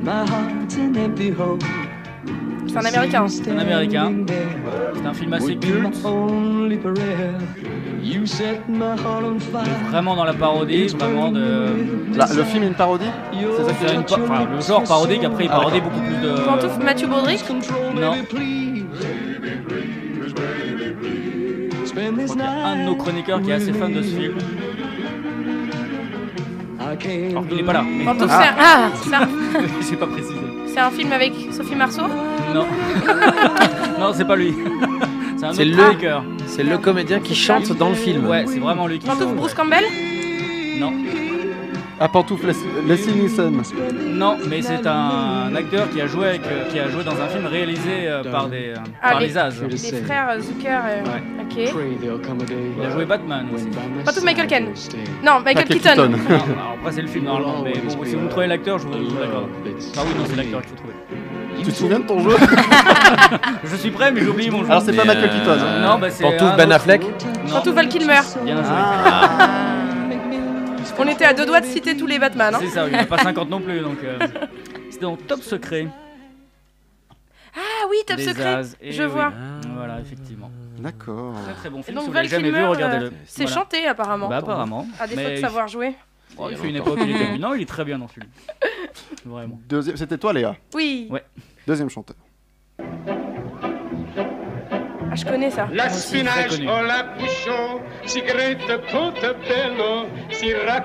J: My heart's an empty hole.
C: C'est un américain.
D: C'est un américain, c'est un film assez culte,
J: Only prayer. You set my heart on fire.
D: vraiment dans la parodie, vraiment de.
B: Là, le film est une parodie
J: You're
D: C'est une pa- enfin, le genre parodique, après il
B: Ah,
D: parodie beaucoup plus de.
C: Pantouf, Mathieu Baudric
J: control,
D: Non.
J: baby, please. Spend this
D: Il y a un de nos
J: night
D: chroniqueurs qui est assez fan de ce film,
J: I
D: alors
J: can't
D: qu'il n'est pas là. mais-
C: Pantouf,
B: Ah.
C: c'est un- ah, c'est un,
D: J'ai pas précisé.
C: c'est un film avec Sophie Marceau
D: Non. non, c'est pas lui. C'est un
E: C'est
D: autre
E: le-
D: chroniqueur.
E: C'est le comédien qui chante dans le film.
D: Ouais, c'est vraiment lui qui
C: Pantouf,
D: chante.
C: Bruce Campbell
D: Non.
B: À pantoufle, Leslie Nielsen.
D: Non, mais c'est un acteur qui a joué avec, euh, qui a joué dans un film réalisé euh, par des euh,
C: Ah,
D: par
C: les-
D: les As.
C: Les frères euh, Zucker. euh, Ok.
J: pray there'll come a day.
D: Il a joué Batman aussi.
C: Pas tout Michael Caine. Non, Michael
B: Michael
C: Keaton.
B: Keaton.
D: Non, alors après c'est le film normalement, mais bon, si vous trouvez l'acteur, je vous, je vous l'accorde. Ah oui, non, c'est l'acteur qu'il faut trouver.
B: Tu te souviens de ton jeu
D: Je suis prêt, mais j'ai oublié mon jeu.
B: Alors c'est pas
E: Mais,
B: Michael Keaton. hein.
E: euh,
D: Non, bah, c'est
E: Pantouf
D: un
E: Ben
D: autre.
E: Affleck.
D: Non.
C: Surtout Val Kilmer.
D: euh, Bien joué.
C: On était à deux doigts de citer tous les Batman. hein.
D: c'est ça, il n'y en a pas 50 non plus, donc. euh, C'était dans Top Secret.
C: Ah oui, Top
D: des
C: Secret.
D: As, et
C: je
D: oui.
C: vois.
D: Voilà, effectivement.
B: D'accord.
D: Très très bon
C: Et
D: film.
C: donc
D: si vous
C: Val
D: l'avez jamais
C: Kilmer,
D: vu,
C: euh,
D: regardez-le.
C: c'est
D: Voilà.
C: chanté apparemment.
D: Bah apparemment.
C: À défaut
D: mais
C: de savoir jouer.
D: Oh, il fait une époque, il était... Non, il est très bien dans ce film. Vraiment.
B: Deuxième, c'était toi Léa.
C: Oui.
D: Ouais.
B: Deuxième chanteur.
C: Ah, je connais ça.
J: La
D: spinache très connu.
K: oh
D: au Alors,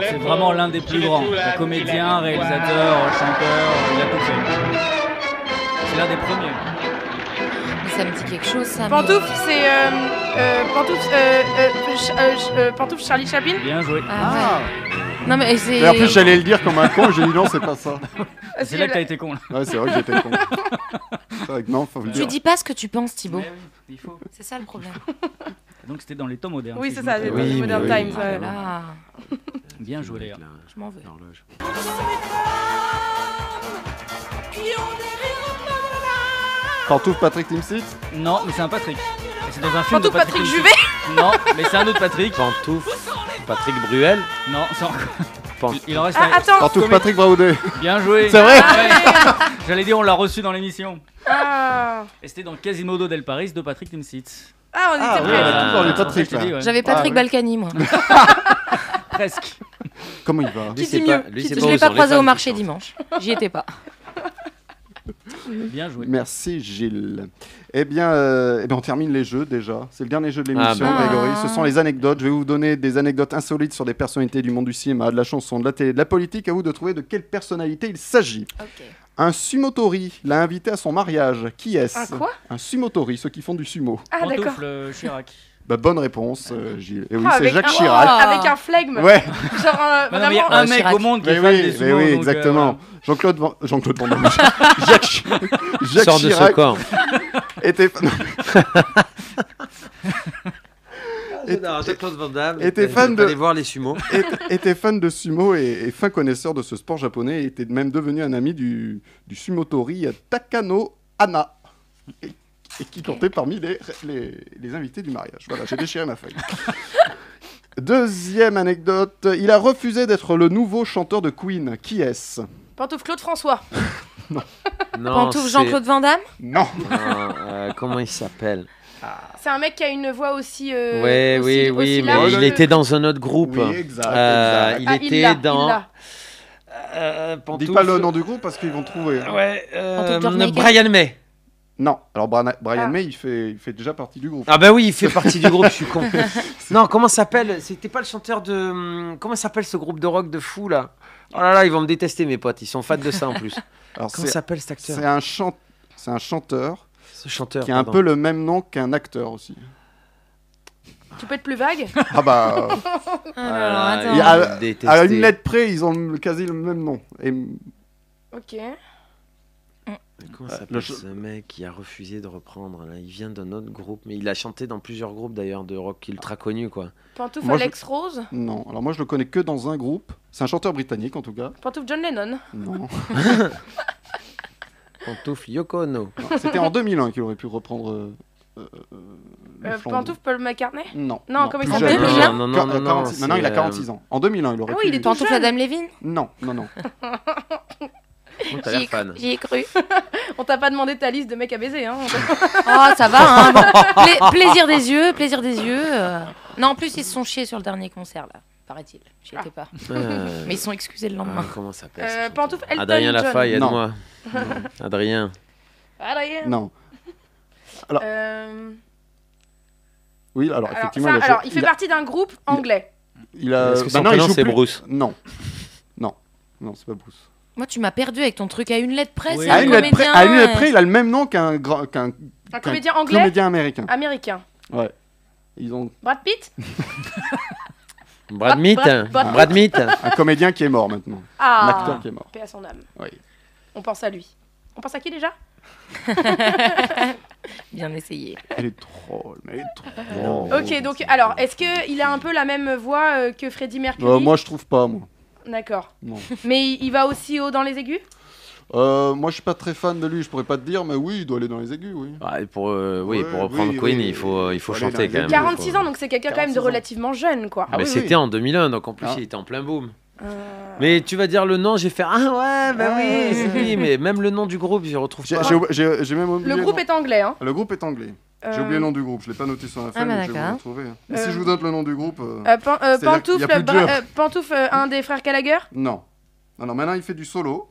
D: C'est vraiment l'un des plus grands. Le Comédien, réalisateur, chanteur, il a tout fait. C'est l'un des premiers.
F: Mais ça me dit quelque chose, ça. mais-
C: Pantouf, c'est. Euh, euh, pantouf, euh, euh, Ch- euh, Ch- euh, pantouf Charlie Chaplin
D: Bien joué.
F: Ah, euh, ouais. Non, mais c'est.
B: Et en plus j'allais le dire comme un con, j'ai dit non c'est pas ça.
C: Ah,
D: C'est là que t'as été con. là.
B: Ouais c'est vrai que j'étais con. C'est vrai que non faut le
F: Tu
B: dire.
F: dis pas ce que tu penses, Thibaut.
D: Eh Il faut.
F: C'est ça le problème.
D: Donc c'était dans les temps modernes.
C: Oui,
D: hein, si
C: c'est
D: je
C: ça,
D: me
C: c'est
D: trompe
C: dans les
E: Oui,
C: Modern
E: mais oui.
C: Times. euh. ouais.
F: Ah là,
D: pas. Bien joué, les gars.
F: je m'en veux.
E: L'horloge.
B: Pantouf Patrick Timsit
D: Non, mais c'est un Patrick. Et C'est dans un film. de
C: Pantouf Patrick
D: Timsit.
C: Juvet
D: Non, mais c'est un autre Patrick.
E: Pantouf. Patrick Bruel.
D: Non, c'est encore-
E: Pan-
D: Il en reste
C: Ah,
D: un.
C: attends.
B: Pantouf
D: Comédie.
B: Patrick Braoudet
D: Bien joué.
B: C'est vrai
D: Ouais. J'allais dire, on l'a reçu dans l'émission.
C: Ah,
D: Et c'était dans Quasimodo del Paris de Patrick Euh, Timsit.
C: Ah, on
B: Ah
C: était
B: ouais,
C: prêts.
B: on est toujours les Patrick
D: Je t'ai dit,
B: là.
D: ouais.
F: J'avais
B: Ah,
F: Patrick
B: oui.
F: Balkany, moi.
D: Presque.
B: Comment il va
F: Qui
E: c'est
F: dit
E: pas-
F: mieux
E: lui,
F: Qui
E: c'est pas
F: dit- Je
E: aux
F: l'ai pas
E: oreilles,
F: croisé
E: ça,
F: au
E: je
F: marché
E: pense.
F: dimanche. J'y étais pas.
D: Bien joué.
B: Merci Gilles. Eh bien, euh, eh bien, on termine les jeux déjà. C'est le dernier jeu de l'émission,
F: Ah bah.
B: Grégory.
F: Ah.
B: Ce sont les anecdotes. Je vais vous donner des anecdotes insolites sur des personnalités du monde du cinéma, de la chanson, de la télé, de la politique. À vous de trouver de quelle personnalité il s'agit.
F: Ok.
B: Un sumotori l'a invité à son mariage. Qui
C: Un
B: est-ce
C: quoi
B: Un sumotori, ceux qui font du sumo.
C: Ah, d'accord.
D: Pantoufle euh, Chirac.
B: Bah, bonne réponse, euh, Gilles. Et oui,
C: Ah,
B: c'est
C: avec
B: Jacques
C: un-
B: Chirac.
C: Avec un flegme.
B: Ouais,
C: Genre, euh,
D: Bah non, mais il y
C: vraiment.
D: a un
F: euh,
D: mec
F: Chirac.
D: au monde qui
B: mais
D: est fan des
B: oui,
D: sumo,
B: mais oui,
D: donc, euh,
B: exactement.
D: voilà.
B: Jean-Claude Van... Jean-Claude Van Damme. Jacques, Chi- Jacques
E: Sors de
B: Chirac
E: ce corps.
B: était... non,
E: J'adore, Jean-Claude Van Damme.
B: Et t'es
E: Je
B: fan
E: vais
B: de-
E: Aller voir les sumos.
B: est- était fan de sumo et, et fin connaisseur de ce sport japonais et était même devenu un ami du, du sumotori Takano Hana et, et qui comptait parmi les, les, les invités du mariage. Voilà, j'ai déchiré ma feuille. Deuxième anecdote, il a refusé d'être le nouveau chanteur de Queen. Qui est-ce
C: Pantoufle Claude François.
E: Non,
F: Pantouf
E: c'est-
F: Jean-Claude Van Damme
B: Non,
E: Non, euh, comment il s'appelle
C: C'est un mec qui a une voix aussi. euh,
E: Ouais,
C: aussi-
E: Oui, oui,
C: aussi
E: oui,
C: large
E: mais il
C: que-
E: était dans un autre groupe.
B: Oui, exact,
E: Euh,
B: exact.
E: Il
C: Ah,
E: était
C: l'a,
E: dans.
C: l'a.
E: Euh,
B: dis
E: Pantouf-
B: pas le nom du groupe parce qu'ils vont trouver. hein.
E: Ouais, euh,
F: Pantouf Jordan Michael.
E: Brian May.
B: Non, alors Bran- Brian
C: Ah.
B: May, il fait, il fait déjà partie du groupe.
E: Ah bah oui, il fait partie du groupe, je suis con. Non, comment s'appelle C'était pas le chanteur de hum, comment s'appelle ce groupe de rock de fou là Oh là là, ils vont me détester mes potes, ils sont fans de ça en plus.
B: Alors
E: Comment
B: c'est
E: s'appelle cet acteur
B: c'est un, chan- c'est un chanteur
E: Ce chanteur
B: qui a un
E: pardon.
B: peu le même nom qu'un acteur aussi.
C: Tu peux être plus vague
B: Ah bah... euh,
E: Ah là là,
F: Alors,
E: ils
B: attends.
E: vont me détester.
B: À une lettre près, ils ont le- quasi le même nom. Et
C: Ok.
E: Comment
B: le
E: s'appelle
B: ch-
E: ce mec qui a refusé de reprendre là Il vient d'un autre groupe, mais il a chanté dans plusieurs groupes d'ailleurs de rock ultra connus quoi.
C: Pantoufle
B: Moi, je-
C: Alex Rose.
B: non, alors moi je le connais que dans un groupe. C'est un chanteur britannique en tout cas.
C: Pantoufle John Lennon.
B: Non.
E: Pantoufle Yoko Ono.
B: Non, C'était en 2001 qu'il aurait pu reprendre. euh, euh, euh, le
C: Euh,
B: flambeau.
C: Pantoufle Paul McCartney.
B: Non.
C: Non, comment il
B: plus
C: s'appelle
B: jeune.
F: déjà
E: Non, non,
B: Qua-
E: non,
B: euh,
E: non,
B: 46
E: c'est,
B: Maintenant il a
E: euh,
B: 46 ans. En 2001 il aurait
C: Ah
B: pu.
C: oui, il est tout
F: Pantouf
C: jeune.
F: Adam Levine
B: Non, non, non.
E: Bon, t'as
F: J'y ai
E: l'air
F: cru.
E: fan.
F: j'y ai cru.
C: On t'a pas demandé ta liste de mecs à baiser, hein
F: Oh, ça va, hein. bon. Pla- plaisir des yeux, plaisir des yeux. euh. Non, en plus, ils se sont chiés sur le dernier concert, là, paraît-il. J'y étais pas.
E: Euh,
F: Mais ils se sont excusés le
E: ah,
F: lendemain.
E: comment s'appelle ce
C: Euh,
E: chanteur
C: Pantoufle Elton
E: Adrien
C: John.
E: Lafaye,
B: Non.
E: aide-moi. Adrien.
C: Adrien.
B: Non.
C: Ah, Euh,
B: Oui, alors
C: alors,
B: effectivement.
C: ça-
B: il, a,
C: alors, il fait
B: il a-
C: partie d'un groupe anglais.
B: il a-
E: Est-ce que
B: bah
E: son
B: non, il
E: prénom,
B: joue
E: c'est
B: plus.
E: Bruce
B: Non. Non. Non, c'est pas Bruce.
F: Moi, tu m'as perdu avec ton truc à une lettre près.
D: Oui.
F: c'est
D: À
F: un
B: À une lettre près,
F: comédien,
B: à une lettre
F: euh.
B: près, il a le même nom qu'un grand- qu'un
C: Un
B: Qu'un
C: comédien anglais
B: comédien américain.
C: Américain.
B: Ouais. Ils ont
C: Brad Pitt
E: Brad Meat
C: Brad- Brad-
E: Brad Meat
B: un comédien qui est mort maintenant. Un
C: Ah
B: acteur qui est mort.
C: Paix à son âme.
B: Oui.
C: On pense à lui. On pense à qui déjà
F: Bien essayé.
B: Elle est drôle, mais elle est drôle. Euh,
C: Ok, donc alors, est-ce qu'il a un peu la même voix euh, que Freddie Mercury
B: Euh, moi, je trouve pas, moi.
C: D'accord.
B: Non. Ah,
C: Mais il, il va aussi haut dans les aigus
B: Euh, moi, je suis pas très fan de lui, je pourrais pas te dire, mais oui, il doit aller dans les aigus, oui.
E: Ouais, pour, euh, oui,
B: Ouais,
E: pour reprendre
B: oui,
E: Queen,
B: oui.
E: il faut, il faut
B: Faut aller
E: chanter
B: dans
E: quand
B: les
E: même.
C: 46
E: Faut-
C: ans, donc c'est quelqu'un quand même de
B: 46 ans.
C: relativement jeune, quoi.
B: Ah
E: mais
B: oui,
E: c'était
B: oui.
E: en 2001, donc en plus,
B: Ah.
E: il était en plein boom.
C: Euh,
E: Mais tu vas dire le nom, j'ai fait Ah ouais, bah
B: Ah,
E: oui,
B: oui,
E: oui, mais même le nom du groupe, je retrouve
B: J'ai
E: pas.
B: j'ai oublié- j'ai- j'ai même oublié.
C: Le groupe
B: nom.
C: est anglais, hein
B: Le groupe est anglais. J'ai
C: Euh, Ah,
B: oublié le nom du groupe, je l'ai pas noté sur la feuille,
F: bah
B: mais je vais vous le
F: d'accord.
B: retrouver. Mais
C: Euh,
B: si je vous donne le nom du groupe. euh,
C: euh, pan- euh,
B: C'est-à-dire qu'il y a
C: pantoufle,
B: plus de
C: Bra-
B: jeu.
C: euh, pantoufle, euh, un des frères Gallagher
B: Non. Non, non, maintenant, il fait du solo.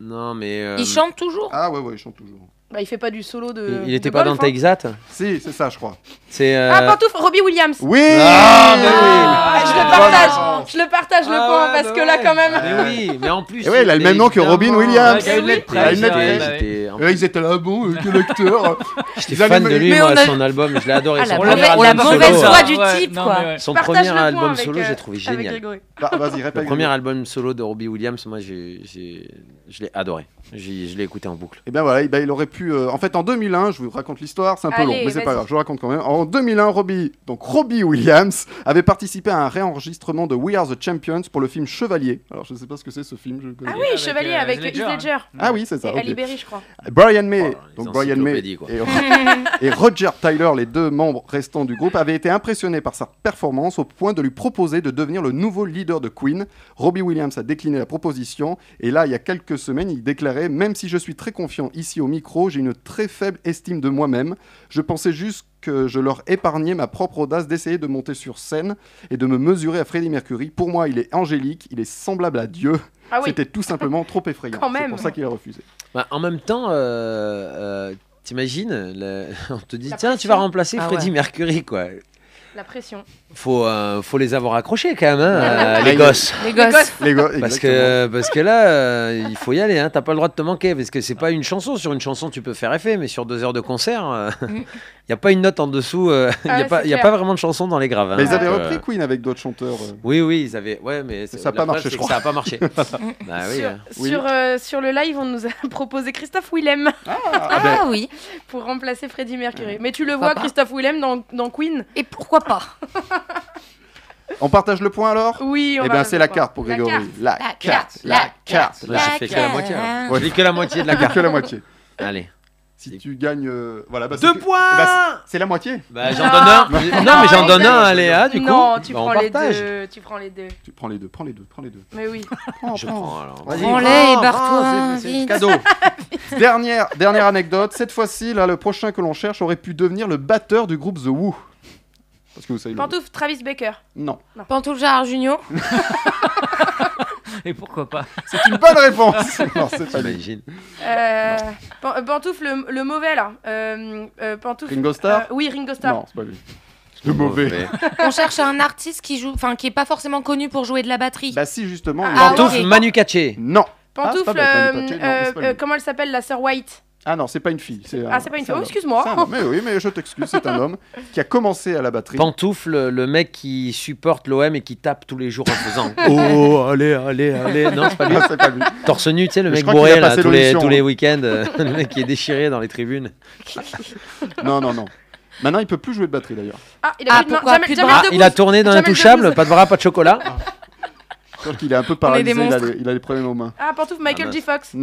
E: Non, mais. euh,
F: Il chante toujours
B: Ah, ouais, ouais, il chante toujours.
C: Bah, il fait pas du solo de.
E: il- il
C: de
E: était pas
C: golf,
E: dans
C: hein.
E: Texat
B: Si, c'est ça, je crois.
E: C'est. euh,
C: Ah, pantoufle, Robbie Williams
B: Oui
E: Ah, bah
C: Ah, Je le
B: Bonne
C: partage Je le partage le
E: Ah
C: point
E: ouais,
C: parce
E: bah
C: que là,
E: ouais.
C: quand même.
E: Mais oui, mais en plus.
B: Eh ouais, il a le même nom que Robin
E: évidemment.
B: Williams.
C: Ah,
D: Ouais, il a une lettre
E: J'étais-
B: près, il a une lettre
D: près.
E: j'étais- en
B: Euh, Ils étaient là, ah bon, euh, quel acteur
E: J'étais
B: Ils allaient
E: fan
B: me-
E: de lui,
F: Mais
E: moi,
F: on a-
E: son album, je l'ai adoré.
F: Ah,
E: son
F: la
E: premier
F: mauvaise- la
E: album
F: mauvaise
E: solo.
F: voix du type, quoi.
E: Son
C: Partage
E: premier
C: le point
E: album
C: avec,
E: solo,
C: euh,
E: j'ai trouvé
C: avec
E: génial.
C: Grégory.
B: Bah, Vas-y, répète.
E: Le premier album solo de Robbie Williams, moi, j'ai, j'ai- je l'ai adoré. J'ai- je l'ai écouté en boucle.
B: Et bien voilà, eh ben, il aurait pu. euh, En fait, en 2001, je vous raconte l'histoire, c'est un peu
C: Allez,
B: long, mais c'est pas
C: vas-y.
B: grave, je vous raconte quand même. En 2001, Robbie, donc Robbie Williams, avait participé à un réenregistrement de We We Are the Champions pour le film Chevalier. Alors je ne sais pas ce que c'est ce film. Je connais
C: Ah oui,
B: pas.
C: Chevalier
D: euh,
C: avec
D: Heath
C: Heath
D: Ledger,
C: Ledger.
B: Ah oui, c'est ça.
C: Et
B: ok.
C: Ali Berry, je crois.
B: Brian May,
E: les
B: donc Brian May
E: encyclopédies, quoi.
B: et, et Roger Tyler, les deux membres restants du groupe, avaient été impressionnés par sa performance au point de lui proposer de devenir le nouveau leader de Queen. Robbie Williams a décliné la proposition et là, il y a quelques semaines, il déclarait Même si je suis très confiant ici au micro, j'ai une très faible estime de moi-même. Je pensais juste que je leur épargnais ma propre audace d'essayer de monter sur scène et de me mesurer à Freddie Mercury. Pour moi, il est angélique, il est semblable à Dieu.
C: Ah oui.
B: C'était tout simplement trop effrayant.
C: Quand
B: C'est
C: même.
B: pour ça qu'il a refusé.
E: Bah, en même temps, euh, euh, t'imagines, le- on te dit,
C: La
E: tiens, tu
C: pression.
E: vas remplacer
F: Ah
E: Freddie
F: ouais.
E: Mercury, quoi.
C: La pression.
E: Faut, euh, faut les avoir accrochés quand même,
F: Ah,
E: hein, euh, les
B: Ouais.
E: gosses.
F: Les
C: Les
F: gosses.
B: Les gars,
E: Parce
B: exactement.
E: que, parce que là, euh, il faut y aller, hein. t'as pas le droit de te manquer, parce que c'est pas une chanson. Sur une chanson, tu peux faire effet, mais sur deux heures de concert, il
F: Mm.
E: n'y a pas une note en dessous, il
C: Ah
E: n'y
C: ouais,
E: a,
C: c'est clair.
E: pas vraiment de chanson dans les graves. hein.
B: Mais ils avaient
E: Donc, euh,
B: repris Queen avec d'autres chanteurs. euh.
E: Oui, oui, ils avaient. Ouais, mais c'est-
B: ça a
E: la
B: pas
E: preuve,
B: marché,
E: c'est
B: je
E: que Ça a pas marché. bah oui.
C: sur,
E: hein.
B: Oui.
C: sur, euh, sur le live, on nous a proposé Christophe Willem
F: Ah,
B: ben,
F: oui.
C: pour remplacer Freddie Mercury. Mais tu le
F: Pourquoi
C: vois,
F: pas
C: Christophe Willem, dans, dans Queen
F: Et pourquoi pas
B: On partage le point alors
C: Oui, on
B: Eh
C: va
B: bien, c'est la
C: répondre.
B: carte pour Grégory. La
F: La carte,
B: la carte.
E: Là, j'ai fait que la moitié. hein. Je lis que la moitié de la
B: La
E: carte.
B: carte que la moitié.
E: Allez.
B: Si tu gagnes, euh, voilà. bah, c'est
E: Deux
B: que-
E: points
B: eh ben, c'est la moitié.
E: Bah, j'en
C: Non.
E: donne un. Non, mais j'en donne un à Léa, du coup.
C: Ah, bah, Non, tu
E: Bah, on
C: prends les
E: partage.
C: deux. Tu prends les deux.
B: Tu prends les deux, prends les deux, prends les deux.
C: Mais oui.
B: Prends,
E: Je
B: prends.
E: prends alors.
B: Vas-y,
F: Prends-les
B: prends,
F: et
B: prends,
F: barre-toi, hein,
B: c'est- c'est
F: vite.
B: Cadeau. dernière, dernière anecdote. Cette fois-ci, là, le prochain que l'on cherche aurait pu devenir le batteur du groupe The Who. Parce que vous savez. le-
C: Pantouf, Travis Baker.
B: Non.
F: Pantoujar Junior.
D: Et pourquoi pas
B: C'est une bonne réponse. Non, c'est pas lui.
E: T'imagines
C: Euh, Pan- Pantouf, le, le mauvais là. Euh, euh, Pantouf.
B: Ringo Starr
C: Euh, Oui, Ringo Starr.
B: Non, c'est pas lui. Le mauvais.
F: On cherche un artiste qui joue, enfin qui est pas forcément connu pour jouer de la batterie.
B: Bah si, justement. il-
F: Ah,
E: Pantouf
F: ok.
E: Manu Katché.
B: Non. Ah,
C: Pantouf,
B: c'est pas
C: euh,
B: bête, Pantouf, non,
C: euh,
B: c'est pas lui.
C: euh, comment elle s'appelle la sœur White
B: Ah non, c'est pas une fille. C'est
C: Ah, c'est pas une
B: c'est un
C: fille. Oh,
B: homme.
C: excuse-moi.
B: C'est un homme. Mais oui, mais je t'excuse, c'est un homme qui a commencé à la batterie.
E: Pantouf, le, le mec qui supporte l'OM et qui tape tous les jours en faisant
B: Oh, allez, allez, allez.
E: Non, c'est pas lui.
B: Ah, c'est pas lui.
E: torse nu, tu sais, le
B: Mais je
E: mec
B: crois qu'il
E: bourré
B: a
E: là,
B: passé
E: tous, les,
B: l'audition,
E: tous les
B: hein.
E: week-ends, euh, le mec qui est déchiré dans les tribunes.
B: Non, non, non. Maintenant, il peut plus jouer de batterie d'ailleurs.
C: Ah, il a
F: Ah,
C: plus de main.
F: pourquoi
C: Jamel-
F: plus de
C: Jamel
E: Ah,
F: bras
E: il a tourné dans
C: Jamel
E: l'intouchable,
C: Debbouze.
E: pas de bras, pas de chocolat.
B: Sauf qu'il est un peu
F: des
B: paralysé, il a,
F: monstres.
B: des- il a des problèmes aux mains.
C: Ah, Pantouf, Michael
E: Ah,
C: J. Fox.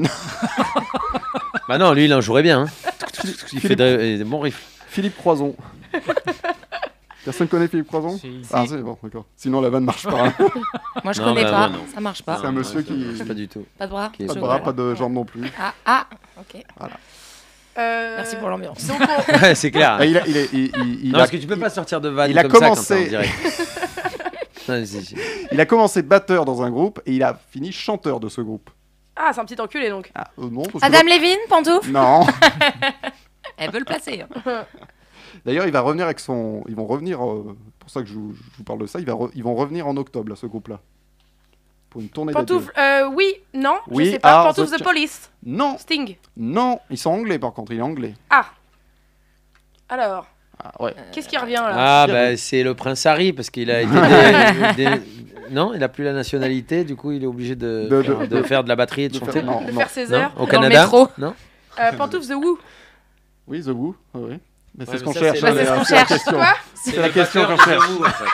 E: Bah non, lui, il en jouerait bien. hein. Il euh, fait des des bons riffs.
B: Philippe Croison. Personne connaît Philippe Croison Ah, c'est bon, d'accord. Sinon, la vanne marche pas. hein.
F: Moi je
E: Non,
F: connais
E: bah,
F: pas,
E: moi, non.
F: ça marche pas.
B: C'est un monsieur qui-
E: Pas du tout.
F: Pas de bras.
E: Qui est
B: Pas de
E: Je
B: bras,
E: vois.
B: pas de jambes non plus.
F: Ah ah, ok.
C: Euh,
F: Merci pour l'ambiance.
C: donc on-
E: Ouais, c'est clair.
B: Ah, il a, il est- il- il- il
E: non,
B: a-
E: parce que tu peux pas sortir de vanne
B: il a
E: comme ça quand
B: commencé-
E: t'es en direct. Non, mais c'est- c'est-
B: il a commencé batteur dans un groupe et il a fini chanteur de ce groupe.
C: Ah, c'est un petit enculé donc.
B: Ah, euh, non, parce que-
F: Adam Levine, Pantouf.
B: Non.
F: Elle peut le placer. hein.
B: D'ailleurs, il va revenir avec son. Ils vont revenir. euh, pour ça que je vous, je vous parle de ça. Il va re- Ils vont revenir en octobre, là, ce groupe-là. Pour une tournée
C: Pantouf,
B: d'adieu.
C: euh, oui, non,
B: Oui,
C: je sais pas.
B: ah,
C: Pantouf,
B: the
C: The Police.
B: Non,
C: Sting.
B: non, ils sont anglais par contre, il est anglais.
C: Ah. Alors, euh,
B: Ah ouais.
C: qu'est-ce qui revient là
E: Ah,
B: Bien.
E: bah c'est le prince Harry, parce qu'il a été. des- des- Non, il a plus la nationalité, du coup, il est obligé de,
B: De- de-
E: de faire de la batterie et de,
B: De
E: chanter.
B: faire- non,
C: De
B: non.
C: faire ses
E: Non,
C: heures.
E: au
F: le
E: Canada
F: métro.
E: Non
C: Euh, Pantouf, The Who.
B: Oui, The Who, ah oui. Mais c'est
E: Ouais,
B: ce
E: mais
B: qu'on
E: ça,
B: cherche.
E: c'est- Ouais,
B: hein,
E: c'est ce
B: la-
F: qu'on
B: la
F: cherche.
B: question.
C: Quoi
B: C'est la question qu'on cherche.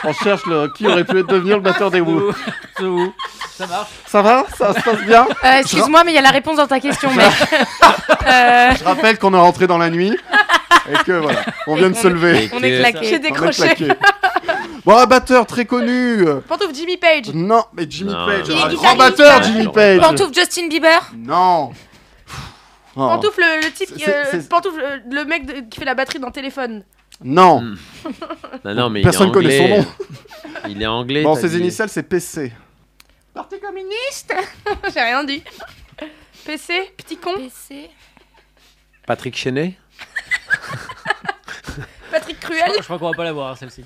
B: On cherche le... qui aurait pu devenir le batteur des Who.
D: C'est où Ça marche
B: Ça va Ça se passe bien
F: Euh, Excuse-moi, mais il y a la réponse dans ta question, mec. Euh,
B: Je rappelle qu'on est rentré dans la nuit et que voilà, on
F: Et
B: vient de
F: qu'on
B: se lever.
F: on est
C: J'ai
F: claqué.
B: On est
C: décroché.
B: claqué. Bon, un batteur très connu. euh,
C: Pantouf, Jimmy Page.
B: Non, mais Jimmy
E: Non,
B: Page.
E: non,
B: un
F: non.
B: grand batteur,
E: Ouais,
B: Jimmy
E: non.
B: Page.
F: Pantouf, Justin Bieber.
B: Non. Pff, oh.
C: Pantouf, le, le type, qui,
B: C'est-
C: euh,
B: c'est-
C: Pantouf, euh, le mec de- qui fait la batterie dans téléphone.
B: Non.
E: Hmm. Non, non, mais il est
B: Personne connaît son
E: anglais.
B: nom.
E: Il est anglais.
B: Bon,
E: t'as
B: ses
E: dit.
B: initiales, c'est PC.
C: Parti communiste J'ai rien dit. PC, petit con,
F: PC.
E: Patrick Chenet
C: Patrick Cruel.
D: Je crois qu'on va pas la voir, celle-ci.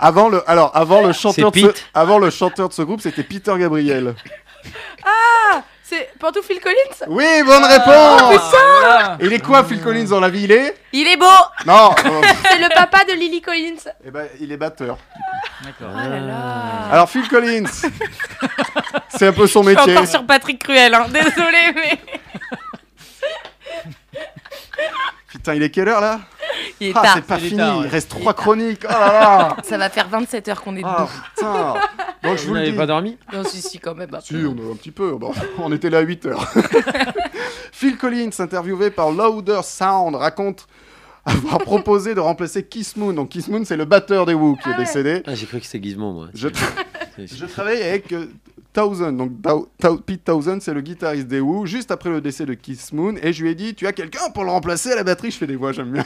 B: Avant le, alors, avant le chanteur, de
E: C'est
B: ce,
E: Pete.
B: avant le chanteur de ce groupe, c'était Peter Gabriel.
C: C'est Pantouf Phil Collins
B: Oui, bonne
F: Oh,
B: réponse.
D: Ah, Voilà.
B: Et il est quoi, Phil Collins, dans la vie Il est
C: Il est beau
B: Non euh,
C: C'est le papa de Lily Collins.
B: eh ben, il est batteur.
D: D'accord.
F: Oh là là.
B: Alors, Phil Collins, c'est un peu son
F: Je suis
B: métier.
F: Ah, encore sur Patrick Cruel, hein. désolé, mais
B: Putain, il est quelle heure là
F: Il est
B: Ah,
F: tard.
B: c'est pas
A: Il est
B: fini,
A: tard, ouais.
B: il reste trois chroniques. Oh là là
F: Ça va faire 27 heures qu'on est
B: Ah,
F: debout.
B: putain Bon, je
E: Vous
B: vous le
E: n'avez
B: dis.
E: pas dormi
F: Non, si, si, quand même.
B: Si, on a un petit peu. Bon, on était là à 8 heures. Phil Collins, interviewé par Louder Sound, raconte avoir proposé de remplacer Kiss Moon. Donc Kiss Moon, c'est le batteur des Who qui
C: Ah
B: est
C: ouais.
B: décédé.
E: Ah, j'ai cru que c'était Gizmo, moi.
B: Je,
E: C'est- c'est-
B: je travaille avec euh, Thousand. Donc Thou- Thou- Pete Thousand, c'est le guitariste des Who, juste après le décès de Kiss Moon. Et je lui ai dit, tu as quelqu'un pour le remplacer à la batterie Je fais des voix, j'aime bien.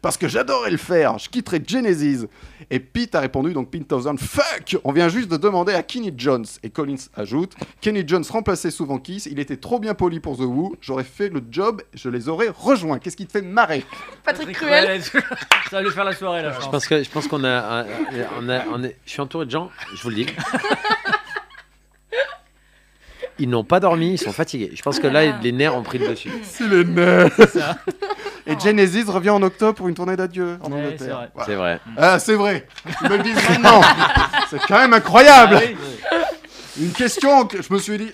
B: Parce que j'adorais le faire. Je quitterais Genesis. Et Pete a répondu, donc Pete Townsend, fuck On vient juste de demander à Kenny Jones. Et Collins ajoute, Kenny Jones remplaçait souvent Kiss, il était trop bien poli pour The Who, j'aurais fait le job, je les aurais rejoints. Qu'est-ce qui te fait marrer
C: Patrick Cruel.
D: Ça va lui faire la soirée, là, je
E: Je
D: pense.
E: pense que je pense qu'on a, euh, euh, on a- on est- je suis entouré de gens, je vous le dis. Ils n'ont pas dormi, ils sont fatigués. Je pense que
F: Ah.
E: là, les nerfs ont pris le dessus.
B: C'est les nerfs Et Genesis revient en octobre pour une tournée d'adieu en
D: Ouais, c'est
B: Angleterre.
D: vrai.
B: Voilà.
E: C'est vrai.
B: Ah, c'est vrai. Ils me le disent maintenant. C'est quand même incroyable.
D: Ah oui.
B: Une question que je me suis dit.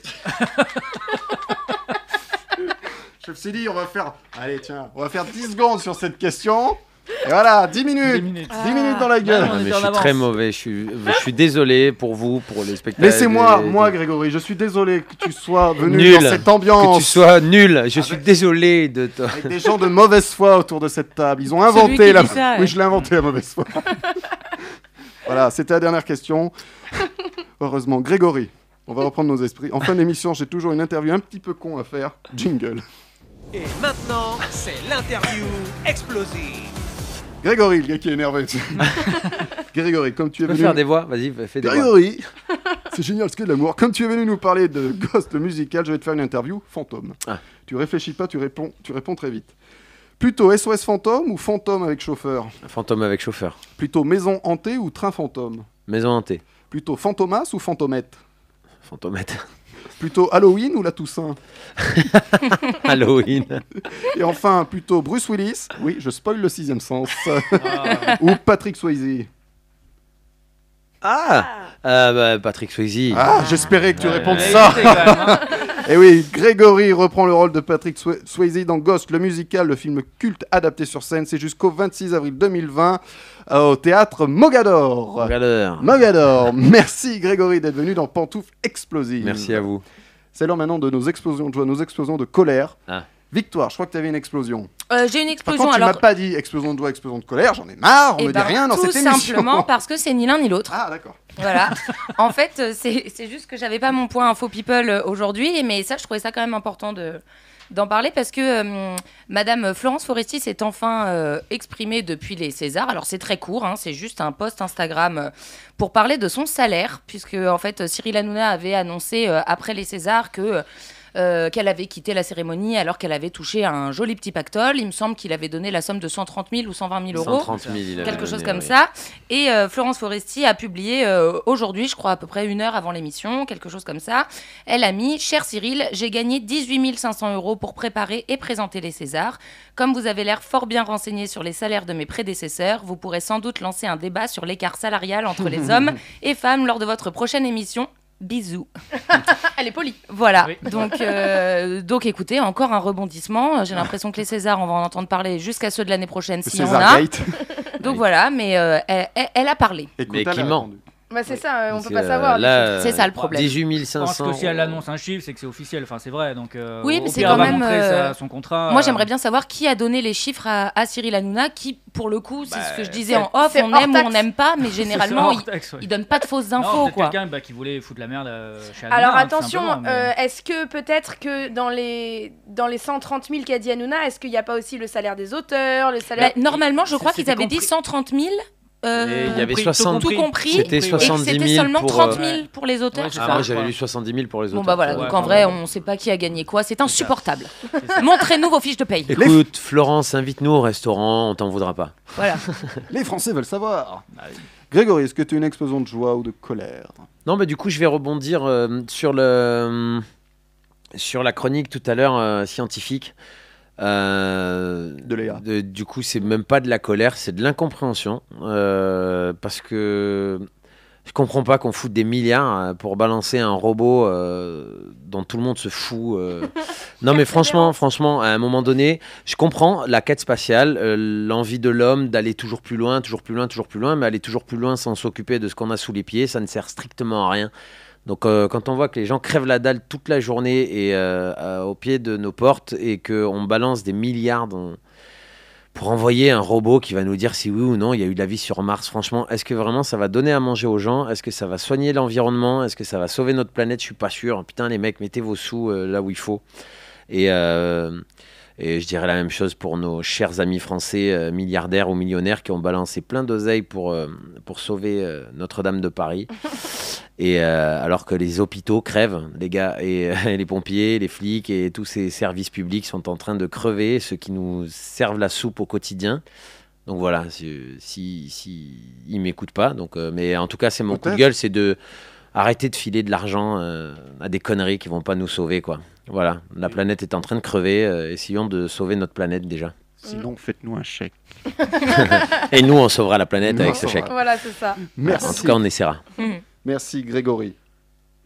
B: je me suis dit, on va faire. Allez, tiens, on va faire 10 secondes sur cette question. Et voilà, 10 minutes. 10
D: 10
B: minutes,
D: minutes.
B: dans la gueule.
D: on
E: Non, mais
D: était
E: je
D: en
E: suis
D: avance.
E: très mauvais. Je suis, je suis désolé pour vous, pour les spectateurs.
B: Laissez-moi,
E: Bah, des-
B: moi,
E: des-
B: Grégory, je suis désolé que tu sois venu
E: Nul.
B: dans cette
E: que tu
B: ambiance.
E: sois nul.
F: Ah,
E: Je suis désolé de toi.
B: Avec des gens de mauvaise foi autour de cette table. Ils ont
F: Celui
B: inventé
F: qui
B: la.
F: dit ça, ouais.
B: Oui, je l'ai inventé la mauvaise foi. voilà, c'était la dernière question. Heureusement, Grégory. On va reprendre nos esprits. En fin d'émission, j'ai toujours une interview un petit peu con à faire. Jingle.
A: Et maintenant, c'est l'interview explosive.
B: Grégory, le gars qui est énervé. Grégory, comme tu es
E: Tu peux
B: venu.
E: faire des voix Vas-y, fais des voix.
B: Grégory, c'est génial ce que de l'amour. Comme tu es venu nous parler de Ghost le musical, je vais te faire une interview fantôme.
E: Ah.
B: Tu réfléchis pas, tu réponds, tu réponds très vite. Plutôt SOS fantôme ou fantôme avec chauffeur
E: Fantôme avec chauffeur.
B: Plutôt maison hantée ou train fantôme
E: Maison hantée.
B: Plutôt fantomas ou fantomette
E: Fantomette.
B: Plutôt Halloween ou la Toussaint
E: Halloween.
B: Et enfin, plutôt Bruce Willis Oui, je spoil le sixième sens.
D: Ah,
B: ou Patrick Swayze
E: Ah, Euh, bah, Patrick Swayze.
B: Ah, j'espérais que tu
E: Ouais.
B: répondes
E: Ouais.
B: ça
D: évitez, quand même, hein.
B: Et Eh oui, Grégory reprend le rôle de Patrick Swa- Swayze dans Ghost, le musical, le film culte adapté sur scène. C'est jusqu'au 26 avril 2020 euh, au théâtre Mogador.
E: Regardeur.
B: Mogador, merci Grégory d'être venu dans Pantoufles Explosives.
E: Merci à vous.
B: C'est l'heure maintenant de nos explosions de joie, nos explosions de colère.
E: Ah.
B: Victoire, je crois que tu avais une explosion.
F: Euh, J'ai une
B: Par
F: explosion
B: contre, tu m'as
F: alors.
B: pas dit explosion de joie, explosion de colère, j'en ai marre, on
F: eh
B: me
F: ben,
B: dit rien dans
F: tout
B: cette émission.
F: simplement parce que c'est ni l'un ni l'autre.
B: Ah, d'accord.
F: Voilà. en fait, euh, c'est c'est juste que j'avais pas mon point info people euh, aujourd'hui, mais ça, je trouvais ça quand même important de d'en parler parce que euh, Madame Florence Foresti s'est enfin euh, exprimée depuis les Césars. Alors c'est très court, hein, c'est juste un post Instagram euh, pour parler de son salaire, puisque en fait euh, Cyril Hanouna avait annoncé euh, après les Césars que euh, qu'elle avait quitté la cérémonie alors qu'elle avait touché un joli petit pactole. Il me semble qu'il avait donné la somme de 130 000 ou 120 000 euros
E: 130 000. il avait
F: quelque chose
E: donné,
F: comme
E: oui.
F: ça. Et euh, Florence Foresti a publié euh, aujourd'hui, je crois à peu près une heure avant l'émission, quelque chose comme ça. Elle a mis Cher Cyril, j'ai gagné 18 500 euros pour préparer et présenter les Césars. Comme vous avez l'air fort bien renseigné sur les salaires de mes prédécesseurs, vous pourrez sans doute lancer un débat sur l'écart salarial entre les hommes et femmes lors de votre prochaine émission. Bisous.
C: Ah, Elle est polie.
F: Voilà.
D: Oui.
F: Donc, euh, donc, écoutez, encore un rebondissement. J'ai l'impression que les Césars, on va en entendre parler jusqu'à ceux de l'année prochaine, si on
B: César
F: a.
B: Gate.
F: Donc
E: Oui.
F: voilà, mais euh, elle, elle- elle a parlé.
B: Écoute,
E: Mais
B: elle a
E: qui ment.
B: répondu.
C: Bah, c'est ça, euh, on
E: C'est,
C: peut pas
E: euh,
C: savoir.
E: là, euh,
F: C'est ça le problème.
E: 18
D: Ah, Je
E: 500.
D: pense que si elle annonce un chiffre, c'est que c'est officiel. Enfin, c'est vrai. Donc, euh,
F: Oui,
D: au
F: mais c'est
D: pire,
F: quand
D: elle va
F: même,
D: montrer
F: euh,
D: sa- son contrat.
F: Moi,
D: euh,
F: j'aimerais bien savoir qui a donné les chiffres à, à Cyril Hanouna, qui, pour le coup, c'est
E: Bah,
F: ce que je disais en
C: c'est-
F: off,
C: c'est
F: on
C: hors
F: aime ou
C: taxe.
F: on n'aime pas, mais
D: c'est
F: généralement,
D: hors
F: il,
D: taxe, ouais.
F: il donne pas de fausses
D: Non,
F: infos,
D: peut-être
F: quoi.
D: quelqu'un bah, qui voulait foutre la merde euh, chez
C: Alors
D: Hanouna, hein, tout
C: attention,
D: simplement, mais-
C: euh, est-ce que peut-être que dans les, dans les 130 000 qu'a dit Hanouna, est-ce qu'il n'y a pas aussi le salaire des auteurs, le
F: Bah,
C: salaire...
F: normalement, je
D: c'est-
F: crois qu'ils
D: c'était
F: avaient dit
D: compris.
F: 130 000 euh,
E: Et il y avait
D: Tout
E: 60
F: tout compris, et
E: C'était
F: que
E: 70 000
F: c'était seulement
E: pour,
F: 30
E: euh,
F: 000 pour les auteurs.
D: Ouais, c'est
E: Ah,
D: ça.
E: moi j'avais lu 70 000 pour les autres.
F: Bon, bah voilà,
D: Ouais,
F: donc en
D: ouais.
F: vrai, on sait pas qui a gagné quoi, c'est
D: C'est ça.
F: insupportable.
D: C'est ça.
F: Montrez-nous vos fiches de paye.
E: Écoute, Florence, invite-nous au restaurant, on t'en voudra pas.
F: Voilà.
B: Les Français veulent savoir.
D: Ah oui.
B: Grégory, est-ce que tu as une explosion de joie ou de colère
E: Non, mais du coup, je vais rebondir euh, sur, le, sur la chronique tout à l'heure euh, scientifique. Euh,
B: De Léa.
E: de- du coup, c'est même pas de la colère, c'est de l'incompréhension. euh, parce que Je comprends pas qu'on foute des milliards euh, pour balancer un robot euh, dont tout le monde se fout. euh. non, mais franchement, franchement, à un moment donné, je comprends la quête spatiale, euh, l'envie de l'homme d'aller toujours plus loin, toujours plus loin, toujours plus loin, mais aller toujours plus loin sans s'occuper de ce qu'on a sous les pieds, ça ne sert strictement à rien. Donc, euh, quand on voit que les gens crèvent la dalle toute la journée et euh, à- au pied de nos portes et qu'on balance des milliards dans- pour envoyer un robot qui va nous dire si oui ou non il y a eu de la vie sur Mars. Franchement, est-ce que vraiment ça va donner à manger aux gens Est-ce que ça va soigner l'environnement Est-ce que ça va sauver notre planète Je suis pas sûr. Putain, les mecs, mettez vos sous euh, là où il faut. Et, euh, et je dirais la même chose pour nos chers amis français euh, milliardaires ou millionnaires qui ont balancé plein d'oseilles pour, euh, pour sauver euh, Notre-Dame de Paris. Et euh, alors que les hôpitaux crèvent, les gars, et, euh, les pompiers, les flics et tous ces services publics sont en train de crever, ceux qui nous servent la soupe au quotidien. Donc voilà, si, si, si- ils m'écoutent pas. Donc, euh, mais en tout cas, c'est mon coup de
B: Peut-être.
E: gueule, c'est de arrêter de filer de l'argent euh, à des conneries qui vont pas nous sauver, quoi. Voilà, la planète est en train de crever. euh, essayons de sauver notre planète déjà.
B: Sinon, faites-nous un chèque.
E: Et nous, on sauvera la planète avec ce chèque.
C: Voilà, c'est ça.
B: Merci.
E: En tout cas, on essaiera.
B: Merci Grégory.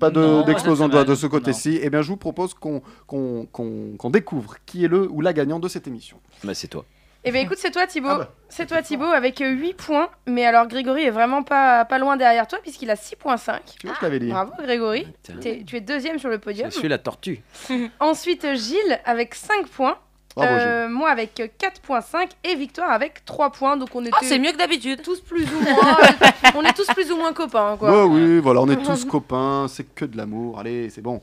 B: Pas
D: Non,
B: de- d'explosion
D: cette
B: de, de,
D: semaine,
B: ce côté-ci. Eh bien, je vous propose qu'on qu'on- qu'on- qu'on découvre qui est le ou la gagnant de cette émission.
E: Bah, c'est toi.
C: Eh bien, écoute, c'est toi, Thibaut.
B: Ah bah.
C: C'est toi, Thibaut, avec 8 points. Mais alors, Grégory est vraiment pas, pas loin derrière toi, puisqu'il a 6,5.
B: Tu vois, je t'avais dit.
C: Bravo, Grégory.
E: Putain,
C: T'es- tu es deuxième sur le
E: Je
C: podium.
E: suis la tortue.
C: Ensuite, Gilles avec 5 points.
B: Bravo, Gilles.
C: Euh, moi avec 4.5 et Victoire avec 3 points. Donc on était
E: Ah,
F: Oh, c'est mieux que d'habitude.
C: tous plus ou moins. on est tous plus ou moins copains hein, quoi.
B: Ouais, oui, voilà, on est tous copains, c'est que de l'amour, allez, c'est bon.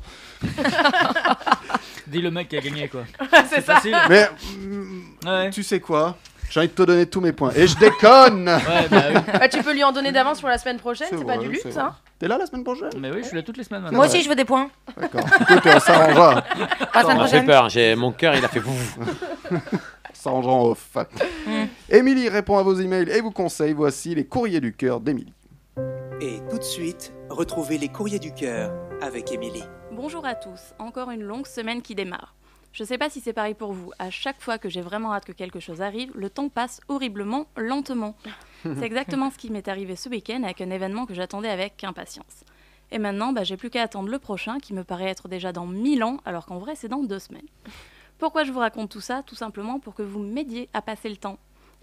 D: Dis le mec qui a gagné, quoi.
C: c'est ça.
D: Facile.
B: Mais mm,
D: Ouais.
B: tu sais quoi J'ai envie de te donner tous mes points. Et je déconne
D: Ouais, bah oui.
C: Bah, tu peux lui en donner d'avance pour la semaine prochaine.
B: C'est
C: C'est pas
B: vrai,
C: du
B: c'est
C: luxe.
B: vrai.
C: Hein.
B: T'es là la semaine prochaine
D: Mais oui, je suis là toutes les semaines maintenant.
F: Moi aussi, je veux des points.
B: D'accord. Écoute, on s'arrangera.
F: À la semaine
E: Ah, J'ai
F: prochaine.
E: peur, j'ai- mon cœur il a fait bouf.
B: On s'arrangera en off. Émilie répond à vos emails et vous conseille. Voici les courriers du cœur d'Émilie.
L: Et tout de suite, retrouvez les courriers du cœur avec Émilie.
K: Bonjour à tous, encore une longue semaine qui démarre. Je sais pas si c'est pareil pour vous, à chaque fois que j'ai vraiment hâte que quelque chose arrive, le temps passe horriblement lentement. C'est exactement ce qui m'est arrivé ce week-end avec un événement que j'attendais avec impatience. Et maintenant, bah, j'ai plus qu'à attendre le prochain qui me paraît être déjà dans 1000 ans, alors qu'en vrai c'est dans deux semaines. Pourquoi je vous raconte tout ça Tout simplement pour que vous m'aidiez à passer le temps.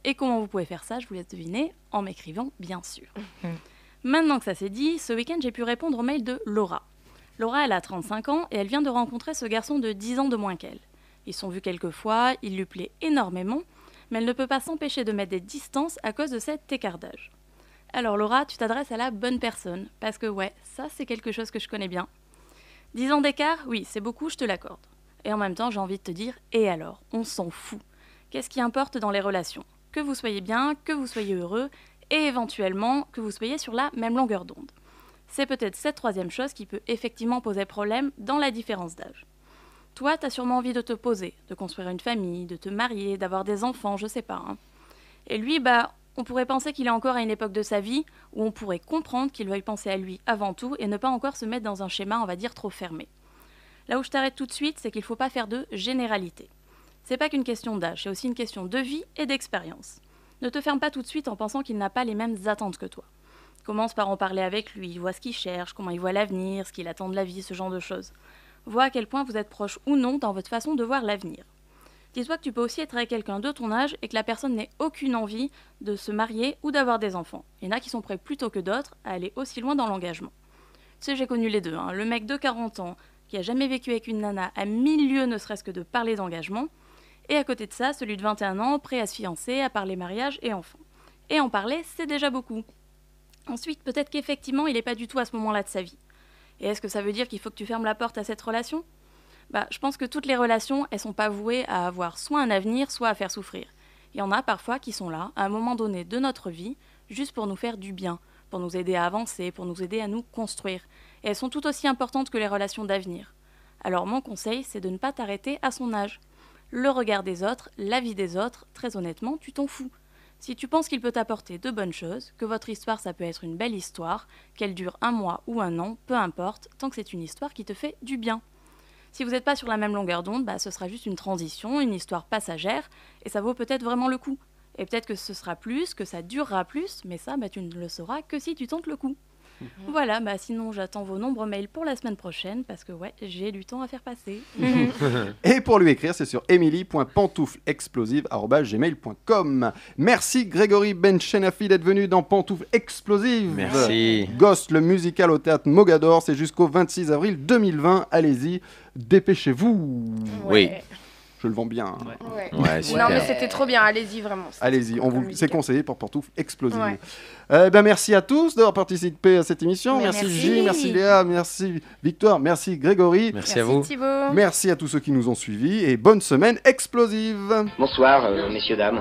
K: Et comment vous pouvez faire ça Je vous laisse deviner en m'écrivant, bien sûr. Maintenant que ça c'est dit, ce week-end j'ai pu répondre au mail de Laura. Laura, elle a 35 ans et elle vient de rencontrer ce garçon de 10 ans de moins qu'elle. Ils se sont vus quelques fois, il lui plaît énormément, mais elle ne peut pas s'empêcher de mettre des distances à cause de cet écart d'âge. Alors Laura, tu t'adresses à la bonne personne, parce que ouais, ça c'est quelque chose que je connais bien. 10 ans d'écart, oui, c'est beaucoup, je te l'accorde. Et en même temps, j'ai envie de te dire, et alors, on s'en fout. Qu'est-ce qui importe dans les relations Que vous soyez bien, que vous soyez heureux, et éventuellement que vous soyez sur la même longueur d'onde. C'est peut-être cette troisième chose qui peut effectivement poser problème dans la différence d'âge. Toi, t'as sûrement envie de te poser, de construire une famille, de te marier, d'avoir des enfants, je sais pas. hein. Et lui, bah, on pourrait penser qu'il est encore à une époque de sa vie où on pourrait comprendre qu'il veuille penser à lui avant tout et ne pas encore se mettre dans un schéma, on va dire, trop fermé. Là où je t'arrête tout de suite, c'est qu'il faut pas faire de généralité. C'est pas qu'une question d'âge, c'est aussi une question de vie et d'expérience. Ne te ferme pas tout de suite en pensant qu'il n'a pas les mêmes attentes que toi. Commence par en parler avec lui, vois ce qu'il cherche, comment il voit l'avenir, ce qu'il attend de la vie, ce genre de choses. Vois à quel point vous êtes proche ou non dans votre façon de voir l'avenir. Dis-toi que tu peux aussi être avec quelqu'un de ton âge et que la personne n'ait aucune envie de se marier ou d'avoir des enfants. Il y en a qui sont prêts plutôt que d'autres à aller aussi loin dans l'engagement. Tu sais, j'ai connu les deux. hein. Le mec de 40 ans qui a jamais vécu avec une nana à mille lieues ne serait-ce que de parler d'engagement. Et à côté de ça, celui de 21 ans, prêt à se fiancer, à parler mariage et enfants. Et en parler, c'est déjà beaucoup. Ensuite, peut-être qu'effectivement, il n'est pas du tout à ce moment-là de sa vie. Et est-ce que ça veut dire qu'il faut que tu fermes la porte à cette relation Bah, je pense que toutes les relations, elles sont pas vouées à avoir soit un avenir, soit à faire souffrir. Il y en a parfois qui sont là, à un moment donné de notre vie, juste pour nous faire du bien, pour nous aider à avancer, pour nous aider à nous construire. Et elles sont tout aussi importantes que les relations d'avenir. Alors mon conseil, c'est de ne pas t'arrêter à son âge. Le regard des autres, la vie des autres, très honnêtement, tu t'en fous. Si tu penses qu'il peut t'apporter de bonnes choses, que votre histoire ça peut être une belle histoire, qu'elle dure un mois ou un an, peu importe, tant que c'est une histoire qui te fait du bien. Si vous n'êtes pas sur la même longueur d'onde, bah, ce sera juste une transition, une histoire passagère, et ça vaut peut-être vraiment le coup. Et peut-être que ce sera plus, que ça durera plus, mais ça, bah, tu ne le sauras que si tu tentes le coup. Voilà, bah sinon j'attends vos nombreux mails pour la semaine prochaine parce que ouais, j'ai du temps à faire passer.
F: Mmh.
B: Et pour lui écrire, c'est sur emily.pantoufleexplosive.gmail.com. Merci Grégory Benchenafi d'être venu dans Pantoufle Explosive.
E: Merci.
B: Ghost, le musical au théâtre Mogador, c'est jusqu'au 26 avril 2020. Allez-y, dépêchez-vous.
E: Oui.
B: Je le vends bien.
C: Ouais.
E: Ouais,
C: non,
E: super.
C: mais c'était trop bien, allez-y vraiment.
B: Allez-y, on vous c'est conseillé pour Pantoufle Explosive.
C: Ouais.
B: Euh, ben, merci à tous d'avoir participé à cette émission.
C: Mais
B: Merci,
C: merci.
B: Gilles, merci Léa, merci Victoire, merci Grégory.
E: Merci à Merci vous. Thibaut.
B: Merci à tous ceux qui nous ont suivis et bonne semaine explosive.
M: Bonsoir, euh, messieurs, dames.